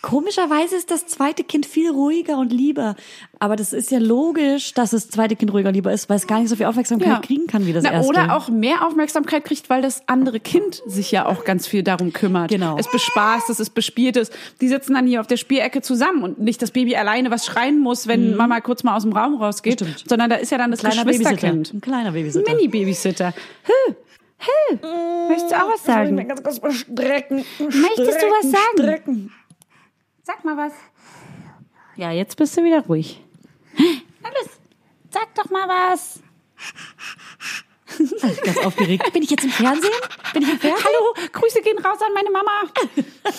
[SPEAKER 1] komischerweise ist das zweite Kind viel ruhiger und lieber. Aber das ist ja logisch, dass das zweite Kind ruhiger und lieber ist, weil es gar nicht so viel Aufmerksamkeit kriegen kann wie das
[SPEAKER 2] Na,
[SPEAKER 1] erste.
[SPEAKER 2] Oder auch mehr Aufmerksamkeit kriegt, weil das andere Kind sich ja auch ganz viel darum kümmert.
[SPEAKER 1] Genau.
[SPEAKER 2] Es bespaßt, es ist bespielt ist. Die sitzen dann hier auf der Spielecke zusammen und nicht das Baby alleine, was schreien muss, wenn Mama kurz mal aus dem Raum rausgeht,
[SPEAKER 1] Mhm. Stimmt.
[SPEAKER 2] sondern da ist ja dann das
[SPEAKER 1] kleiner Babysitter.
[SPEAKER 2] Geschwisterkind.
[SPEAKER 1] Ein kleiner Babysitter.
[SPEAKER 2] Mini-Babysitter. Hö, hö, möchtest du auch was sagen? Möchtest du was sagen? Sag mal was. Ja, jetzt bist du wieder ruhig. Alles. Sag doch mal was.
[SPEAKER 1] Ganz aufgeregt. Bin ich jetzt im Fernsehen? Bin ich im Fernsehen?
[SPEAKER 2] Hallo, Grüße gehen raus an meine Mama.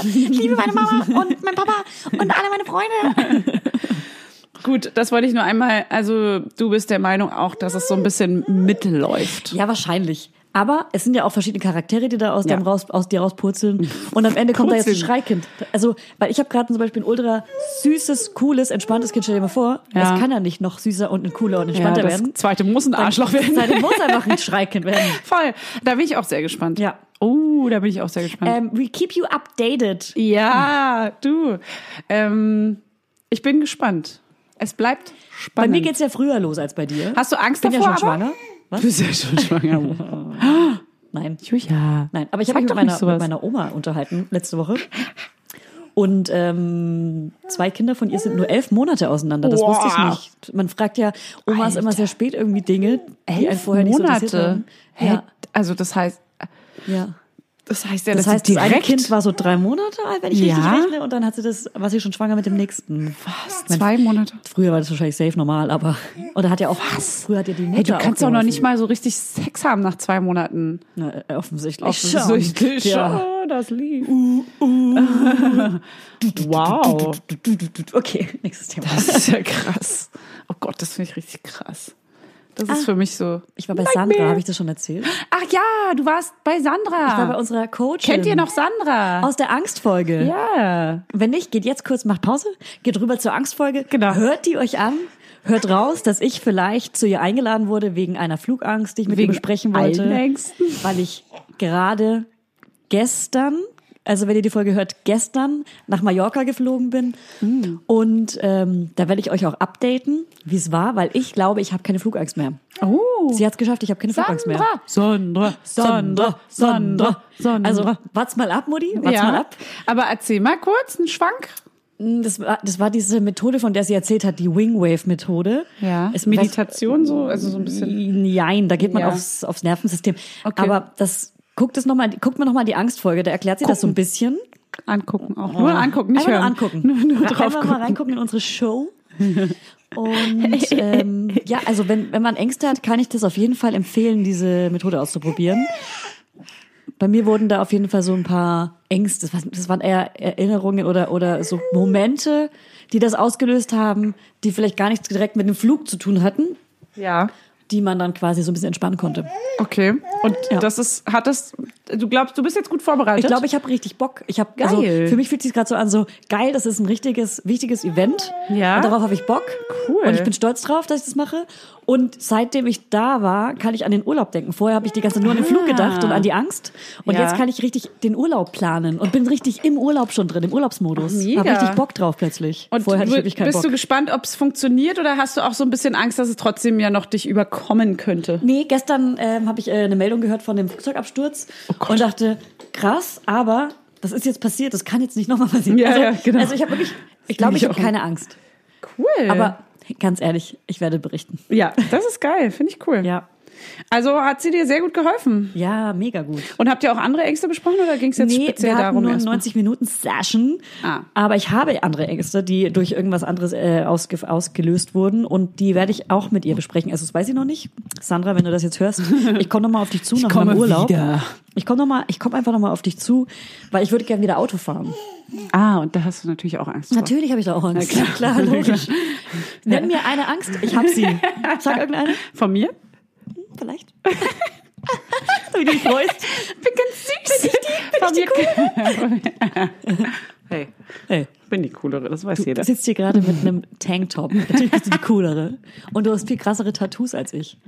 [SPEAKER 1] Ich liebe (laughs) meine Mama und mein Papa und alle meine Freunde.
[SPEAKER 2] Gut, das wollte ich nur einmal. Also, du bist der Meinung auch, dass es so ein bisschen mittel läuft.
[SPEAKER 1] Ja, wahrscheinlich. Aber es sind ja auch verschiedene Charaktere, die da aus,
[SPEAKER 2] Ja.
[SPEAKER 1] dem raus, aus dir rauspurzeln. Und am Ende kommt da jetzt ein
[SPEAKER 2] Purzeln.
[SPEAKER 1] Schreikind. Also, weil ich habe gerade zum Beispiel ein ultra süßes, cooles, entspanntes Kind. Stell dir mal vor,
[SPEAKER 2] Ja.
[SPEAKER 1] das kann ja nicht noch süßer und ein cooler und entspannter
[SPEAKER 2] das
[SPEAKER 1] werden.
[SPEAKER 2] zweite muss ein Arschloch werden.
[SPEAKER 1] Seitdem muss einfach ein Schreikind werden.
[SPEAKER 2] (laughs) Voll. Da bin ich auch sehr gespannt.
[SPEAKER 1] Ja.
[SPEAKER 2] Oh, da bin ich auch sehr gespannt.
[SPEAKER 1] Ähm, we keep you updated.
[SPEAKER 2] Ähm, Ja, du. Ähm, ich bin gespannt. Es bleibt
[SPEAKER 1] Bei
[SPEAKER 2] spannend.
[SPEAKER 1] mir geht's ja früher los als bei dir.
[SPEAKER 2] Hast du Angst
[SPEAKER 1] ich bin
[SPEAKER 2] davor?
[SPEAKER 1] ja schon
[SPEAKER 2] aber?
[SPEAKER 1] schwanger.
[SPEAKER 2] Du bist (laughs) ja schon schwanger.
[SPEAKER 1] Nein.
[SPEAKER 2] Julia.
[SPEAKER 1] Nein, aber ich
[SPEAKER 2] Sag
[SPEAKER 1] habe mich mit
[SPEAKER 2] doch nicht
[SPEAKER 1] meiner,
[SPEAKER 2] sowas.
[SPEAKER 1] mit meiner Oma unterhalten letzte Woche. Und ähm, zwei Kinder von ihr sind nur elf Monate auseinander. Das wusste ich
[SPEAKER 2] Wow.
[SPEAKER 1] nicht. Man fragt ja Omas immer
[SPEAKER 2] Alter.
[SPEAKER 1] sehr spät irgendwie Dinge, die einen
[SPEAKER 2] Elf
[SPEAKER 1] vorher nicht so interessiert
[SPEAKER 2] Monate.
[SPEAKER 1] haben.
[SPEAKER 2] Hä?
[SPEAKER 1] Ja,
[SPEAKER 2] Also das heißt,
[SPEAKER 1] ja.
[SPEAKER 2] das heißt ja,
[SPEAKER 1] Das,
[SPEAKER 2] dass
[SPEAKER 1] heißt,
[SPEAKER 2] sie
[SPEAKER 1] das eine
[SPEAKER 2] direkt
[SPEAKER 1] Kind war so drei Monate alt, wenn ich richtig
[SPEAKER 2] Ja.
[SPEAKER 1] rechne. Und dann hat sie das, war sie schon schwanger mit dem nächsten.
[SPEAKER 2] was, zwei Monate.
[SPEAKER 1] Früher war das wahrscheinlich safe normal, aber oder hat ja auch was? Früher hat ja die Mutter
[SPEAKER 2] Hey, du kannst
[SPEAKER 1] auch
[SPEAKER 2] doch noch
[SPEAKER 1] geholfen.
[SPEAKER 2] nicht mal so richtig Sex haben nach zwei Monaten.
[SPEAKER 1] Na, äh, offensichtlich.
[SPEAKER 2] Offensichtlich
[SPEAKER 1] schon.
[SPEAKER 2] (laughs)
[SPEAKER 1] Ja.
[SPEAKER 2] schon, das lief. wow,
[SPEAKER 1] Okay, (laughs) nächstes Thema.
[SPEAKER 2] das ist ja krass. Oh Gott, das finde ich richtig krass. Das ist für mich so.
[SPEAKER 1] Ah. Ich war bei Sandra, habe ich das schon erzählt?
[SPEAKER 2] Ach ja, du warst bei Sandra.
[SPEAKER 1] Ich war bei Oh, unserer Coachin.
[SPEAKER 2] Ah. Kennt ihr noch Sandra?
[SPEAKER 1] Aus der Angstfolge.
[SPEAKER 2] ja.
[SPEAKER 1] Wenn nicht, geht jetzt kurz, macht Pause, geht rüber zur Angstfolge.
[SPEAKER 2] Genau.
[SPEAKER 1] Hört die euch an. Hört raus, dass ich vielleicht zu ihr eingeladen wurde wegen einer Flugangst, die ich mit
[SPEAKER 2] Wegen
[SPEAKER 1] ihr besprechen wollte.
[SPEAKER 2] allen Ängsten.
[SPEAKER 1] Weil ich gerade gestern, also wenn ihr die Folge hört, gestern nach Mallorca geflogen bin.
[SPEAKER 2] Mm.
[SPEAKER 1] Und ähm, da werde ich euch auch updaten, wie es war, weil ich glaube, ich habe keine Flugangst mehr.
[SPEAKER 2] Oh.
[SPEAKER 1] Sie hat es geschafft, ich habe keine Flugangst mehr.
[SPEAKER 2] Sandra. Sandra, Sandra, Sandra, Sandra.
[SPEAKER 1] Also, wart's mal ab, Mutti, wart's
[SPEAKER 2] ja.
[SPEAKER 1] mal ab.
[SPEAKER 2] Aber erzähl mal kurz einen Schwank.
[SPEAKER 1] Das war, das war diese Methode, von der sie erzählt hat, die Wingwave-Methode.
[SPEAKER 2] Ist
[SPEAKER 1] Es-
[SPEAKER 2] Meditation so, also so ein bisschen.
[SPEAKER 1] Nein, da geht man
[SPEAKER 2] Ja.
[SPEAKER 1] aufs, aufs Nervensystem.
[SPEAKER 2] Okay.
[SPEAKER 1] Aber das guckt es noch mal, guckt man nochmal die Angstfolge, da erklärt sie das so ein bisschen.
[SPEAKER 2] Angucken auch. Nur angucken, nicht
[SPEAKER 1] Oh. Einfach
[SPEAKER 2] hören.
[SPEAKER 1] nur angucken.
[SPEAKER 2] Nur, nur
[SPEAKER 1] Einfach
[SPEAKER 2] drauf
[SPEAKER 1] mal
[SPEAKER 2] gucken.
[SPEAKER 1] reingucken in unsere
[SPEAKER 2] (laughs)
[SPEAKER 1] Show. Und ähm, ja, also wenn, wenn man Ängste hat, kann ich das auf jeden Fall empfehlen, diese Methode auszuprobieren. Bei mir wurden da auf jeden Fall so ein paar Ängste, das waren- das waren eher Erinnerungen oder, oder so Momente, die das ausgelöst haben, die vielleicht gar nichts direkt mit dem Flug zu tun hatten,
[SPEAKER 2] Ja.
[SPEAKER 1] die man dann quasi so ein bisschen entspannen konnte.
[SPEAKER 2] Okay. Und
[SPEAKER 1] Ja.
[SPEAKER 2] das ist, hat das, du glaubst, du bist jetzt gut vorbereitet?
[SPEAKER 1] Ich glaube, ich habe richtig Bock. Ich habe also,
[SPEAKER 2] Geil.
[SPEAKER 1] für mich fühlt sich gerade so an, so geil, das ist ein richtiges wichtiges Event.
[SPEAKER 2] Ja.
[SPEAKER 1] Und darauf habe ich Bock.
[SPEAKER 2] Cool.
[SPEAKER 1] Und ich bin stolz drauf, dass ich das mache. Und seitdem ich da war, kann ich an den Urlaub denken. Vorher habe ich die ganze Zeit nur an den Flug gedacht und an die Angst. Und
[SPEAKER 2] Ah. Ja.
[SPEAKER 1] jetzt kann ich richtig den Urlaub planen und bin richtig im Urlaub schon drin, im Urlaubsmodus.
[SPEAKER 2] Mega.
[SPEAKER 1] Hab richtig Bock drauf plötzlich.
[SPEAKER 2] und
[SPEAKER 1] Vorher hatte ich
[SPEAKER 2] wi-
[SPEAKER 1] wirklich keinen
[SPEAKER 2] bist
[SPEAKER 1] Bock.
[SPEAKER 2] du gespannt, ob es funktioniert oder hast du auch so ein bisschen Angst, dass es trotzdem ja noch dich überkommen könnte?
[SPEAKER 1] Nee, gestern ähm, habe ich äh, eine Meldung gehört von dem Flugzeugabsturz
[SPEAKER 2] Oh
[SPEAKER 1] und dachte, krass, aber das ist jetzt passiert, das kann jetzt nicht nochmal passieren.
[SPEAKER 2] Ja,
[SPEAKER 1] also,
[SPEAKER 2] ja, genau.
[SPEAKER 1] also ich habe wirklich, ich glaube,
[SPEAKER 2] Mich
[SPEAKER 1] ich habe
[SPEAKER 2] auch.
[SPEAKER 1] keine Angst.
[SPEAKER 2] Cool.
[SPEAKER 1] Aber ganz ehrlich, ich werde berichten.
[SPEAKER 2] ja, das ist geil, finde ich cool.
[SPEAKER 1] Ja.
[SPEAKER 2] Also hat sie dir sehr gut geholfen.
[SPEAKER 1] Ja, mega gut.
[SPEAKER 2] Und habt ihr auch andere Ängste besprochen oder ging es jetzt
[SPEAKER 1] nee,
[SPEAKER 2] speziell
[SPEAKER 1] wir hatten
[SPEAKER 2] darum?
[SPEAKER 1] nur
[SPEAKER 2] erstmal?
[SPEAKER 1] 90 Minuten Session.
[SPEAKER 2] Ah.
[SPEAKER 1] Aber ich habe andere Ängste, die durch irgendwas anderes äh, ausge ausgelöst wurden und die werde ich auch mit ihr besprechen. Also das weiß ich noch nicht. Sandra, wenn du das jetzt
[SPEAKER 2] (laughs)
[SPEAKER 1] hörst, ich komme nochmal auf dich zu nach
[SPEAKER 2] komme
[SPEAKER 1] meinem Urlaub.
[SPEAKER 2] wieder.
[SPEAKER 1] Ich komme noch mal, ich komme einfach nochmal auf dich zu, weil ich würde gerne wieder Auto fahren.
[SPEAKER 2] Ah, und da hast du natürlich auch Angst. Vor.
[SPEAKER 1] Natürlich habe ich da auch Angst. Klar, klar,
[SPEAKER 2] (laughs)
[SPEAKER 1] logisch. Nenn mir eine Angst, ich habe sie. Sag
[SPEAKER 2] (laughs)
[SPEAKER 1] irgendeine,
[SPEAKER 2] Von mir?
[SPEAKER 1] vielleicht. (laughs) so wie du dich freust.
[SPEAKER 2] Ich bin ganz süß. Bin ich die, bin hey,
[SPEAKER 1] Hey.
[SPEAKER 2] bin die coolere, das weiß jeder.
[SPEAKER 1] Du sitzt hier gerade mit einem Tanktop. Natürlich bist du die coolere. Und du hast viel krassere Tattoos als ich.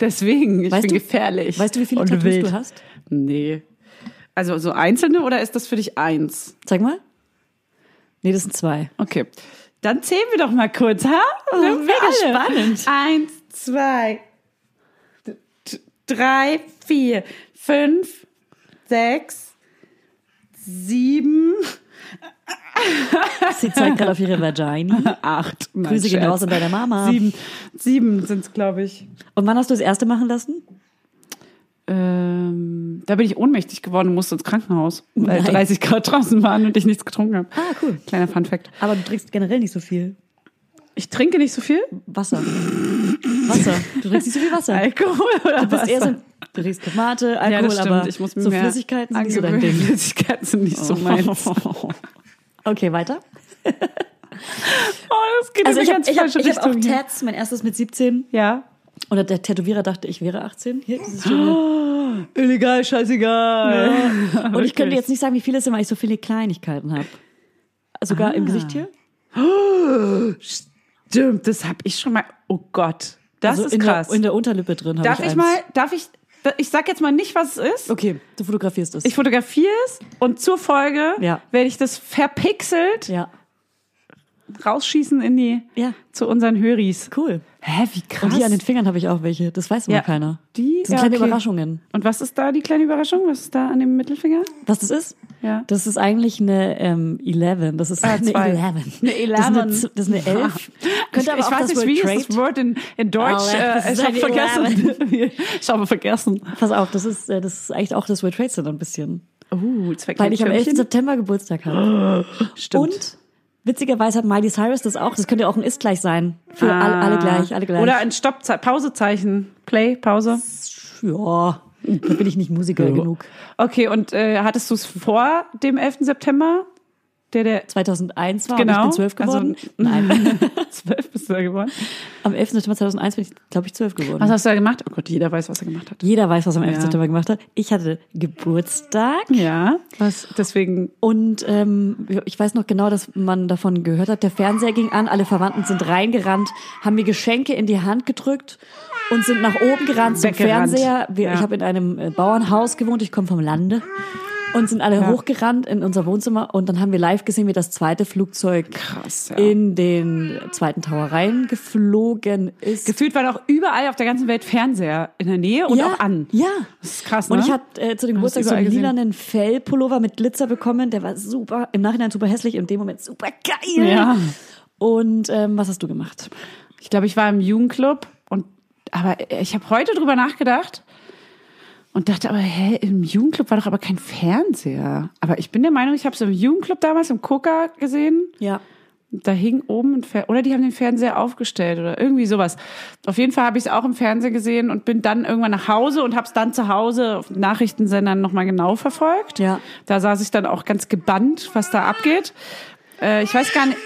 [SPEAKER 2] Deswegen, ich
[SPEAKER 1] Weißt
[SPEAKER 2] bin
[SPEAKER 1] du-
[SPEAKER 2] gefährlich.
[SPEAKER 1] Weißt du, wie viele
[SPEAKER 2] und
[SPEAKER 1] Tattoos
[SPEAKER 2] wild.
[SPEAKER 1] du hast?
[SPEAKER 2] Nee. Also so einzelne oder ist das für dich eins?
[SPEAKER 1] Zeig mal. Nee, das sind zwei.
[SPEAKER 2] Okay. Dann zählen wir doch mal kurz, ha? Nimm wir
[SPEAKER 1] mega
[SPEAKER 2] alle.
[SPEAKER 1] spannend.
[SPEAKER 2] Eins, zwei, d- d- drei, vier, fünf, sechs, sieben,
[SPEAKER 1] (laughs)
[SPEAKER 2] (laughs)
[SPEAKER 1] Sie zeigt gerade auf ihre Vagina.
[SPEAKER 2] acht. Mein
[SPEAKER 1] Grüße gehen
[SPEAKER 2] Scherz.
[SPEAKER 1] raus an deine Mama.
[SPEAKER 2] Sieben, sieben sind's, glaube ich.
[SPEAKER 1] Und wann hast du das erste machen lassen?
[SPEAKER 2] Ähm, da bin ich ohnmächtig geworden und musste ins Krankenhaus, weil
[SPEAKER 1] Nein.
[SPEAKER 2] 30 Grad draußen waren und ich nichts getrunken habe.
[SPEAKER 1] Ah, cool.
[SPEAKER 2] Kleiner Fun Fact.
[SPEAKER 1] Aber du trinkst generell nicht so viel
[SPEAKER 2] Ich trinke nicht so viel
[SPEAKER 1] Wasser. Wasser. Du trinkst nicht so viel Wasser.
[SPEAKER 2] Alkohol oder
[SPEAKER 1] Du bist
[SPEAKER 2] was?
[SPEAKER 1] eher so, du trinkst Tomate,
[SPEAKER 2] ja,
[SPEAKER 1] Alkohol,
[SPEAKER 2] das stimmt.
[SPEAKER 1] aber
[SPEAKER 2] ich muss mir
[SPEAKER 1] so
[SPEAKER 2] mehr
[SPEAKER 1] Flüssigkeiten sind nicht so dein
[SPEAKER 2] angewöhnen.
[SPEAKER 1] Ding.
[SPEAKER 2] Flüssigkeiten sind nicht
[SPEAKER 1] (laughs)
[SPEAKER 2] so meins. Oh,
[SPEAKER 1] Okay, weiter.
[SPEAKER 2] das geht
[SPEAKER 1] Also
[SPEAKER 2] in
[SPEAKER 1] ich habe
[SPEAKER 2] eine ganz
[SPEAKER 1] ich hab,
[SPEAKER 2] falsche
[SPEAKER 1] ich hab auch
[SPEAKER 2] Richtung. hier.
[SPEAKER 1] Tats, mein erstes mit 17.
[SPEAKER 2] ja.
[SPEAKER 1] Oder der Tätowierer dachte, ich wäre 18. Hier, dieses
[SPEAKER 2] (gasps)
[SPEAKER 1] schöne.
[SPEAKER 2] Illegal, scheißegal.
[SPEAKER 1] Und ich könnte jetzt nicht sagen, wie viele es sind, weil ich so viele Kleinigkeiten habe. Sogar
[SPEAKER 2] Ah,
[SPEAKER 1] im Gesicht hier.
[SPEAKER 2] Stimmt, das habe ich schon mal. Oh Gott, das
[SPEAKER 1] also
[SPEAKER 2] ist
[SPEAKER 1] in
[SPEAKER 2] krass.
[SPEAKER 1] Der, in der Unterlippe drin habe
[SPEAKER 2] darf
[SPEAKER 1] ich
[SPEAKER 2] ich,
[SPEAKER 1] eins.
[SPEAKER 2] mal, darf ich, ich sag jetzt mal nicht, was es ist.
[SPEAKER 1] Okay, du fotografierst es.
[SPEAKER 2] Ich fotografiere es und zur Folge
[SPEAKER 1] Ja.
[SPEAKER 2] werde ich das verpixelt
[SPEAKER 1] ja,
[SPEAKER 2] rausschießen in die,
[SPEAKER 1] Ja.
[SPEAKER 2] zu unseren Höris.
[SPEAKER 1] cool.
[SPEAKER 2] Hä, wie krass.
[SPEAKER 1] Und hier an den Fingern habe ich auch welche. Das weiß immer
[SPEAKER 2] Ja.
[SPEAKER 1] keiner.
[SPEAKER 2] Die-
[SPEAKER 1] das sind
[SPEAKER 2] ja,
[SPEAKER 1] kleine
[SPEAKER 2] okay.
[SPEAKER 1] Überraschungen.
[SPEAKER 2] Und was ist da die kleine Überraschung? Was ist da an dem Mittelfinger?
[SPEAKER 1] Was das ist?
[SPEAKER 2] Ja.
[SPEAKER 1] Das ist eigentlich eine ähm, 11. Das ist
[SPEAKER 2] Ah,
[SPEAKER 1] eine
[SPEAKER 2] zwei.
[SPEAKER 1] 11.
[SPEAKER 2] Eine 11.
[SPEAKER 1] Das ist eine, Z- das ist eine 11. Könnte aber
[SPEAKER 2] ich
[SPEAKER 1] auch
[SPEAKER 2] weiß
[SPEAKER 1] das
[SPEAKER 2] nicht,
[SPEAKER 1] Word
[SPEAKER 2] wie
[SPEAKER 1] Trade.
[SPEAKER 2] ist das Wort in, in Deutsch?
[SPEAKER 1] Oh, das
[SPEAKER 2] Äh,
[SPEAKER 1] ist
[SPEAKER 2] ich habe
[SPEAKER 1] eine
[SPEAKER 2] (laughs) vergessen. ich habe vergessen.
[SPEAKER 1] Pass auf, das ist, äh, das ist eigentlich auch das World Trade Center ein bisschen.
[SPEAKER 2] Uh, Zweck
[SPEAKER 1] Weil ich am 11. September Geburtstag habe.
[SPEAKER 2] Stimmt.
[SPEAKER 1] Und witzigerweise hat Miley Cyrus das auch. Das könnte auch ein Ist gleich sein. Für all, alle gleich, alle gleich.
[SPEAKER 2] Ah. Oder ein Stopp, Pausezeichen. Play, Pause.
[SPEAKER 1] ja, da bin ich nicht Musiker genug.
[SPEAKER 2] Okay, und äh, hattest du es vor dem 11. September? Der, der (laughs)
[SPEAKER 1] 2001 war
[SPEAKER 2] Genau.
[SPEAKER 1] und ich bin 12
[SPEAKER 2] Also- (laughs)
[SPEAKER 1] geworden. Nein,
[SPEAKER 2] 12 bist du da geworden.
[SPEAKER 1] am 11. September 2001 bin ich, glaube ich, 12 geworden.
[SPEAKER 2] Was hast du da gemacht? Oh Gott, jeder weiß, was er gemacht hat.
[SPEAKER 1] Jeder weiß, was er am 11.
[SPEAKER 2] Ja.
[SPEAKER 1] September gemacht hat. Ich hatte Geburtstag.
[SPEAKER 2] Ja, was? Deswegen
[SPEAKER 1] Und ähm, ich weiß noch genau, dass man davon gehört hat. Der Fernseher ging an, alle Verwandten sind reingerannt, haben mir Geschenke in die Hand gedrückt und sind nach oben gerannt zum
[SPEAKER 2] Weggerannt.
[SPEAKER 1] Fernseher. Wir,
[SPEAKER 2] Ja.
[SPEAKER 1] Ich habe in einem äh, Bauernhaus gewohnt, ich komme vom Lande. Und sind alle hochgerannt in unser Wohnzimmer und dann haben wir live gesehen, wie das zweite Flugzeug
[SPEAKER 2] Krass, ja.
[SPEAKER 1] in den zweiten Tower reingeflogen ist.
[SPEAKER 2] gefühlt waren auch überall auf der ganzen Welt Fernseher in der Nähe und
[SPEAKER 1] ja,
[SPEAKER 2] auch an.
[SPEAKER 1] Ja.
[SPEAKER 2] Das ist krass,
[SPEAKER 1] Und
[SPEAKER 2] ne?
[SPEAKER 1] ich habe äh, zu dem Geburtstag so einen
[SPEAKER 2] überall gesehen.
[SPEAKER 1] lilanen Fellpullover mit Glitzer bekommen. Der war super, im Nachhinein super hässlich, in dem Moment super geil.
[SPEAKER 2] Ja.
[SPEAKER 1] Und ähm, was hast du gemacht?
[SPEAKER 2] Ich glaube, ich war im Jugendclub und aber ich habe heute drüber nachgedacht und dachte aber, hä, im Jugendclub war doch aber kein Fernseher. Aber ich bin der Meinung, ich habe es im Jugendclub damals im Coca gesehen.
[SPEAKER 1] Ja.
[SPEAKER 2] Da hing oben ein Fer oder die haben den Fernseher aufgestellt oder irgendwie sowas. Auf jeden Fall habe ich es auch im Fernsehen gesehen und bin dann irgendwann nach Hause und habe es dann zu Hause auf Nachrichtensendern nochmal genau verfolgt.
[SPEAKER 1] Ja.
[SPEAKER 2] Da saß ich dann auch ganz gebannt, was da abgeht. Äh, ich weiß gar nicht.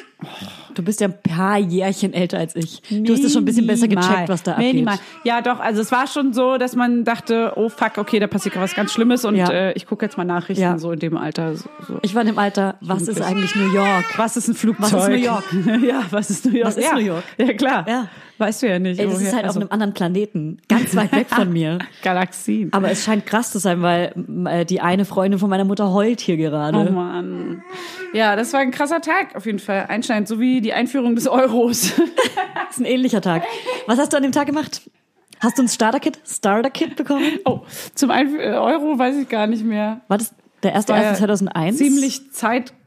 [SPEAKER 1] Du bist ja ein paar Jährchen älter als ich. Du hast es schon ein bisschen besser
[SPEAKER 2] Minimal.
[SPEAKER 1] gecheckt, was da abgeht.
[SPEAKER 2] Minimal. Ja, doch. Also es war schon so, dass man dachte, oh fuck, okay, da passiert gerade was ganz Schlimmes und
[SPEAKER 1] Ja.
[SPEAKER 2] äh, ich gucke jetzt mal Nachrichten
[SPEAKER 1] Ja.
[SPEAKER 2] so in dem Alter. So, so.
[SPEAKER 1] Ich war in dem Alter, was ist eigentlich New York?
[SPEAKER 2] was ist ein Flugzeug?
[SPEAKER 1] Was ist New
[SPEAKER 2] (laughs)
[SPEAKER 1] York?
[SPEAKER 2] ja, was ist New York?
[SPEAKER 1] Was ist
[SPEAKER 2] ja.
[SPEAKER 1] New York?
[SPEAKER 2] Ja, klar.
[SPEAKER 1] Ja.
[SPEAKER 2] Weißt du ja nicht.
[SPEAKER 1] Ey, das
[SPEAKER 2] woher-
[SPEAKER 1] ist
[SPEAKER 2] also
[SPEAKER 1] halt auf einem anderen Planeten, ganz weit weg
[SPEAKER 2] (laughs)
[SPEAKER 1] von mir.
[SPEAKER 2] Galaxien.
[SPEAKER 1] Aber es scheint krass zu sein, weil m, äh, die eine Freundin von meiner Mutter heult hier
[SPEAKER 2] Oh
[SPEAKER 1] gerade.
[SPEAKER 2] Mann. Ja, das war ein krasser Tag auf jeden Fall. Einschneidend, so wie die Einführung des Euros. (laughs)
[SPEAKER 1] Das ist ein ähnlicher Tag. Was hast du an dem Tag gemacht? Hast du ein Starter-Kit Starter -Kit bekommen?
[SPEAKER 2] oh, zum Einf äh, Euro weiß ich gar nicht mehr.
[SPEAKER 1] War das der erste
[SPEAKER 2] War ja
[SPEAKER 1] 2001?
[SPEAKER 2] Ziemlich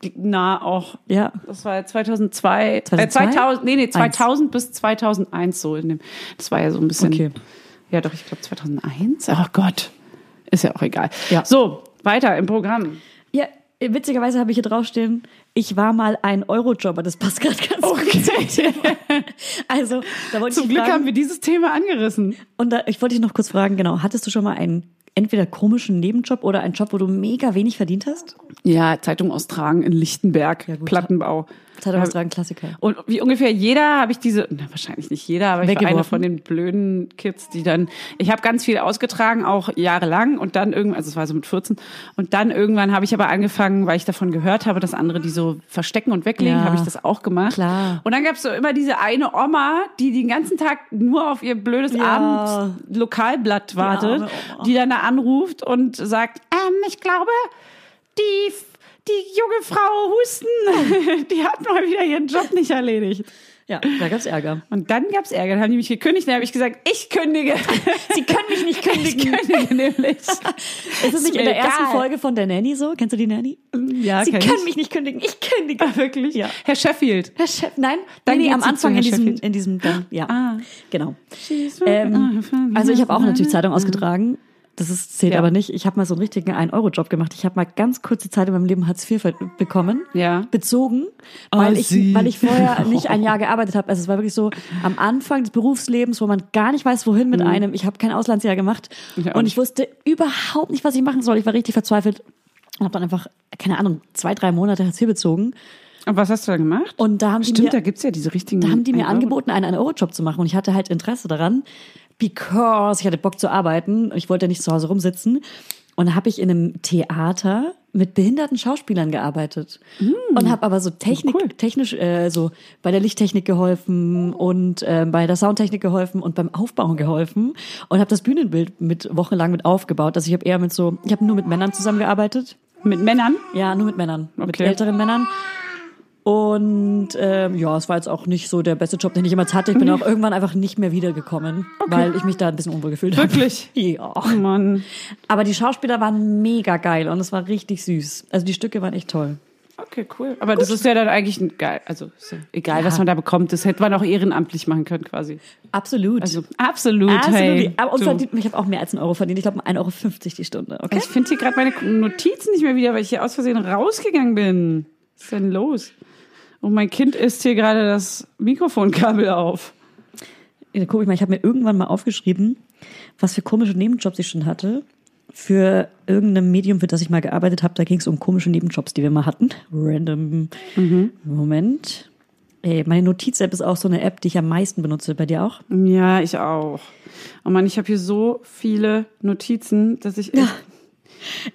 [SPEAKER 2] zeitnah auch.
[SPEAKER 1] Ja.
[SPEAKER 2] Das war 2002,
[SPEAKER 1] 2002?
[SPEAKER 2] Äh, 2000, nee, nee, 2000 bis 2001 so in dem. Das war ja so ein bisschen.
[SPEAKER 1] Okay.
[SPEAKER 2] Ja, doch, ich glaube 2001. Ach Oh Gott, ist ja auch egal.
[SPEAKER 1] Ja.
[SPEAKER 2] So, weiter im Programm.
[SPEAKER 1] Ja, witzigerweise habe ich hier draufstehen, ich war mal ein Eurojobber. Das passt gerade ganz gut. zum Thema. (laughs) Also, da wollte
[SPEAKER 2] Zum
[SPEAKER 1] ich
[SPEAKER 2] Glück
[SPEAKER 1] fragen,
[SPEAKER 2] haben wir dieses Thema angerissen.
[SPEAKER 1] und da, ich wollte dich noch kurz fragen, genau, hattest du schon mal einen entweder komischen Nebenjob oder einen Job, wo du mega wenig verdient hast?
[SPEAKER 2] Ja, Zeitung austragen in Lichtenberg,
[SPEAKER 1] gut.
[SPEAKER 2] Plattenbau.
[SPEAKER 1] Zeitung austragen, Klassiker.
[SPEAKER 2] Und wie ungefähr jeder habe ich diese, na, wahrscheinlich nicht jeder, aber ich war
[SPEAKER 1] Weggeworfen.
[SPEAKER 2] einer von den blöden Kids, die dann, ich habe ganz viel ausgetragen, auch jahrelang und dann irgendwann, also es war so mit 14, und dann irgendwann habe ich aber angefangen, weil ich davon gehört habe, dass andere die so verstecken und weglegen,
[SPEAKER 1] Ja.
[SPEAKER 2] habe ich das auch gemacht.
[SPEAKER 1] Klar.
[SPEAKER 2] Und dann gab es so immer diese eine Oma, die den ganzen Tag nur auf ihr blödes
[SPEAKER 1] Ja.
[SPEAKER 2] Abendlokalblatt wartet,
[SPEAKER 1] arme Oma.
[SPEAKER 2] die dann da anruft und sagt, ähm, ich glaube, die, die junge Frau Husten, (laughs) die hat mal wieder ihren Job nicht erledigt.
[SPEAKER 1] Ja, da gab's Ärger.
[SPEAKER 2] Und dann gab's Ärger, dann haben die mich gekündigt, dann habe ich gesagt, ich kündige. (laughs)
[SPEAKER 1] Sie können mich nicht (laughs)
[SPEAKER 2] Ich
[SPEAKER 1] kündigen.
[SPEAKER 2] kündige nämlich.
[SPEAKER 1] Ist es nicht in
[SPEAKER 2] mir
[SPEAKER 1] der ersten
[SPEAKER 2] egal.
[SPEAKER 1] Folge von der Nanny so? Kennst du die Nanny?
[SPEAKER 2] Ja,
[SPEAKER 1] Sie
[SPEAKER 2] kenn
[SPEAKER 1] können
[SPEAKER 2] ich.
[SPEAKER 1] mich nicht kündigen. Ich kündige.
[SPEAKER 2] Wirklich?
[SPEAKER 1] Ja.
[SPEAKER 2] Herr Sheffield.
[SPEAKER 1] Herr Chef, Ah, nein,
[SPEAKER 2] Dann
[SPEAKER 1] nee, nee,
[SPEAKER 2] geht
[SPEAKER 1] am
[SPEAKER 2] sie zu
[SPEAKER 1] Anfang in
[SPEAKER 2] Herrn
[SPEAKER 1] diesem,
[SPEAKER 2] Sheffield.
[SPEAKER 1] in diesem, dann, ja,
[SPEAKER 2] Ah.
[SPEAKER 1] genau. Ähm, also ich habe auch natürlich Zeitung ausgetragen. Das ist, zählt
[SPEAKER 2] Ja.
[SPEAKER 1] aber nicht. Ich habe mal so einen richtigen 1-Euro-Job gemacht. Ich habe mal ganz kurze Zeit in meinem Leben Hartz IV ver- bekommen.
[SPEAKER 2] Ja.
[SPEAKER 1] Bezogen, weil, ich,
[SPEAKER 2] Ah, sie.
[SPEAKER 1] weil ich
[SPEAKER 2] (laughs)
[SPEAKER 1] vorher nicht ein Jahr gearbeitet habe. Also es war wirklich so am Anfang des Berufslebens, wo man gar nicht weiß, wohin
[SPEAKER 2] Mhm.
[SPEAKER 1] mit einem. Ich habe kein Auslandsjahr gemacht.
[SPEAKER 2] Ich auch
[SPEAKER 1] und ich
[SPEAKER 2] nicht.
[SPEAKER 1] wusste überhaupt nicht, was ich machen soll. Ich war richtig verzweifelt und habe dann einfach, keine Ahnung, zwei, drei Monate Hartz IV bezogen.
[SPEAKER 2] Und was hast du da gemacht?
[SPEAKER 1] Und da haben die mir,
[SPEAKER 2] Stimmt, da gibt's ja diese richtigen.
[SPEAKER 1] da haben die mir
[SPEAKER 2] Ein Euro-
[SPEAKER 1] angeboten, einen, einen Euro-Job zu machen und ich hatte halt Interesse daran, because ich hatte Bock zu arbeiten und ich wollte ja nicht zu Hause rumsitzen. Und da habe ich in einem Theater mit behinderten Schauspielern gearbeitet
[SPEAKER 2] Mm.
[SPEAKER 1] und habe aber so Technik, technisch, äh, so bei der Lichttechnik geholfen und äh, bei der Soundtechnik geholfen und beim Aufbauen geholfen und habe das Bühnenbild mit wochenlang mit aufgebaut. Also ich habe eher mit so, ich habe nur mit Männern zusammengearbeitet.
[SPEAKER 2] Mit Männern?
[SPEAKER 1] Ja, nur mit Männern, mit
[SPEAKER 2] Okay.
[SPEAKER 1] älteren Männern. Und ähm, ja, es war jetzt auch nicht so der beste Job, den ich jemals hatte. Ich bin
[SPEAKER 2] Mhm.
[SPEAKER 1] auch irgendwann einfach nicht mehr wiedergekommen, weil ich mich da ein bisschen unwohl gefühlt habe.
[SPEAKER 2] Wirklich?
[SPEAKER 1] (laughs) Ja.
[SPEAKER 2] Oh Mann.
[SPEAKER 1] Aber die Schauspieler waren mega geil und es war richtig süß. Also die Stücke waren echt toll.
[SPEAKER 2] Okay, cool. Aber das ist ja dann eigentlich ein geil. Also ist ja egal, was man da bekommt. Das hätte man auch ehrenamtlich machen können, quasi.
[SPEAKER 1] Absolut.
[SPEAKER 2] Also absolut.
[SPEAKER 1] Absolut.
[SPEAKER 2] Hey,
[SPEAKER 1] Aber und
[SPEAKER 2] du.
[SPEAKER 1] verdient, ich habe auch mehr als einen Euro verdient. Ich glaube 1,50 Euro die Stunde. Okay.
[SPEAKER 2] Ich finde hier gerade meine Notizen nicht mehr wieder, weil ich hier aus Versehen rausgegangen bin. Was ist denn los? Und mein Kind isst hier gerade das Mikrofonkabel auf.
[SPEAKER 1] Ja, guck ich mal, ich habe mir irgendwann mal aufgeschrieben, was für komische Nebenjobs ich schon hatte. Für irgendein Medium, für das ich mal gearbeitet habe, da ging es um komische Nebenjobs, die wir mal hatten. Random.
[SPEAKER 2] Mhm.
[SPEAKER 1] Moment. Ey, meine Notiz-App ist auch so eine App, die ich am meisten benutze. Bei dir auch?
[SPEAKER 2] Ja, ich auch. Oh Mann, ich habe hier so viele Notizen, dass ich echt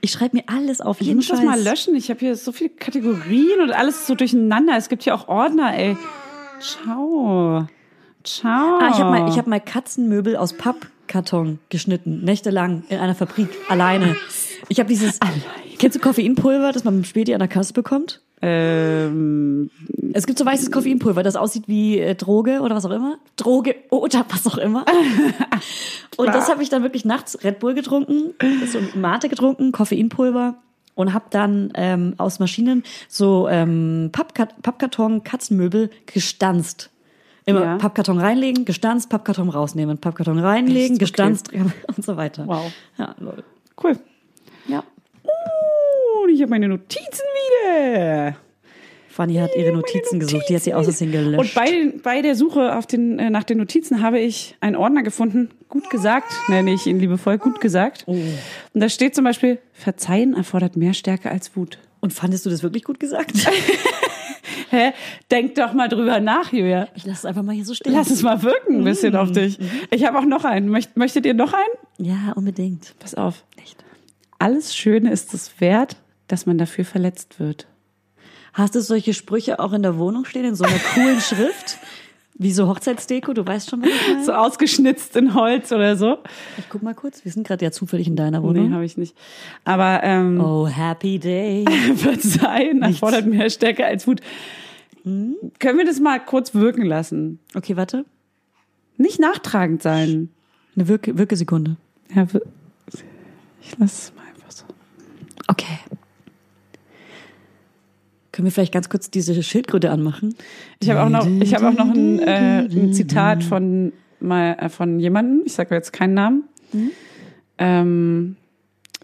[SPEAKER 1] Ich schreibe mir alles auf.
[SPEAKER 2] Ich
[SPEAKER 1] Jeden
[SPEAKER 2] muss das
[SPEAKER 1] Scheiß.
[SPEAKER 2] mal löschen. Ich habe hier so viele Kategorien und alles ist so durcheinander. Es gibt hier auch Ordner, ey. Ciao. Ciao.
[SPEAKER 1] Ah, ich habe mal, ich hab mal Katzenmöbel aus Pappkarton geschnitten, nächtelang in einer Fabrik, alleine. Ich habe dieses. Kennst du Koffeinpulver, das man beim Späti an der Kasse bekommt?
[SPEAKER 2] ähm,
[SPEAKER 1] Es gibt so weißes Koffeinpulver, das aussieht wie äh, Droge oder was auch immer. Droge oder (laughs) was auch
[SPEAKER 2] (laughs)
[SPEAKER 1] immer. und das habe ich dann wirklich nachts Red Bull getrunken, so Mate getrunken, Koffeinpulver und habe dann ähm, aus Maschinen so ähm, Pappkat Pappkarton, Katzenmöbel gestanzt. Immer
[SPEAKER 2] Ja.
[SPEAKER 1] Pappkarton reinlegen, gestanzt, Pappkarton rausnehmen, Pappkarton reinlegen,
[SPEAKER 2] Echt? Okay.
[SPEAKER 1] gestanzt (laughs) und so weiter.
[SPEAKER 2] Wow.
[SPEAKER 1] Ja, lol.
[SPEAKER 2] cool.
[SPEAKER 1] ja.
[SPEAKER 2] Und ich habe meine Notizen wieder.
[SPEAKER 1] Fanny hat ihre Notizen gesucht, die hat sie aus Versehen gelöscht.
[SPEAKER 2] Und bei, den- bei der Suche auf den, äh, nach den Notizen habe ich einen Ordner gefunden. Gut gesagt, nenne ich ihn liebevoll. Gut gesagt.
[SPEAKER 1] Oh.
[SPEAKER 2] Und da steht zum Beispiel, Verzeihen erfordert mehr Stärke als Wut.
[SPEAKER 1] und fandest du das wirklich gut gesagt?
[SPEAKER 2] (laughs) Hä? Denk doch mal drüber nach, Julia.
[SPEAKER 1] Ich lasse es einfach mal hier so stehen.
[SPEAKER 2] Lass es mal wirken ein bisschen
[SPEAKER 1] Mm.
[SPEAKER 2] auf dich.
[SPEAKER 1] Mhm.
[SPEAKER 2] Ich habe auch noch einen. Möcht, möchtet ihr noch einen?
[SPEAKER 1] Ja, unbedingt.
[SPEAKER 2] Pass auf. Alles Schöne ist es wert, dass man dafür verletzt wird.
[SPEAKER 1] Hast du solche Sprüche auch in der Wohnung stehen, in so einer (laughs) coolen Schrift? Wie so Hochzeitsdeko, du weißt schon, was ich meine.
[SPEAKER 2] So ausgeschnitzt in Holz oder so. Oh,
[SPEAKER 1] Ich guck mal kurz, wir sind gerade ja zufällig in deiner
[SPEAKER 2] Nee,
[SPEAKER 1] Wohnung.
[SPEAKER 2] habe ich nicht. Aber ähm,
[SPEAKER 1] Oh, happy day.
[SPEAKER 2] (laughs) Verzeihen erfordert mehr Stärke als Wut. Können wir das mal kurz wirken lassen?
[SPEAKER 1] Okay, warte.
[SPEAKER 2] Nicht nachtragend sein.
[SPEAKER 1] Eine Wirke, Wirkesekunde.
[SPEAKER 2] Ja, wir- ich lasse es mal einfach so.
[SPEAKER 1] Okay. Können wir vielleicht ganz kurz diese Schildkröte anmachen?
[SPEAKER 2] Ich habe auch noch, ich habe auch noch ein, äh, ein Zitat von mal äh, von jemandem, ich sage jetzt keinen Namen. Ähm,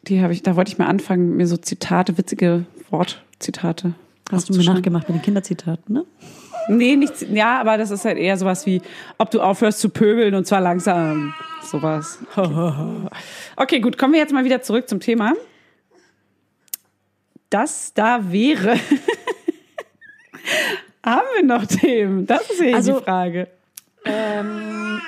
[SPEAKER 2] die habe ich, da wollte ich mal anfangen, mir so Zitate, witzige Wortzitate.
[SPEAKER 1] Hast du mir
[SPEAKER 2] aufzuschreiben.
[SPEAKER 1] nachgemacht mit den Kinderzitaten, ne?
[SPEAKER 2] Nee, nichts. Ja, aber das ist halt eher sowas wie, ob du aufhörst zu pöbeln und zwar langsam. Sowas. (laughs) Okay, gut, kommen wir jetzt mal wieder zurück zum Thema. Das da wäre. (laughs) Haben wir noch Themen? Das ist eben
[SPEAKER 1] Also- ähm,
[SPEAKER 2] die Frage.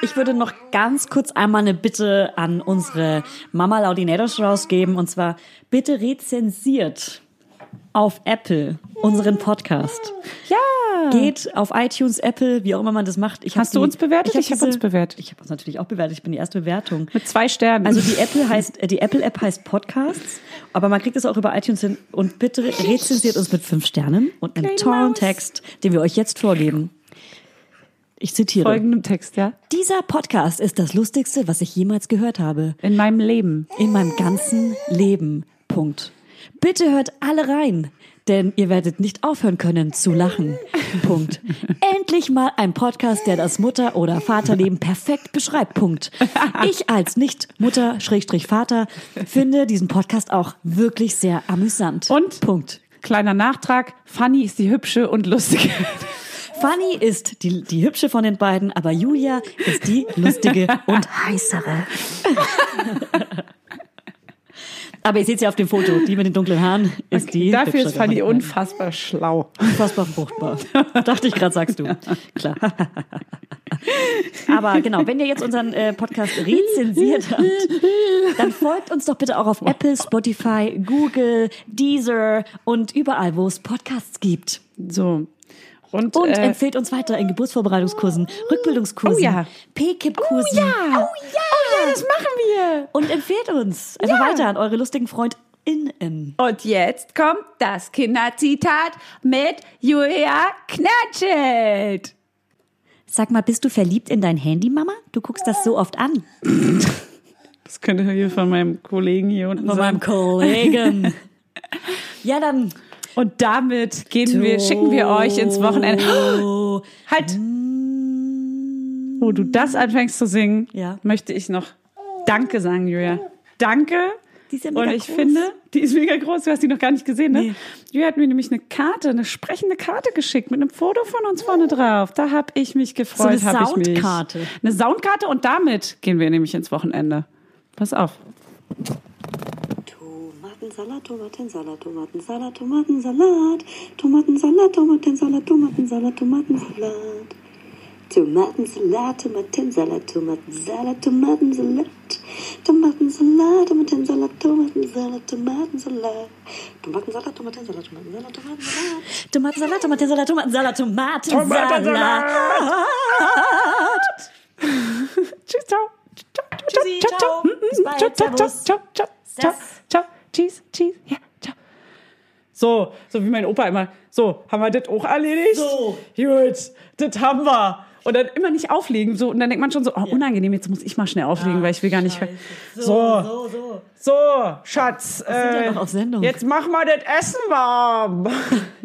[SPEAKER 1] Ich würde noch ganz kurz einmal eine Bitte an unsere Mama Laudinators rausgeben und zwar bitte rezensiert auf Apple unseren Podcast.
[SPEAKER 2] Ja.
[SPEAKER 1] Geht auf iTunes, Apple, wie auch immer man das macht. Ich hab
[SPEAKER 2] Hast du
[SPEAKER 1] die-
[SPEAKER 2] uns bewertet?
[SPEAKER 1] hab
[SPEAKER 2] Ich hab
[SPEAKER 1] diese-
[SPEAKER 2] uns bewertet.
[SPEAKER 1] Ich habe uns natürlich auch bewertet. Ich bin die erste Bewertung.
[SPEAKER 2] Mit zwei Sternen. (laughs)
[SPEAKER 1] Also die Apple heißt, äh, die Apple App heißt Podcasts, aber man kriegt es auch über iTunes hin und bitte rezensiert uns mit fünf Sternen und einem
[SPEAKER 2] Kleine
[SPEAKER 1] tollen
[SPEAKER 2] Maus.
[SPEAKER 1] Text, den wir euch jetzt vorgeben. Ich zitiere.
[SPEAKER 2] folgendem Text, ja?
[SPEAKER 1] Dieser Podcast ist das Lustigste, was ich jemals gehört habe.
[SPEAKER 2] In meinem Leben.
[SPEAKER 1] In meinem ganzen Leben. Punkt. Bitte hört alle rein, denn ihr werdet nicht aufhören können zu lachen. Punkt. Endlich mal ein Podcast, der das Mutter- oder Vaterleben perfekt beschreibt. Punkt. Ich als Nicht-Mutter-Vater finde diesen Podcast auch wirklich sehr amüsant.
[SPEAKER 2] Und?
[SPEAKER 1] Punkt.
[SPEAKER 2] Kleiner Nachtrag. Fanny ist die hübsche und lustige.
[SPEAKER 1] Fanny ist die, die hübsche von den beiden, aber Julia ist die lustige und heißere. aber ihr seht sie auf dem Foto, die mit den dunklen Haaren ist die.
[SPEAKER 2] Dafür
[SPEAKER 1] hübschere
[SPEAKER 2] ist Fanny
[SPEAKER 1] von den beiden.
[SPEAKER 2] unfassbar schlau.
[SPEAKER 1] unfassbar fruchtbar. Dachte ich gerade, sagst du. Klar. aber genau, wenn ihr jetzt unseren äh, Podcast rezensiert habt, dann folgt uns doch bitte auch auf Apple, Spotify, Google, Deezer und überall, wo es Podcasts gibt.
[SPEAKER 2] So. Und,
[SPEAKER 1] Und
[SPEAKER 2] äh,
[SPEAKER 1] empfiehlt uns weiter in Geburtsvorbereitungskursen, Rückbildungskursen,
[SPEAKER 2] Oh ja.
[SPEAKER 1] PKIP-Kursen.
[SPEAKER 2] Oh ja, das machen wir.
[SPEAKER 1] Und empfiehlt uns einfach weiter an eure lustigen FreundInnen.
[SPEAKER 2] Und jetzt kommt das Kinderzitat mit Julia Knatschelt.
[SPEAKER 1] Sag mal, bist du verliebt in dein Handy, Mama? Du guckst das so oft an.
[SPEAKER 2] Das könnte hier von meinem Kollegen hier unten
[SPEAKER 1] Von
[SPEAKER 2] sein.
[SPEAKER 1] meinem
[SPEAKER 2] (laughs)
[SPEAKER 1] Kollegen. ja, dann.
[SPEAKER 2] Und damit gehen wir, schicken wir euch ins Wochenende.
[SPEAKER 1] Oh,
[SPEAKER 2] Halt! Wo du das anfängst zu singen,
[SPEAKER 1] Ja.
[SPEAKER 2] möchte ich noch Danke sagen, Julia. Danke.
[SPEAKER 1] Die ist ja mega
[SPEAKER 2] Und ich
[SPEAKER 1] groß.
[SPEAKER 2] finde, die ist mega groß. Du hast die noch gar nicht gesehen, ne?
[SPEAKER 1] Nee.
[SPEAKER 2] Julia hat mir nämlich eine Karte, eine sprechende Karte geschickt mit einem Foto von uns vorne drauf. Da habe ich mich gefreut.
[SPEAKER 1] So eine
[SPEAKER 2] hab ich mich.
[SPEAKER 1] Soundkarte.
[SPEAKER 2] Eine Soundkarte und damit gehen wir nämlich ins Wochenende. Pass auf.
[SPEAKER 5] Tomatensalat, Tomatensalat, Tomatensalat, Tomatensalat, Tomatensalat, Tomatensalat, Tomatensalat, Tomatensalat. Tomatensalat, Tomatensalat, Tomatensalat, Tomatensalat, Tomatensalat, Tomatensalat, Tomatensalat, Tomatensalat, Tomatensalat, Tomatensalat, Tomatensalat, Tomatensalat.
[SPEAKER 1] Tomatensalat, Tomatensalat, Tomatensalat, Tomatensalat.
[SPEAKER 2] Tschüss, ciao. Ciao,
[SPEAKER 1] Tschüssi, ciao.
[SPEAKER 2] Mm, mm.
[SPEAKER 1] Bis bald,
[SPEAKER 2] Ciao, ciao, ciao,
[SPEAKER 1] servus.
[SPEAKER 2] ciao, ciao, ciao,
[SPEAKER 1] Sass.
[SPEAKER 2] ciao. Tschüss, tschüss. Ja, ciao. So, so wie mein Opa immer. So, haben wir das auch erledigt?
[SPEAKER 1] So.
[SPEAKER 2] Gut, das haben wir. Und dann immer nicht auflegen. So, und dann denkt man schon so, oh, unangenehm, jetzt muss ich mal schnell auflegen, weil ich will gar nicht. hören. So,
[SPEAKER 1] Ah, So, so.
[SPEAKER 2] so, Schatz.
[SPEAKER 1] ja
[SPEAKER 2] äh,
[SPEAKER 1] noch auf Sendung.
[SPEAKER 2] Jetzt mach mal das Essen
[SPEAKER 1] (laughs)
[SPEAKER 2] warm.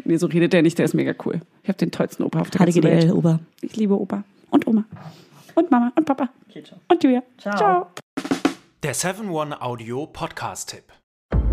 [SPEAKER 2] nee, so redet der nicht, der ist mega cool. Ich habe den tollsten Opa auf der ganzen Welt.
[SPEAKER 1] HDGDL, Ober.
[SPEAKER 2] Ich liebe Opa und Oma und Mama und Papa und Julia. ciao.
[SPEAKER 6] Der 7-One-Audio Podcast-Tipp.